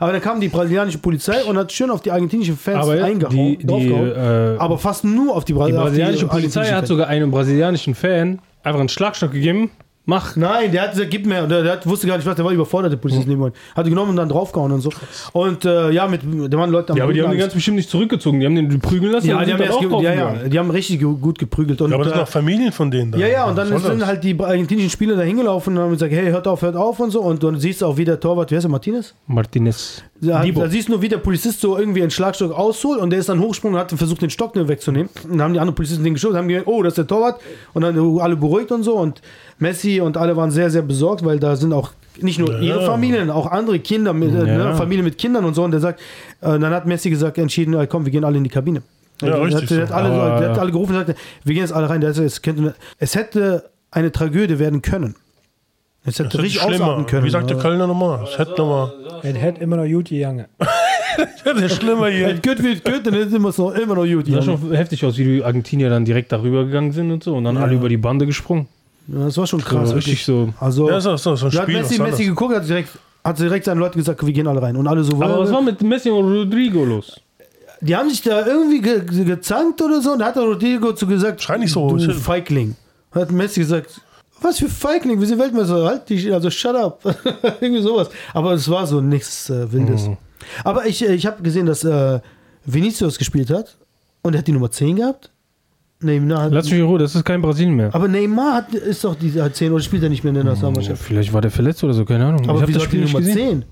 [SPEAKER 1] Aber dann kam die brasilianische Polizei und hat schön auf die argentinischen Fans
[SPEAKER 3] aber die,
[SPEAKER 1] eingehauen.
[SPEAKER 3] die,
[SPEAKER 1] draufgehauen.
[SPEAKER 3] äh,
[SPEAKER 1] aber fast nur auf die, Bra
[SPEAKER 3] die
[SPEAKER 1] auf
[SPEAKER 3] brasilianische Polizei
[SPEAKER 1] argentinischen
[SPEAKER 3] hat
[SPEAKER 1] Fans.
[SPEAKER 3] sogar einem brasilianischen Fan einfach einen Schlagstock gegeben. Mach.
[SPEAKER 1] Nein, der hat gesagt, gib mir, der, der hat, wusste gar nicht was, der war überfordert, der
[SPEAKER 3] Hm.
[SPEAKER 1] Polizist nehmen wollen. Hat genommen und dann draufgehauen und so. Und äh, ja, mit, der waren Leute am
[SPEAKER 3] Ja, aber die haben den ganz bestimmt nicht zurückgezogen. Die haben den prügeln lassen.
[SPEAKER 1] ja,
[SPEAKER 3] und
[SPEAKER 1] die
[SPEAKER 3] sind
[SPEAKER 1] haben,
[SPEAKER 3] dann
[SPEAKER 1] erst
[SPEAKER 3] auch
[SPEAKER 1] ge-
[SPEAKER 3] drauf
[SPEAKER 1] ja, ja,
[SPEAKER 3] gegangen.
[SPEAKER 1] die haben richtig ge- gut geprügelt. Und,
[SPEAKER 2] Ja, aber das
[SPEAKER 1] äh,
[SPEAKER 2] sind auch Familien von denen da.
[SPEAKER 1] Ja, ja, und dann
[SPEAKER 2] Was soll
[SPEAKER 1] sind
[SPEAKER 2] das?
[SPEAKER 1] halt die argentinischen Spieler da hingelaufen und haben gesagt, hey, hört auf, hört auf und so. Und dann siehst du auch, wie der Torwart, wer ist der, Martinez?
[SPEAKER 3] Martinez.
[SPEAKER 1] Da,
[SPEAKER 3] Dibo.
[SPEAKER 1] da siehst du nur, wie der Polizist so irgendwie einen Schlagstock ausholt und der ist dann hochgesprungen und hat versucht, den Stock nur wegzunehmen. Und dann haben die anderen Polizisten den geschoben, haben gemerkt, oh, das ist der Torwart. Und dann oh, alle beruhigt und so. Und Messi und alle waren sehr, sehr besorgt, weil da sind auch nicht nur ihre Familien, auch andere Kinder, mit, äh,
[SPEAKER 3] Ja.
[SPEAKER 1] ne, Familien mit Kindern und so. Und der sagt, äh, dann hat Messi gesagt, entschieden, äh, komm, wir gehen alle in die Kabine. Also,
[SPEAKER 2] Ja,
[SPEAKER 1] Der
[SPEAKER 2] richtig
[SPEAKER 1] Hat, der hat
[SPEAKER 2] so.
[SPEAKER 1] alle,
[SPEAKER 3] Aber-
[SPEAKER 1] so, der hat alle gerufen und gesagt, wir gehen jetzt alle rein. Der hat gesagt, es, könnte, es hätte eine Tragödie werden können. Es hätte
[SPEAKER 2] Das ist
[SPEAKER 1] richtig
[SPEAKER 2] schlimmer.
[SPEAKER 1] ausarten können. ne?
[SPEAKER 2] Wie sagt der
[SPEAKER 1] Ja.
[SPEAKER 2] Kölner nochmal? Es hätte nochmal.
[SPEAKER 4] Es hätte immer noch Juti Jange.
[SPEAKER 2] [LAUGHS] Das ist schlimmer hier.
[SPEAKER 1] Wenn gut wird gut, dann ist es noch, immer noch gut.
[SPEAKER 3] Das sah schon heftig aus, wie die Argentinier dann direkt darüber gegangen sind und so. Und dann alle über die Bande gesprungen.
[SPEAKER 1] Ja, das war schon krass.
[SPEAKER 3] so
[SPEAKER 1] wirklich.
[SPEAKER 3] richtig so.
[SPEAKER 1] Also,
[SPEAKER 2] Ja, so, so, so ein
[SPEAKER 1] da hat
[SPEAKER 2] Spiel.
[SPEAKER 1] Messi,
[SPEAKER 2] was anderes.
[SPEAKER 1] Messi geguckt, hat direkt, hat direkt seinen Leuten gesagt, wir gehen alle rein. Und alle so,
[SPEAKER 3] Aber
[SPEAKER 1] weil-
[SPEAKER 3] was war mit Messi und Rodrigo los?
[SPEAKER 1] die haben sich da irgendwie ge ge- gezankt oder so. Und da hat der Rodrigo zu gesagt,
[SPEAKER 2] Schrei nicht so,
[SPEAKER 1] du
[SPEAKER 2] shit.
[SPEAKER 1] Feigling. Und hat Messi gesagt, was für Feigling, wir sind Weltmeister, halt dich, also shut up. [LAUGHS] irgendwie sowas. Aber es war so nichts äh, Wildes.
[SPEAKER 3] Mhm.
[SPEAKER 1] Aber ich, äh, ich habe gesehen, dass äh, Vinicius gespielt hat und er hat die Nummer 10 gehabt. Neymar hat,
[SPEAKER 3] Lass mich in Ruhe, das ist kein Brasilien mehr.
[SPEAKER 1] aber Neymar hat, ist doch die hat 10 oder spielt er nicht mehr in der
[SPEAKER 3] Ja,
[SPEAKER 1] Nationalmannschaft.
[SPEAKER 3] vielleicht war der verletzt oder so, keine Ahnung.
[SPEAKER 1] Aber
[SPEAKER 3] hab
[SPEAKER 1] wie soll die Nummer
[SPEAKER 3] gesehen.
[SPEAKER 1] 10?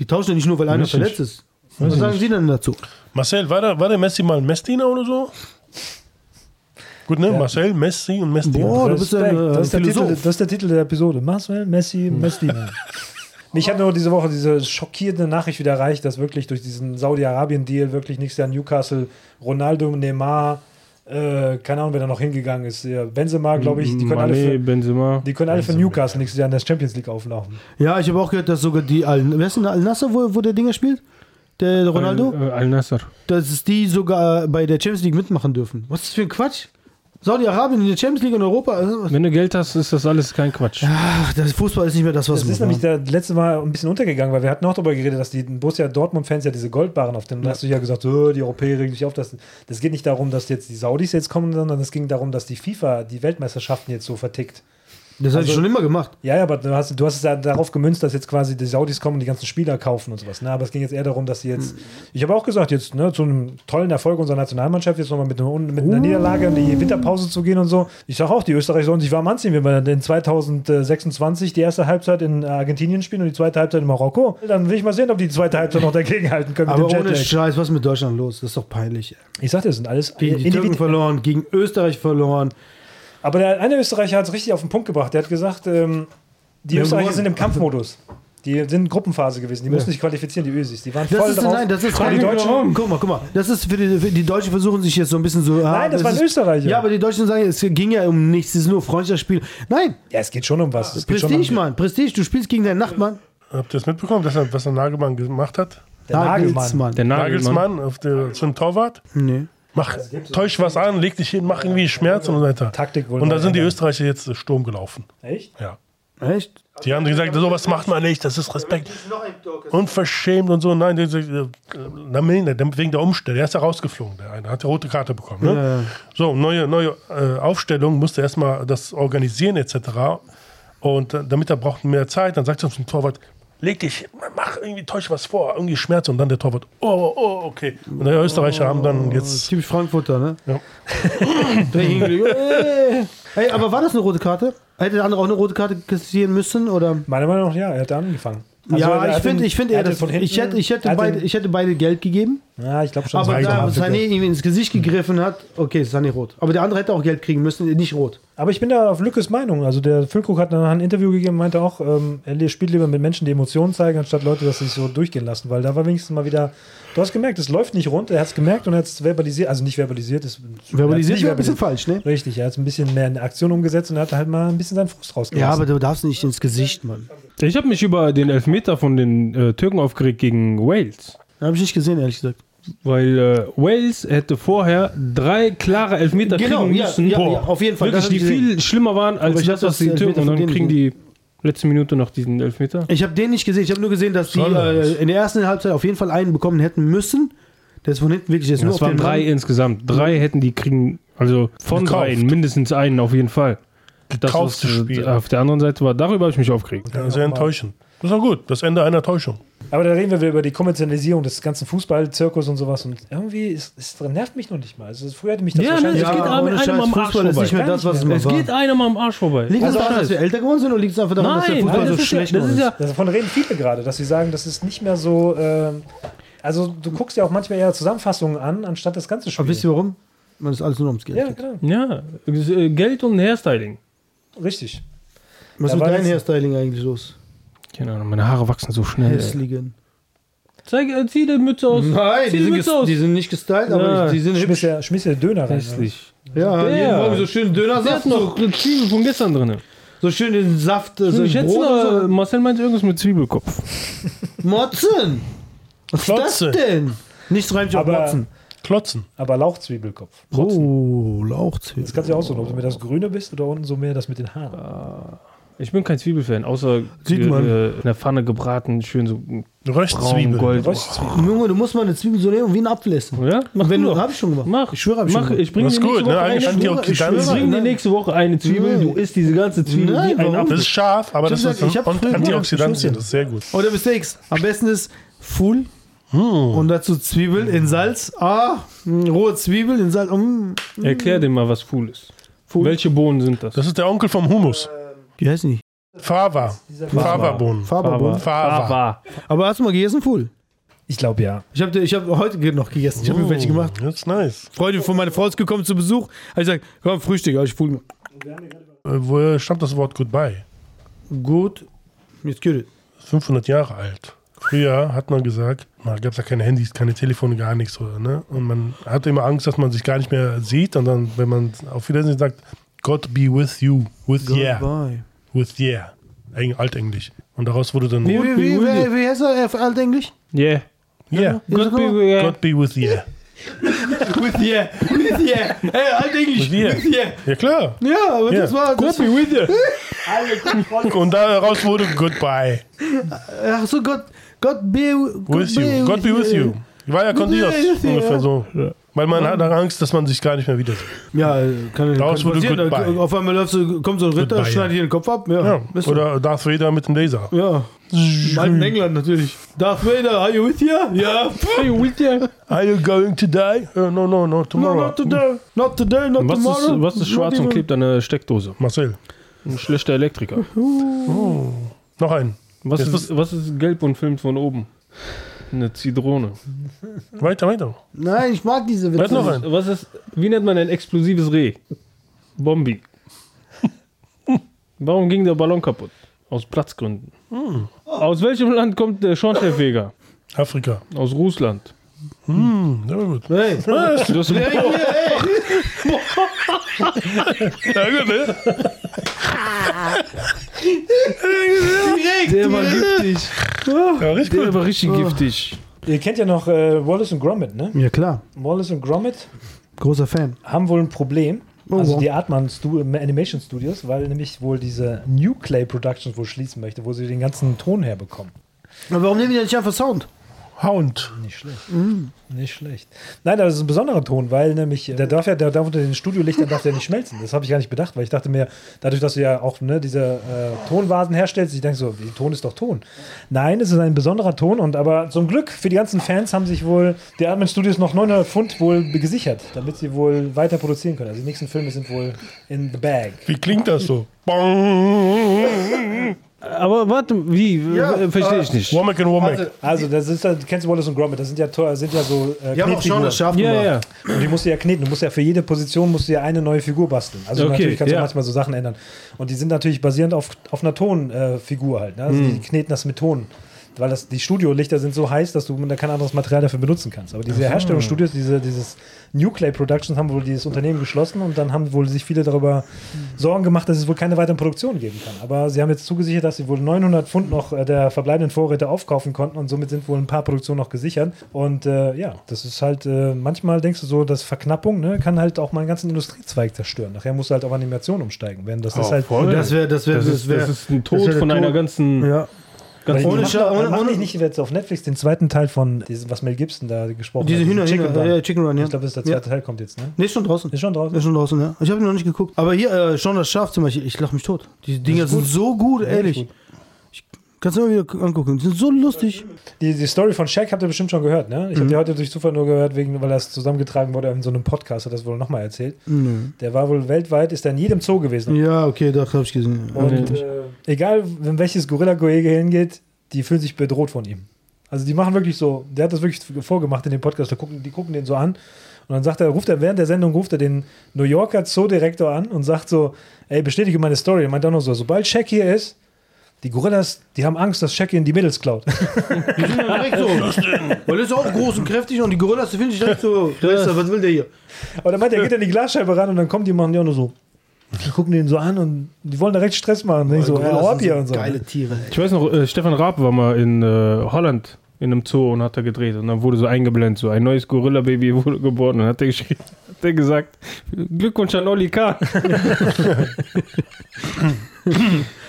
[SPEAKER 1] Die tauschen ja nicht nur, weil einer
[SPEAKER 3] Weiß ich nicht.
[SPEAKER 1] verletzt ist. Was sagen Sie denn dazu?
[SPEAKER 2] Marcel, war der, war der Messi mal Messdiener oder so? Gut, ne? Marcel, Messi und Messdiener.
[SPEAKER 1] Boah, du bist ja ein
[SPEAKER 4] das,
[SPEAKER 1] äh,
[SPEAKER 4] ist der Titel, das
[SPEAKER 1] Philosoph. Hm.
[SPEAKER 4] ist der Titel der Episode. Marcel, Messi,
[SPEAKER 1] [LAUGHS]
[SPEAKER 4] Messdiener. Mich hat nur diese Woche diese schockierende Nachricht wieder erreicht, dass wirklich durch diesen Saudi-Arabien-Deal wirklich nächstes Jahr Newcastle, Ronaldo, Neymar, äh, keine Ahnung, wer da noch hingegangen ist. Ja, Benzema, glaube ich, die können, alle
[SPEAKER 3] Mané,
[SPEAKER 4] für,
[SPEAKER 3] Benzema.
[SPEAKER 4] die können alle für Newcastle nächstes Jahr in der Champions League auflaufen.
[SPEAKER 1] Ja, ich habe auch gehört, dass sogar die Al, wer ist denn der Al Nasser, wo, wo der Dinger spielt? Der Ronaldo?
[SPEAKER 3] Äh, Al-Nassr.
[SPEAKER 1] Dass es die sogar bei der Champions League mitmachen dürfen. Was ist das für ein Quatsch? Saudi-Arabien in der Champions League in Europa. äh,
[SPEAKER 3] Wenn du Geld hast, ist das alles kein Quatsch.
[SPEAKER 1] Ach, das Fußball ist nicht mehr das, was
[SPEAKER 4] Das ist
[SPEAKER 1] man
[SPEAKER 4] nämlich
[SPEAKER 1] macht.
[SPEAKER 4] der letzte Mal ein bisschen untergegangen, weil wir hatten auch darüber geredet, dass die Borussia Dortmund-Fans ja diese Goldbarren auf dem. Da hast du ja gesagt, "Oh, die Europäer regen sich auf. Das, das geht nicht darum, dass jetzt die Saudis jetzt kommen, sondern es ging darum, dass die FIFA die Weltmeisterschaften jetzt so vertickt.
[SPEAKER 1] Das habe ich
[SPEAKER 4] also-
[SPEAKER 1] schon immer gemacht.
[SPEAKER 4] Ja, ja, aber du hast, du hast es ja darauf gemünzt, dass jetzt quasi die Saudis kommen und die ganzen Spieler kaufen und sowas. Ne? Aber es ging jetzt eher darum, dass sie jetzt,
[SPEAKER 1] Mhm.
[SPEAKER 4] ich habe auch gesagt, jetzt ne, zu einem tollen Erfolg unserer Nationalmannschaft jetzt nochmal mit, einer Un- mit einer
[SPEAKER 1] Uh.
[SPEAKER 4] Niederlage in die Winterpause zu gehen und so. Ich sage auch, die Österreicher sollen sich warm anziehen, wenn wir dann 2026 die erste Halbzeit in Argentinien spielen und die zweite Halbzeit in Marokko. Dann will ich mal sehen, ob die zweite Halbzeit noch dagegenhalten können
[SPEAKER 1] Aber
[SPEAKER 4] mit dem
[SPEAKER 1] ohne
[SPEAKER 4] Jetlag.
[SPEAKER 1] Scheiß, was ist mit Deutschland los? Das ist doch
[SPEAKER 3] Äh,
[SPEAKER 1] peinlich. ey.
[SPEAKER 4] Ich sagte, das sind alles
[SPEAKER 1] Gegen die
[SPEAKER 4] Individuen.
[SPEAKER 1] Türken verloren, gegen Österreich verloren.
[SPEAKER 4] Aber der eine Österreicher hat es richtig auf den Punkt gebracht. Der hat gesagt, ähm, die
[SPEAKER 1] Wir haben
[SPEAKER 4] Österreicher
[SPEAKER 1] gewonnen.
[SPEAKER 4] sind im Kampfmodus. Die sind in Gruppenphase gewesen. Die mussten sich qualifizieren, die Ösis. Die waren
[SPEAKER 1] Das
[SPEAKER 4] voll
[SPEAKER 1] ist,
[SPEAKER 4] drauf.
[SPEAKER 1] nein, das ist
[SPEAKER 4] Fragen die Deutschen.
[SPEAKER 1] Guck mal, guck mal. Das ist für die, für die Deutschen versuchen sich jetzt so ein bisschen so. ah,
[SPEAKER 4] das waren
[SPEAKER 1] ist,
[SPEAKER 4] Österreicher.
[SPEAKER 1] Ja, aber die Deutschen sagen, es ging ja um nichts, es ist nur Freundschaftsspiel. Nein,
[SPEAKER 4] Ja, es geht schon um was. Es geht schon
[SPEAKER 1] Prestige,
[SPEAKER 4] um,
[SPEAKER 1] Mann, Prestige, du spielst gegen deinen Nachbarn.
[SPEAKER 2] Habt ihr das mitbekommen, dass er, was der Nagelmann gemacht hat?
[SPEAKER 4] der Nagelmann.
[SPEAKER 1] Nagelsmann.
[SPEAKER 3] Der Nagelsmann.
[SPEAKER 2] Nagelsmann auf der, zum Torwart?
[SPEAKER 1] Nee.
[SPEAKER 2] Mach, täusch was an, leg dich hin, mach irgendwie Schmerz und so weiter.
[SPEAKER 4] Taktik wohl
[SPEAKER 2] Und da
[SPEAKER 4] neu
[SPEAKER 2] sind die
[SPEAKER 4] ändern.
[SPEAKER 2] Österreicher jetzt äh, Sturm gelaufen.
[SPEAKER 4] Echt?
[SPEAKER 2] Ja.
[SPEAKER 1] Echt?
[SPEAKER 2] Die haben gesagt, sowas macht man nicht, das ist Respekt. Unverschämt und so. Nein, die, die, die, die, wegen der Umstellung. Der ist ja rausgeflogen, der eine. Hat die rote Karte bekommen. Ne? So, neue, neue äh, Aufstellung, musste erstmal das organisieren etc. Und äh, damit er braucht mehr Zeit, dann sagt er zum Torwart, leg dich, mach irgendwie, täusch was vor, irgendwie Schmerz. Und dann der Torwart, oh, oh, okay. Und die Österreicher haben dann jetzt...
[SPEAKER 1] Typisch Frankfurter, ne?
[SPEAKER 2] Ja.
[SPEAKER 1] [LAUGHS] Der
[SPEAKER 4] [LAUGHS]
[SPEAKER 1] Hingelege, äh. Ey, aber war das eine rote Karte? Hätte der andere auch eine rote Karte kassieren müssen? Oder?
[SPEAKER 4] Meiner Meinung nach, ja, er hat da angefangen. Also
[SPEAKER 1] ja, ich finde ich find eher, das, ich, hätte, ich, hätte beide, ich hätte beide Geld gegeben.
[SPEAKER 4] Ja, ich glaube schon.
[SPEAKER 1] Aber
[SPEAKER 4] Sané
[SPEAKER 1] da
[SPEAKER 4] hat
[SPEAKER 1] Sané
[SPEAKER 4] bitte.
[SPEAKER 1] ihm ins Gesicht gegriffen hat, okay, ist Sané rot. Aber der andere hätte auch Geld kriegen müssen, nicht rot.
[SPEAKER 4] aber ich bin da auf Lückes Meinung. Also der Füllkrug hat dann ein Interview gegeben, meinte auch, ähm, er spielt lieber mit Menschen, die Emotionen zeigen, anstatt Leute, dass sie sich so durchgehen lassen. Weil da war wenigstens mal wieder, du hast gemerkt, es läuft nicht rund. Er hat es gemerkt und hat es verbalisiert, also nicht verbalisiert. Es,
[SPEAKER 1] Verbalisiert
[SPEAKER 4] er hat's nicht
[SPEAKER 1] wäre ein bisschen falsch, ne?
[SPEAKER 4] Richtig, er hat es ein bisschen mehr in Aktion umgesetzt und hat halt mal ein bisschen seinen Frust
[SPEAKER 1] Ja,
[SPEAKER 4] rausgelassen.
[SPEAKER 1] aber du darfst nicht ins Gesicht, Mann.
[SPEAKER 3] Ich habe mich über den Elfmeter von den äh, Türken aufgeregt gegen Wales.
[SPEAKER 1] Habe ich nicht gesehen, ehrlich gesagt.
[SPEAKER 3] Weil äh, Wales hätte vorher drei klare Elfmeter
[SPEAKER 1] Genau,
[SPEAKER 3] kriegen
[SPEAKER 1] ja,
[SPEAKER 3] müssen.
[SPEAKER 1] ja, ja, auf jeden Fall,
[SPEAKER 3] Wirklich,
[SPEAKER 1] das hab
[SPEAKER 3] die
[SPEAKER 1] ich gesehen.
[SPEAKER 3] viel schlimmer waren als
[SPEAKER 1] Aber ich
[SPEAKER 3] das,
[SPEAKER 1] hab
[SPEAKER 3] was
[SPEAKER 1] das
[SPEAKER 3] die Türken.
[SPEAKER 1] Elfmeter
[SPEAKER 3] Und
[SPEAKER 1] von
[SPEAKER 3] dann
[SPEAKER 1] denen
[SPEAKER 3] kriegen die letzte Minute noch diesen Elfmeter.
[SPEAKER 1] Ich habe den nicht gesehen. Ich habe nur gesehen, dass die äh, in der ersten Halbzeit auf jeden Fall einen bekommen hätten müssen. Der ist von hinten wirklich jetzt
[SPEAKER 3] Ja,
[SPEAKER 1] nur
[SPEAKER 3] es
[SPEAKER 1] auf den
[SPEAKER 3] waren drei
[SPEAKER 1] Mann. Mhm.
[SPEAKER 3] insgesamt. Drei hätten die kriegen, also von
[SPEAKER 2] Gekauft.
[SPEAKER 3] dreien, mindestens einen auf jeden Fall. Das, was
[SPEAKER 2] Gekauftes
[SPEAKER 3] äh,
[SPEAKER 2] Spiel.
[SPEAKER 3] auf der anderen Seite war, darüber habe ich mich aufgeregt.
[SPEAKER 2] Ja, sehr enttäuschend. Das ist auch gut, das Ende einer Täuschung.
[SPEAKER 4] Aber da reden wir wieder über die Kommerzialisierung des ganzen Fußballzirkus und sowas. Und irgendwie ist, ist, nervt mich noch nicht mal. Also früher hätte mich das wahrscheinlich.
[SPEAKER 1] ne, es geht aber ohne Scheiß, Fußball ist nicht mehr das, was es mal
[SPEAKER 3] Es
[SPEAKER 1] war.
[SPEAKER 3] geht einem am Arsch vorbei.
[SPEAKER 1] Liegt es
[SPEAKER 3] Ohne
[SPEAKER 1] daran,
[SPEAKER 3] Scheiß.
[SPEAKER 1] dass wir älter geworden sind oder liegt es einfach daran, dass der
[SPEAKER 3] Nein,
[SPEAKER 1] Fußball
[SPEAKER 3] nein,
[SPEAKER 1] so
[SPEAKER 3] das ist
[SPEAKER 1] schlecht
[SPEAKER 3] ja, das ist ja,
[SPEAKER 4] Also Davon reden viele gerade, dass sie sagen, das ist nicht mehr so. ähm, also du guckst ja auch manchmal eher Zusammenfassungen an, anstatt das ganze Spiel.
[SPEAKER 1] Aber wisst ihr warum? Man ist alles nur ums Geld.
[SPEAKER 4] ja,
[SPEAKER 1] geht.
[SPEAKER 4] genau.
[SPEAKER 3] Ja, äh, Geld und Hairstyling.
[SPEAKER 4] Richtig.
[SPEAKER 1] Was
[SPEAKER 4] Da
[SPEAKER 1] ist mit
[SPEAKER 4] war
[SPEAKER 1] deinem
[SPEAKER 4] jetzt-
[SPEAKER 1] Hairstyling eigentlich los?
[SPEAKER 3] Keine Ahnung, meine Haare wachsen so schnell. ey.
[SPEAKER 1] Hässlichen.
[SPEAKER 3] Zeig, äh, zieh die Mütze aus.
[SPEAKER 1] Nein,
[SPEAKER 3] zieh
[SPEAKER 1] die sind,
[SPEAKER 3] Mütze
[SPEAKER 1] ges-
[SPEAKER 3] aus.
[SPEAKER 1] die sind nicht gestylt,
[SPEAKER 3] Ja.
[SPEAKER 1] aber die sind hübsch.
[SPEAKER 4] Schmiss ja, schmiss ja Döner rein. ne?
[SPEAKER 3] Hässlich.
[SPEAKER 1] Ja,
[SPEAKER 3] Der.
[SPEAKER 1] jeden Morgen so schön Döner
[SPEAKER 3] Der hat
[SPEAKER 1] Saft, so,
[SPEAKER 3] noch Zwiebel von gestern drin.
[SPEAKER 1] so schön den Saft, äh, so
[SPEAKER 3] Ich
[SPEAKER 1] im
[SPEAKER 3] schätze,
[SPEAKER 1] Brot
[SPEAKER 3] äh,
[SPEAKER 1] und
[SPEAKER 3] Marcel meint irgendwas mit Zwiebelkopf.
[SPEAKER 1] so. Motzen! Was ist das
[SPEAKER 2] Klotze.
[SPEAKER 1] denn? Nichts reimt sich auf
[SPEAKER 4] Aber-
[SPEAKER 1] Motzen.
[SPEAKER 2] Klotzen.
[SPEAKER 4] Aber Lauchzwiebelkopf.
[SPEAKER 1] Oh, Lauchzwiebel.
[SPEAKER 4] Das kannst du ja auch so, ob du mir das Grüne bist oder unten so mehr das mit den Haaren.
[SPEAKER 3] Ich bin kein Zwiebelfan, außer
[SPEAKER 1] Sieht
[SPEAKER 3] äh,
[SPEAKER 1] man.
[SPEAKER 3] äh, in der Pfanne gebraten, schön so braun,
[SPEAKER 2] Röstzwiebeln.
[SPEAKER 3] gold.
[SPEAKER 4] Röstzwiebeln.
[SPEAKER 1] Junge, du musst mal eine Zwiebel so nehmen wie ein Apfel essen.
[SPEAKER 3] Ja? Mach
[SPEAKER 1] Wenn
[SPEAKER 3] du
[SPEAKER 1] du,
[SPEAKER 3] doch.
[SPEAKER 1] hab ich schon gemacht.
[SPEAKER 3] Mach,
[SPEAKER 1] Ich schwöre, hab ich schon
[SPEAKER 3] mach,
[SPEAKER 1] gemacht.
[SPEAKER 3] ich bring
[SPEAKER 2] Das
[SPEAKER 3] dir
[SPEAKER 2] ist
[SPEAKER 3] nächste
[SPEAKER 2] gut,
[SPEAKER 3] Woche
[SPEAKER 2] ne?
[SPEAKER 3] eine
[SPEAKER 2] Eigentlich
[SPEAKER 3] Zwiebel.
[SPEAKER 1] schwöre, ich
[SPEAKER 3] Ich
[SPEAKER 1] schwöre.
[SPEAKER 2] Antioxidantien.
[SPEAKER 3] bring dir nächste Woche eine Zwiebel,
[SPEAKER 1] Nein.
[SPEAKER 3] du isst diese ganze Zwiebel
[SPEAKER 1] Nein,
[SPEAKER 3] wie ein
[SPEAKER 1] warum?
[SPEAKER 3] Apfel.
[SPEAKER 2] Das ist scharf, aber das
[SPEAKER 1] Ich hab
[SPEAKER 2] ist ein
[SPEAKER 1] gesagt, ich hab
[SPEAKER 2] und
[SPEAKER 1] früher
[SPEAKER 2] Antioxidantien,
[SPEAKER 1] Brot
[SPEAKER 2] das ist sehr gut.
[SPEAKER 1] Oder Mistakes. Am besten ist Full und dazu Zwiebel in Salz. Ah, mh, rohe Zwiebel in Salz. Mm.
[SPEAKER 3] Erklär dir mal, was Fuhl ist. Welche Bohnen sind das?
[SPEAKER 2] Das ist der Onkel vom Humus.
[SPEAKER 1] Wie heißt die?
[SPEAKER 2] Fava. Fava-Bohnen.
[SPEAKER 1] Faberbohnen.
[SPEAKER 2] Fava.
[SPEAKER 1] Aber hast du mal gegessen Full?
[SPEAKER 4] Ich glaube ja.
[SPEAKER 1] Ich habe ich hab heute noch gegessen. Ich habe mir welche gemacht.
[SPEAKER 2] Das ist nice.
[SPEAKER 1] Freunde von meiner Frau ist gekommen zu Besuch. Hab Ich sage, komm, Frühstück. Hab ich Full gemacht.
[SPEAKER 2] Äh, Woher stammt das Wort Goodbye?
[SPEAKER 1] Gut. Jetzt geht es.
[SPEAKER 2] 500 Jahre alt. Früher hat man gesagt, man gab es ja keine Handys, keine Telefone, gar nichts. Oder, ne? Und man hatte immer Angst, dass man sich gar nicht mehr sieht. Und dann, wenn man auf Wiedersehen sagt, God be with you, with yeah,
[SPEAKER 1] Goodbye.
[SPEAKER 2] with yeah. Eng, Altenglisch. Und daraus wurde dann
[SPEAKER 1] Wie, wie, wie, wie, wie heißt er auf Altenglisch?
[SPEAKER 3] Yeah.
[SPEAKER 2] yeah.
[SPEAKER 3] Gott be with yeah.
[SPEAKER 2] God be with yeah.
[SPEAKER 1] With yeah. With yeah. Ey, Altenglisch.
[SPEAKER 2] With yeah.
[SPEAKER 1] With yeah.
[SPEAKER 2] Ja
[SPEAKER 1] [LAUGHS]
[SPEAKER 2] klar.
[SPEAKER 1] Ja, aber
[SPEAKER 2] Ja.
[SPEAKER 1] das war... Das
[SPEAKER 3] be with you.
[SPEAKER 2] Und daraus wurde Goodbye
[SPEAKER 1] Ach so, Gott, Gott be Gott
[SPEAKER 2] with you. God be with you. War ja Kondios
[SPEAKER 1] be with you,
[SPEAKER 2] ungefähr
[SPEAKER 1] ja.
[SPEAKER 2] so. Weil man hat dann Angst, dass man sich gar nicht mehr wieder sieht.
[SPEAKER 1] äh, Ja, kann,
[SPEAKER 2] Daraus
[SPEAKER 1] kann
[SPEAKER 2] wurde
[SPEAKER 1] passieren. Äh,
[SPEAKER 2] Goodbye.
[SPEAKER 1] Auf einmal läufst du, kommt so ein Ritter,
[SPEAKER 2] Goodbye,
[SPEAKER 1] schneidet dir den Kopf ab. Ja,
[SPEAKER 2] Ja.
[SPEAKER 1] bist du.
[SPEAKER 2] Oder Darth Vader mit dem Laser.
[SPEAKER 1] Ja. Im alten England natürlich. Darth Vader, are you with you? Ja.
[SPEAKER 3] Are you with you?
[SPEAKER 2] Are you going to die? Uh, no, no, no,
[SPEAKER 1] No,
[SPEAKER 2] tomorrow.
[SPEAKER 1] not today. Not today, not
[SPEAKER 3] Was
[SPEAKER 1] tomorrow.
[SPEAKER 3] ist, was ist schwarz und klebt an der Steckdose?
[SPEAKER 2] Marcel,
[SPEAKER 3] Ein schlechter Elektriker.
[SPEAKER 2] noch einen.
[SPEAKER 3] Was
[SPEAKER 2] Jetzt
[SPEAKER 3] ist, was ist gelb und filmt von oben? Eine Zidrone.
[SPEAKER 2] Weiter, weiter.
[SPEAKER 1] Nein, ich mag diese
[SPEAKER 2] Warte noch
[SPEAKER 1] Witze.
[SPEAKER 2] einen.
[SPEAKER 3] Was ist, wie nennt man ein explosives Reh?
[SPEAKER 2] [LAUGHS]
[SPEAKER 3] Bombi. Warum ging der Ballon kaputt? Aus Platzgründen.
[SPEAKER 2] Hm.
[SPEAKER 3] Aus welchem Land kommt der Schornsteinfeger?
[SPEAKER 2] Afrika.
[SPEAKER 3] Aus Russland.
[SPEAKER 2] Hm, sehr gut.
[SPEAKER 3] [LAUGHS]
[SPEAKER 1] Hey,
[SPEAKER 3] Das
[SPEAKER 2] Ja, gut, ne?
[SPEAKER 3] der war giftig.
[SPEAKER 2] Ja, richtig
[SPEAKER 3] Der
[SPEAKER 2] gut.
[SPEAKER 3] war richtig giftig.
[SPEAKER 4] Ihr kennt ja noch äh, Wallace und Gromit, ne?
[SPEAKER 1] Ja, klar.
[SPEAKER 4] Wallace und Gromit
[SPEAKER 1] Großer Fan.
[SPEAKER 4] haben wohl ein Problem.
[SPEAKER 1] Oh,
[SPEAKER 4] Also die Artman Stu Animation Studios, weil nämlich wohl diese New Clay Productions wohl schließen möchte, wo sie den ganzen Ton herbekommen.
[SPEAKER 1] Aber warum nehmen die da nicht einfach Sound?
[SPEAKER 2] Hound.
[SPEAKER 4] Nicht schlecht. Nicht schlecht. Nein, das ist ein besonderer Ton, weil nämlich, äh, der darf ja, der darf unter den Studiolichtern darf der nicht schmelzen. Das habe ich gar nicht bedacht, weil ich dachte mir, dadurch, dass du ja auch ne, diese äh, Tonvasen herstellst, ich denke so, die Ton ist doch Ton. Nein, es ist ein besonderer Ton und aber zum Glück für die ganzen Fans haben sich wohl die Armin Studios noch 900 Pfund wohl gesichert, damit sie wohl weiter produzieren können. Also die nächsten Filme sind wohl in the bag.
[SPEAKER 2] Wie klingt das so? Bong.
[SPEAKER 3] Aber warte, wie? Äh, Verstehe ich nicht.
[SPEAKER 2] Womack and Womack.
[SPEAKER 4] Also das ist, dann- kennst du Wallace und Gromit, das sind ja, to- sind ja so äh,
[SPEAKER 1] Die haben auch schon
[SPEAKER 4] Knetfiguren.
[SPEAKER 1] das scharf
[SPEAKER 3] Ja,
[SPEAKER 1] gemacht.
[SPEAKER 3] ja.
[SPEAKER 4] Und die musst du ja kneten. Du musst ja für jede Position musst du ja eine neue Figur basteln. Also
[SPEAKER 3] Okay,
[SPEAKER 4] natürlich kannst
[SPEAKER 3] ja.
[SPEAKER 4] du manchmal so Sachen ändern. Und die sind natürlich basierend auf, auf einer Tonfigur äh, Figur halt. Ne? Also
[SPEAKER 3] Mhm.
[SPEAKER 4] die kneten das mit Ton. Weil das, die Studiolichter sind so heiß, dass du da kein anderes Material dafür benutzen kannst. Aber diese Herstellungsstudios, diese, dieses New Clay Productions haben wohl dieses Unternehmen geschlossen und dann haben wohl sich viele darüber Sorgen gemacht, dass es wohl keine weiteren Produktionen geben kann. Aber sie haben jetzt zugesichert, dass sie wohl 900 Pfund noch äh, der verbleibenden Vorräte aufkaufen konnten und somit sind wohl ein paar Produktionen noch gesichert. Und äh, ja, das ist halt, äh, manchmal denkst du so, dass Verknappung ne, kann halt auch mal einen ganzen Industriezweig zerstören. Nachher musst du halt auf Animation umsteigen. Wenn das ist halt
[SPEAKER 3] voll.
[SPEAKER 1] Das wäre, das wäre,
[SPEAKER 3] Das ist, das ist ein Tod von einer ganzen.
[SPEAKER 1] Ja.
[SPEAKER 3] ganzen
[SPEAKER 1] Ohne
[SPEAKER 4] ohne
[SPEAKER 1] Scha- ohne-
[SPEAKER 4] Mach
[SPEAKER 1] ohne-
[SPEAKER 4] ich nicht jetzt auf Netflix den zweiten Teil von diesem, was Mel Gibson da gesprochen
[SPEAKER 1] Diese
[SPEAKER 4] hat.
[SPEAKER 1] Hühner,
[SPEAKER 4] Chicken
[SPEAKER 1] Hühner,
[SPEAKER 4] Run.
[SPEAKER 1] ja, Oh, Chicken Run, ja.
[SPEAKER 4] Ich glaube, das ist der
[SPEAKER 1] Ja.
[SPEAKER 4] zweite Teil kommt jetzt, ne?
[SPEAKER 1] Nee, ist schon draußen.
[SPEAKER 4] Ist schon draußen.
[SPEAKER 1] Ist schon draußen, ja. Ich habe ihn noch nicht geguckt. Aber hier, äh, Sean das Schaf zum Beispiel, ich lache mich tot. Die Dinger sind so gut, ehrlich. Ich kann es immer wieder k- angucken. Die sind so lustig.
[SPEAKER 4] Die, die Story von Shaq habt ihr bestimmt schon gehört, ne? Ich
[SPEAKER 1] Mhm.
[SPEAKER 4] habe die heute durch Zufall nur gehört, wegen, weil das zusammengetragen wurde in so einem Podcast, hat das wohl nochmal erzählt. Der war wohl weltweit, ist er in jedem Zoo gewesen.
[SPEAKER 1] Ja, okay, da habe ich gesehen.
[SPEAKER 4] Und äh, egal, in welches Gorilla-Gehege hingeht, die fühlen sich bedroht von ihm. Also die machen wirklich so, der hat das wirklich vorgemacht in dem Podcast, da gucken, die gucken den so an und dann sagt er, ruft er während der Sendung, ruft er den New Yorker Zoodirektor an und sagt so, ey, bestätige meine Story. Er meint auch noch so, sobald Shaq hier ist, die Gorillas, die haben Angst, dass Shaq ihnen die Mädels klaut. [LAUGHS]
[SPEAKER 1] Die sind dann direkt so. Weil das ist auch groß und kräftig und die Gorillas, die finden sich direkt so. Scheiße, Was will der hier?
[SPEAKER 4] Aber dann meint er, geht an die Glasscheibe ran und dann kommen die und machen die auch nur so. Die gucken den so an und die wollen direkt Stress machen. Und ich so, ey,
[SPEAKER 1] Gorillas
[SPEAKER 4] hau ab
[SPEAKER 1] sind
[SPEAKER 4] hier und so.
[SPEAKER 1] Geile Tiere. ey.
[SPEAKER 3] Ich weiß noch, äh, Stefan Raab war mal in äh, Holland in einem Zoo und hat da gedreht und dann wurde so eingeblendet, so ein neues Gorilla-Baby [LAUGHS] wurde geboren und hat er geschrieben, hat er gesagt, Glückwunsch an Oli K. [LAUGHS]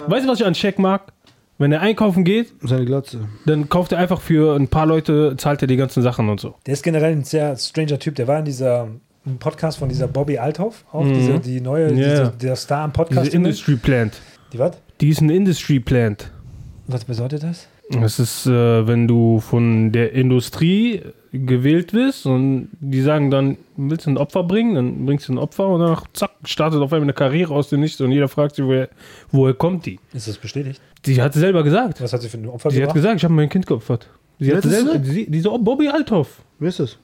[SPEAKER 3] weißt du, was ich an Scheck mag? Wenn er einkaufen geht,
[SPEAKER 1] Seine Glatze.
[SPEAKER 3] dann kauft er einfach für ein paar Leute, zahlt er die ganzen Sachen und so.
[SPEAKER 4] Der ist generell ein sehr stranger Typ. Der war in dieser im Podcast von dieser Bobby Althoff, auch diese, die neue,
[SPEAKER 3] Mhm. Ja.
[SPEAKER 4] diese, der Star am
[SPEAKER 3] Diese
[SPEAKER 4] Podcast.
[SPEAKER 3] Industry Plant.
[SPEAKER 4] die was?
[SPEAKER 3] Die ist ein Industry Plant.
[SPEAKER 4] Was bedeutet das?
[SPEAKER 3] Das ist, äh, wenn du von der Industrie gewählt wirst und die sagen dann, willst du ein Opfer bringen? Dann bringst du ein Opfer und danach, zack, startet auf einmal eine Karriere aus dem Nichts und jeder fragt sich, woher, woher kommt die?
[SPEAKER 4] Ist das bestätigt?
[SPEAKER 3] Die hat selber gesagt.
[SPEAKER 4] Was hat sie für ein Opfer
[SPEAKER 3] Sie hat
[SPEAKER 4] gebracht?
[SPEAKER 3] gesagt, ich habe mein Kind geopfert. Sie hat
[SPEAKER 1] Letztes
[SPEAKER 3] selber,
[SPEAKER 1] Jahr?
[SPEAKER 3] sie, diese Bobby Althoff,
[SPEAKER 1] Wer ist das?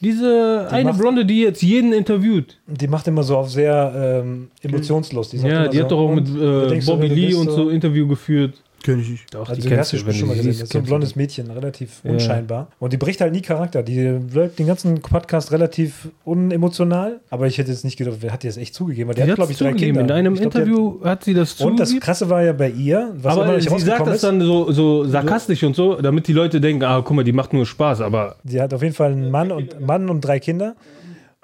[SPEAKER 3] diese eine
[SPEAKER 4] macht-
[SPEAKER 3] Blonde, die jetzt jeden interviewt.
[SPEAKER 4] Die macht immer so auf sehr ähm, emotionslos. Die sagt
[SPEAKER 3] Ja,
[SPEAKER 4] immer
[SPEAKER 3] die
[SPEAKER 4] so,
[SPEAKER 3] hat doch auch
[SPEAKER 4] und
[SPEAKER 3] mit
[SPEAKER 4] da
[SPEAKER 3] äh,
[SPEAKER 4] denkst du,
[SPEAKER 3] Bobby
[SPEAKER 4] wer du
[SPEAKER 3] Lee
[SPEAKER 4] bist,
[SPEAKER 3] und so Interview geführt.
[SPEAKER 1] Kenn ich nicht.
[SPEAKER 3] Doch,
[SPEAKER 4] Also die hast du
[SPEAKER 3] wenn
[SPEAKER 4] schon mal
[SPEAKER 3] sie
[SPEAKER 4] gesehen.
[SPEAKER 3] siehst,
[SPEAKER 4] Das ist so ein
[SPEAKER 3] kennst du
[SPEAKER 4] blondes
[SPEAKER 3] die.
[SPEAKER 4] Mädchen, relativ unscheinbar. Und die bricht halt nie Charakter. Die bleibt den ganzen Podcast relativ unemotional. Aber ich hätte jetzt nicht gedacht, wer hat die das echt zugegeben? Weil die,
[SPEAKER 3] Die
[SPEAKER 4] hat,
[SPEAKER 3] hat
[SPEAKER 4] glaube ich, drei
[SPEAKER 3] zugegeben.
[SPEAKER 4] Kinder.
[SPEAKER 3] In einem
[SPEAKER 4] ich glaub, die hat-
[SPEAKER 3] Interview hat sie das
[SPEAKER 4] Und das
[SPEAKER 3] zugegeben.
[SPEAKER 4] Krasse war ja bei ihr, was immer noch
[SPEAKER 3] aber
[SPEAKER 4] nicht
[SPEAKER 3] sie sagt
[SPEAKER 4] rausgekommen
[SPEAKER 3] das
[SPEAKER 4] ist.
[SPEAKER 3] dann so, so sarkastisch und so, damit die Leute denken, ah, guck mal, die macht nur Spaß, aber
[SPEAKER 4] Sie hat auf jeden Fall einen Mann und, Mann und drei Kinder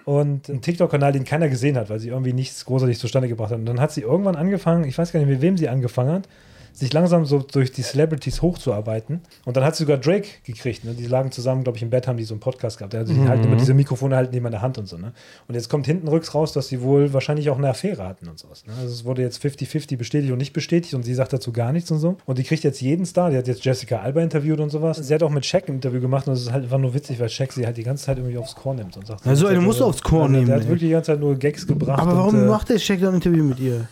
[SPEAKER 4] und einen TikTok-Kanal, den keiner gesehen hat, weil sie irgendwie nichts großartig zustande gebracht hat. Und dann hat sie irgendwann angefangen, ich weiß gar nicht, mit wem sie angefangen hat, sich langsam so durch die Celebrities hochzuarbeiten. Und dann hat sie sogar Drake gekriegt. Ne? Die lagen zusammen, glaube ich, im Bett, haben die so einen Podcast gehabt. Also die
[SPEAKER 1] Mhm.
[SPEAKER 4] halten immer diese Mikrofone halten die immer in der Hand und so. Ne? Und jetzt kommt hinten rücks raus, dass sie wohl wahrscheinlich auch eine Affäre hatten und sowas. Ne? Also es wurde jetzt 50-50 bestätigt und nicht bestätigt und sie sagt dazu gar nichts und so. Und die kriegt jetzt jeden Star. Die hat jetzt Jessica Alba interviewt und sowas. Sie hat auch mit Shaq ein Interview gemacht und es ist halt einfach nur witzig, weil Shaq sie halt die ganze Zeit irgendwie aufs Korn nimmt und sagt.
[SPEAKER 1] Ja, so eine musst Also, du aufs Korn
[SPEAKER 4] Der,
[SPEAKER 1] nehmen,
[SPEAKER 4] der hat
[SPEAKER 1] ey.
[SPEAKER 4] wirklich die ganze Zeit nur Gags gebracht.
[SPEAKER 1] Aber warum
[SPEAKER 4] und, äh,
[SPEAKER 1] macht der Check dann ein Interview mit ihr?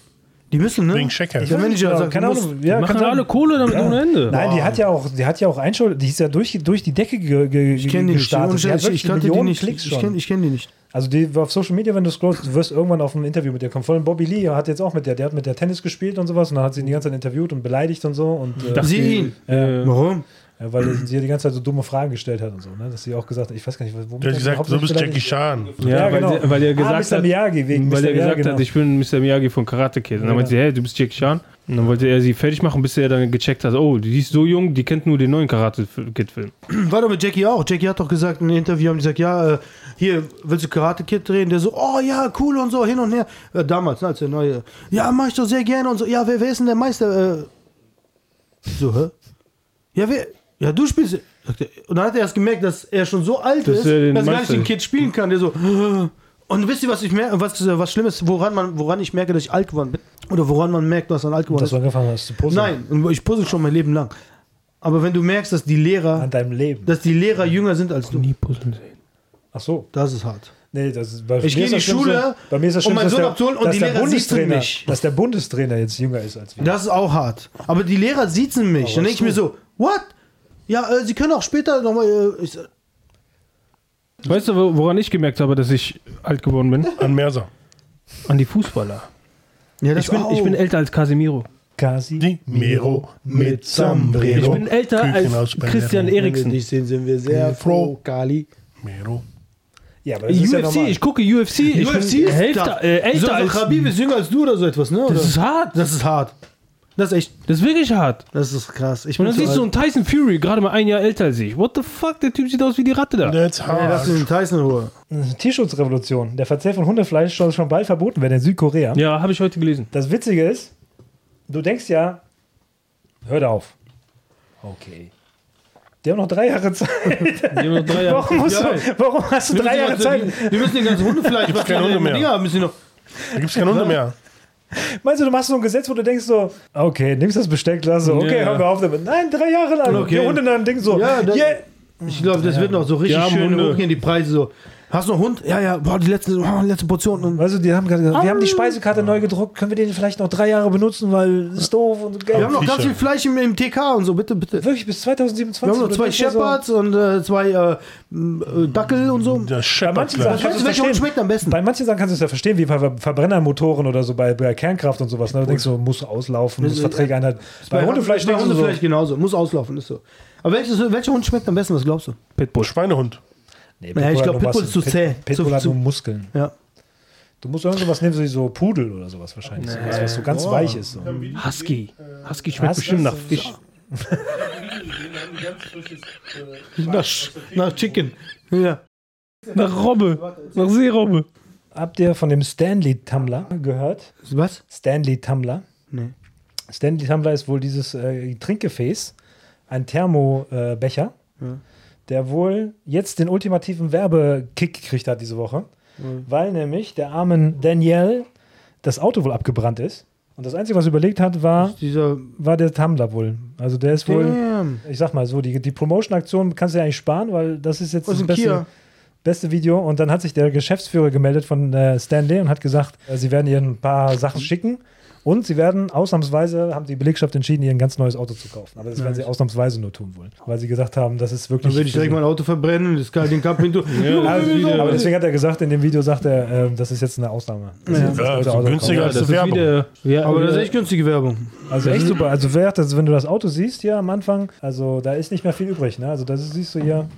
[SPEAKER 1] Die müssen, ne?
[SPEAKER 2] Wegen Checker.
[SPEAKER 1] Der Manager
[SPEAKER 4] genau,
[SPEAKER 1] sagt,
[SPEAKER 4] keine
[SPEAKER 1] du musst-
[SPEAKER 4] Ahnung. Ja,
[SPEAKER 3] also die machen
[SPEAKER 4] kann sein.
[SPEAKER 3] alle Kohle damit ohne Ende.
[SPEAKER 4] Nein, die hat ja auch, die hat ja auch Einschuld, die ist ja durch, durch die Decke ge, ge,
[SPEAKER 1] Ich kenne die nicht.
[SPEAKER 4] gestartet.
[SPEAKER 1] Ohne
[SPEAKER 4] Die hat
[SPEAKER 1] Scheiß, Ich,
[SPEAKER 4] wirklich
[SPEAKER 1] ich kannte die
[SPEAKER 4] Millionen
[SPEAKER 1] nicht.
[SPEAKER 4] Klicks
[SPEAKER 1] Ich
[SPEAKER 4] schon.
[SPEAKER 1] kenne ich kenn die nicht.
[SPEAKER 4] Also die auf Social Media, wenn du scrollst, du wirst irgendwann auf ein Interview mit ihr kommen. Vor allem Bobby Lee hat jetzt auch mit der, der hat mit der Tennis gespielt und sowas und dann hat sie ihn die ganze Zeit interviewt und beleidigt und so und äh,
[SPEAKER 3] Dachte,
[SPEAKER 1] Sie ihn.
[SPEAKER 3] Äh,
[SPEAKER 1] Warum?
[SPEAKER 4] ja, weil sie ihr die ganze Zeit so dumme Fragen gestellt hat und so, ne? dass sie auch gesagt hat, ich weiß gar nicht, wo
[SPEAKER 2] Der hat gesagt, du bist Jackie Chan.
[SPEAKER 3] ja,
[SPEAKER 4] Ja, genau.
[SPEAKER 3] weil, der- weil er
[SPEAKER 4] Ah,
[SPEAKER 3] gesagt
[SPEAKER 4] Mr.
[SPEAKER 3] hat,
[SPEAKER 4] Miyagi, genau. wegen
[SPEAKER 3] weil
[SPEAKER 4] Mr.
[SPEAKER 3] er gesagt
[SPEAKER 4] Miyagi,
[SPEAKER 3] hat, ich bin Mr. Miyagi von Karate Kid. Und dann
[SPEAKER 4] Ja.
[SPEAKER 3] meinte sie, hey, du bist Jackie Chan. Und dann wollte er sie fertig machen, bis er dann gecheckt hat, oh, die ist so jung, die kennt nur den neuen Karate-Kid-Film.
[SPEAKER 1] War doch mit Jackie auch. Jackie hat doch gesagt, in einem Interview haben die gesagt, ja, äh, hier, willst du Karate Kid drehen? Der so, oh ja, cool und so, hin und her. Äh, damals, ne, als der neue. Ja, mach ich doch sehr gerne und so. Ja, wer, wer ist denn der Meister? Äh, Ich so, hä? Ja, wer? Ja, du spielst. sagt er. Und dann hat er erst gemerkt, dass er schon so alt
[SPEAKER 3] Dass
[SPEAKER 1] ist,
[SPEAKER 3] er den
[SPEAKER 1] dass er gar nicht
[SPEAKER 3] Meister
[SPEAKER 1] den
[SPEAKER 3] ist.
[SPEAKER 1] Kid spielen kann. Der so, äh. und wisst ihr, was ich merke, was, äh, was schlimm ist, woran, man, woran ich merke, dass ich alt geworden bin? Oder woran man merkt, dass man alt geworden
[SPEAKER 4] Dass
[SPEAKER 1] ist?
[SPEAKER 4] du angefangen hast zu puzzeln.
[SPEAKER 1] Nein, und ich puzzle schon mein Leben lang. Aber wenn du merkst, dass die Lehrer,
[SPEAKER 4] An deinem Leben.
[SPEAKER 1] dass die Lehrer jünger sind als du,
[SPEAKER 3] Nie puzzeln sehen.
[SPEAKER 4] Ach so.
[SPEAKER 1] das ist hart.
[SPEAKER 4] Nee, das ist, bei mir
[SPEAKER 1] Ich gehe
[SPEAKER 4] ist
[SPEAKER 1] in
[SPEAKER 4] das
[SPEAKER 1] die
[SPEAKER 4] Schlimmste-
[SPEAKER 1] Schule,
[SPEAKER 4] bei mir ist das Schlimmste,
[SPEAKER 1] um meinen
[SPEAKER 4] dass
[SPEAKER 1] Sohn
[SPEAKER 4] der-
[SPEAKER 1] abzuholen und
[SPEAKER 4] dass
[SPEAKER 1] die
[SPEAKER 4] der
[SPEAKER 1] Lehrer sitzen
[SPEAKER 4] Bundestrainer-
[SPEAKER 1] mich.
[SPEAKER 4] Dass der Bundestrainer jetzt jünger ist als wir.
[SPEAKER 1] Das ist auch hart. Aber die Lehrer siezen mich. Dann denke ich mir so, what? Ja, äh, sie können auch später nochmal. Äh, ich, so,
[SPEAKER 3] Weißt du, wo- woran ich gemerkt habe, dass ich alt geworden
[SPEAKER 4] [LAUGHS]
[SPEAKER 3] bin?
[SPEAKER 2] An Merser.
[SPEAKER 3] An die Fußballer.
[SPEAKER 1] ja,
[SPEAKER 3] Ich bin, ich bin älter als Casemiro.
[SPEAKER 4] Kasi.
[SPEAKER 2] Die Mero mit Sombrero.
[SPEAKER 3] Ich bin älter
[SPEAKER 2] Küken
[SPEAKER 3] als
[SPEAKER 2] aus Berlin.
[SPEAKER 3] Christian
[SPEAKER 1] Wenn wir
[SPEAKER 3] Eriksen.
[SPEAKER 1] dich sehen, sind wir sehr
[SPEAKER 2] Froh.
[SPEAKER 1] froh, Kali.
[SPEAKER 2] Mero.
[SPEAKER 4] Ja, aber das ist ja
[SPEAKER 3] UFC,
[SPEAKER 4] normal.
[SPEAKER 3] ich gucke UFC. Ich bin Hälfte, äh,
[SPEAKER 1] so,
[SPEAKER 3] älter
[SPEAKER 1] als
[SPEAKER 3] als...
[SPEAKER 1] Khabib ist jünger als du oder so etwas, ne? Oder?
[SPEAKER 3] Das ist hart.
[SPEAKER 1] das ist hart. Das ist echt,
[SPEAKER 3] Das ist wirklich hart.
[SPEAKER 1] das ist krass. Ich
[SPEAKER 3] Und
[SPEAKER 1] bin
[SPEAKER 3] dann
[SPEAKER 1] zu
[SPEAKER 3] siehst du so einen Tyson Fury, gerade mal ein Jahr älter als ich. What the fuck, der Typ sieht aus wie die Ratte da.
[SPEAKER 2] That's
[SPEAKER 1] alt. Ey, lass
[SPEAKER 2] hard.
[SPEAKER 1] den Tyson in Ruhe.
[SPEAKER 4] Tierschutzrevolution. Der Verzehr von Hundefleisch soll schon bald verboten werden in Südkorea.
[SPEAKER 3] Ja, habe ich heute gelesen.
[SPEAKER 4] Das Witzige ist, du denkst ja, hört auf. Okay. Die haben noch drei Jahre
[SPEAKER 1] [LAUGHS]
[SPEAKER 4] Zeit.
[SPEAKER 3] Die haben noch drei Jahre-
[SPEAKER 4] Warum, musst
[SPEAKER 1] Ja, ey.
[SPEAKER 4] du, warum hast du drei Jahre Zeit?
[SPEAKER 1] Wir müssen den ganzen Hundefleisch, was
[SPEAKER 2] keine
[SPEAKER 1] wir
[SPEAKER 2] Hunde
[SPEAKER 1] in den
[SPEAKER 2] mehr.
[SPEAKER 1] Dinger haben, müssen wir noch.
[SPEAKER 2] Da gibt's keine Hunde mehr.
[SPEAKER 4] Meinst du, du machst so ein Gesetz, wo du denkst so, okay, nimmst das Besteck, lass so, okay,
[SPEAKER 3] Ja.
[SPEAKER 4] hör wir auf damit. Nein, drei Jahre lang.
[SPEAKER 1] Okay.
[SPEAKER 4] Okay. Die Hunde dann denken so,
[SPEAKER 1] Ja, das-
[SPEAKER 4] yeah.
[SPEAKER 1] Ich glaube, das wird noch so richtig
[SPEAKER 3] Ja,
[SPEAKER 1] schön
[SPEAKER 3] Hunde.
[SPEAKER 1] hochgehen, die Preise so. Hast du noch Hund? Ja, ja, boah, die letzte, boah, die letzte Portion. Und
[SPEAKER 4] Weißt du, die haben gerade gesagt, wir haben die Speisekarte neu gedruckt, können wir den vielleicht noch drei Jahre benutzen, weil ist doof und Geld.
[SPEAKER 1] wir haben noch ganz
[SPEAKER 2] Fische.
[SPEAKER 1] viel Fleisch im, im TK und so, bitte, bitte.
[SPEAKER 4] wirklich bis 2027.
[SPEAKER 1] Wir haben noch
[SPEAKER 4] oder
[SPEAKER 1] zwei
[SPEAKER 4] das war so-
[SPEAKER 1] Shepherds und äh, zwei äh, m, äh, Dackel und so.
[SPEAKER 2] Der
[SPEAKER 4] Bei manchen Sachen
[SPEAKER 2] Shepard.
[SPEAKER 4] kannst
[SPEAKER 1] Weißt du,
[SPEAKER 4] du es
[SPEAKER 1] welcher Hund
[SPEAKER 4] verstehen.
[SPEAKER 1] schmeckt am besten?
[SPEAKER 4] Bei manchen Sachen kannst du es ja verstehen, wie bei Ver- Verbrennermotoren oder so, bei, bei Kernkraft und sowas. Ne? Du denkst so, muss auslaufen, muss
[SPEAKER 1] Ja,
[SPEAKER 4] Verträge einhalten. Bei Hundefleisch
[SPEAKER 1] bei
[SPEAKER 4] denkst du so,
[SPEAKER 1] Hundefleisch genauso. Muss auslaufen, ist so. Aber welches, welcher Hund schmeckt am besten? Was glaubst du?
[SPEAKER 3] Pitbull.
[SPEAKER 2] Schweinehund.
[SPEAKER 4] nee,
[SPEAKER 1] Ja, ich
[SPEAKER 4] hat
[SPEAKER 1] glaub,
[SPEAKER 4] nur
[SPEAKER 1] Pitbull
[SPEAKER 4] Masse.
[SPEAKER 1] ist zu
[SPEAKER 4] Pit-
[SPEAKER 1] zäh.
[SPEAKER 4] Pitbull
[SPEAKER 1] Zu-
[SPEAKER 4] hat nur
[SPEAKER 1] zu-
[SPEAKER 4] Muskeln.
[SPEAKER 1] Ja.
[SPEAKER 4] Du musst irgendwas nehmen, so wie so Pudel oder sowas wahrscheinlich. Sowas, was so ganz weich ist. So.
[SPEAKER 3] Husky. Husky schmeckt
[SPEAKER 4] Husky.
[SPEAKER 3] bestimmt nach Fisch.
[SPEAKER 5] Nach, Sch- nach Chicken.
[SPEAKER 1] Ja.
[SPEAKER 5] Nach Robbe. Nach Seerobbe.
[SPEAKER 4] Habt ihr von dem Stanley Tumbler gehört?
[SPEAKER 1] Was?
[SPEAKER 4] Stanley Tumbler.
[SPEAKER 1] Nee.
[SPEAKER 4] Stanley Tumbler ist wohl dieses äh, Trinkgefäß, ein Thermobecher, äh, Becher, der wohl jetzt den ultimativen Werbekick gekriegt hat diese Woche, weil nämlich der armen Danielle das Auto wohl abgebrannt ist. Und das Einzige, was er überlegt hat, war,
[SPEAKER 1] Dieser.
[SPEAKER 4] war der Tumbler wohl. Also der ist wohl,
[SPEAKER 1] Damn.
[SPEAKER 4] ich sag mal so, die, die Promotion-Aktion kannst du ja eigentlich sparen, weil das ist jetzt
[SPEAKER 1] Aus
[SPEAKER 4] das
[SPEAKER 1] dem
[SPEAKER 4] beste,
[SPEAKER 1] Kia.
[SPEAKER 4] beste Video. Und dann hat sich der Geschäftsführer gemeldet von äh, Stanley und hat gesagt, äh, sie werden ihr ein paar Sachen schicken. Und sie werden ausnahmsweise, haben die Belegschaft entschieden, ihr ein ganz neues Auto zu kaufen. Aber das werden sie ausnahmsweise nur tun wollen. Weil sie gesagt haben, das ist wirklich.
[SPEAKER 1] Dann würde ich direkt mein Auto verbrennen, das kann den Cup hinter.
[SPEAKER 4] Ja,
[SPEAKER 1] Ja,
[SPEAKER 4] aber, deswegen hat er gesagt, in dem Video sagt er, äh, das ist jetzt eine Ausnahme. Das ist jetzt
[SPEAKER 2] Ja,
[SPEAKER 4] das
[SPEAKER 2] also
[SPEAKER 4] Auto
[SPEAKER 2] günstiger
[SPEAKER 4] kaufen.
[SPEAKER 2] als die Werbung.
[SPEAKER 3] wieder, ja,
[SPEAKER 1] Aber das ist echt günstige Werbung.
[SPEAKER 4] Also echt super. Also wer hat das, wenn du das Auto siehst hier am Anfang, also da ist nicht mehr viel übrig. Ne? Also das ist- siehst du hier,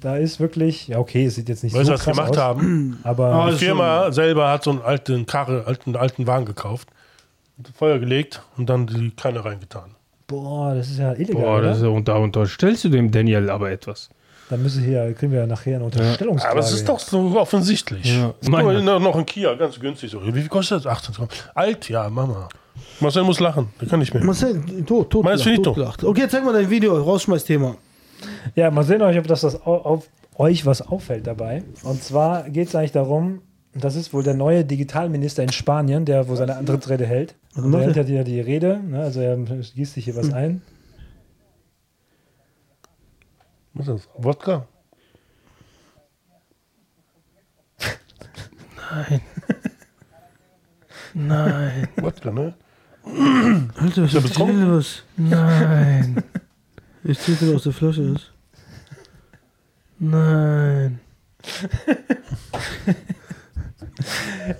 [SPEAKER 4] da ist wirklich, ja okay, es sieht jetzt nicht
[SPEAKER 2] Weißt
[SPEAKER 4] so
[SPEAKER 2] du,
[SPEAKER 4] krass
[SPEAKER 2] was wir gemacht
[SPEAKER 4] aus,
[SPEAKER 2] haben?
[SPEAKER 4] aber
[SPEAKER 1] Ah,
[SPEAKER 2] Die Firma selber hat so einen alten Karre, alten, alten Wagen gekauft, Feuer gelegt und dann die Kanne reingetan.
[SPEAKER 4] boah, das ist ja illegal.
[SPEAKER 3] Boah,
[SPEAKER 4] oder?
[SPEAKER 3] das ist, und da unterstellst du dem Daniel aber etwas.
[SPEAKER 4] Dann müssen hier, kriegen wir ja nachher eine Unterstellungsfrage.
[SPEAKER 2] Aber es ist doch so offensichtlich.
[SPEAKER 3] Ja.
[SPEAKER 2] Guck mal,
[SPEAKER 3] Meine.
[SPEAKER 2] noch noch ein Kia, ganz günstig. So. Wie viel kostet das? 18. Euro. Alt, ja, Mama. Marcel muss lachen, der kann nicht mehr.
[SPEAKER 1] Marcel, tot, tot.
[SPEAKER 2] Meins
[SPEAKER 1] gelacht,
[SPEAKER 2] finde ich tot.
[SPEAKER 1] gelacht. Okay, zeig mal dein Video, Rausschmeißthema.
[SPEAKER 4] Ja, mal sehen euch, ob das, das au- auf euch was auffällt dabei. Und zwar geht es eigentlich darum, das ist wohl der neue Digitalminister in Spanien, der wo seine Antrittsrede hält. Und der hält ja die, die Rede, ne? also er gießt sich hier was ein.
[SPEAKER 2] Was ist das? Wodka?
[SPEAKER 3] Nein,
[SPEAKER 2] Wodka, ne?
[SPEAKER 1] Alter, was ist
[SPEAKER 2] betrunken?
[SPEAKER 1] denn los?
[SPEAKER 3] nein,
[SPEAKER 1] [LAUGHS] Ich zieh den aus der Flasche. Ist.
[SPEAKER 3] nein.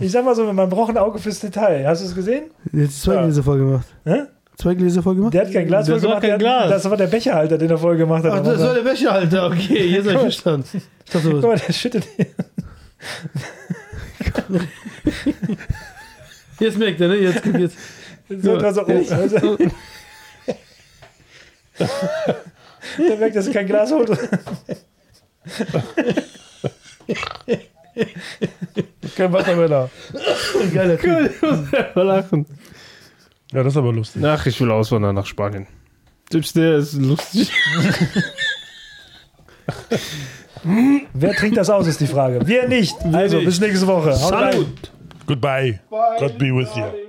[SPEAKER 4] Ich sag mal so, man braucht ein Auge fürs Detail. Hast du es gesehen?
[SPEAKER 1] Jetzt zwei
[SPEAKER 4] Ja.
[SPEAKER 1] Gläser voll gemacht.
[SPEAKER 4] Hä?
[SPEAKER 1] Zwei Gläser voll gemacht?
[SPEAKER 4] Der hat kein Glas
[SPEAKER 3] Das
[SPEAKER 4] voll
[SPEAKER 3] war
[SPEAKER 4] gemacht.
[SPEAKER 3] kein
[SPEAKER 4] der hat,
[SPEAKER 3] Glas.
[SPEAKER 4] Das war der Becherhalter, den er voll gemacht hat.
[SPEAKER 1] Ach, das war der Wäschehalter. Okay, jetzt
[SPEAKER 4] [LAUGHS]
[SPEAKER 1] hab ich verstanden. Ich dachte,
[SPEAKER 4] Guck
[SPEAKER 1] was.
[SPEAKER 4] mal, der schüttet.
[SPEAKER 1] Jetzt merkt er, ne? Jetzt, jetzt.
[SPEAKER 4] So, da so, oh, also. Der merkt, dass er kein Glas holt.
[SPEAKER 2] Kein Wasser mehr da.
[SPEAKER 1] Geiler Typ.
[SPEAKER 3] Lachen.
[SPEAKER 2] Ja, das ist aber lustig.
[SPEAKER 3] Ach, ich will auswandern nach Spanien. Tipps, der ist lustig.
[SPEAKER 4] Wer trinkt das aus, ist die Frage. Wir nicht. Also, bis nächste Woche. Haut rein.
[SPEAKER 2] Goodbye. God be with you.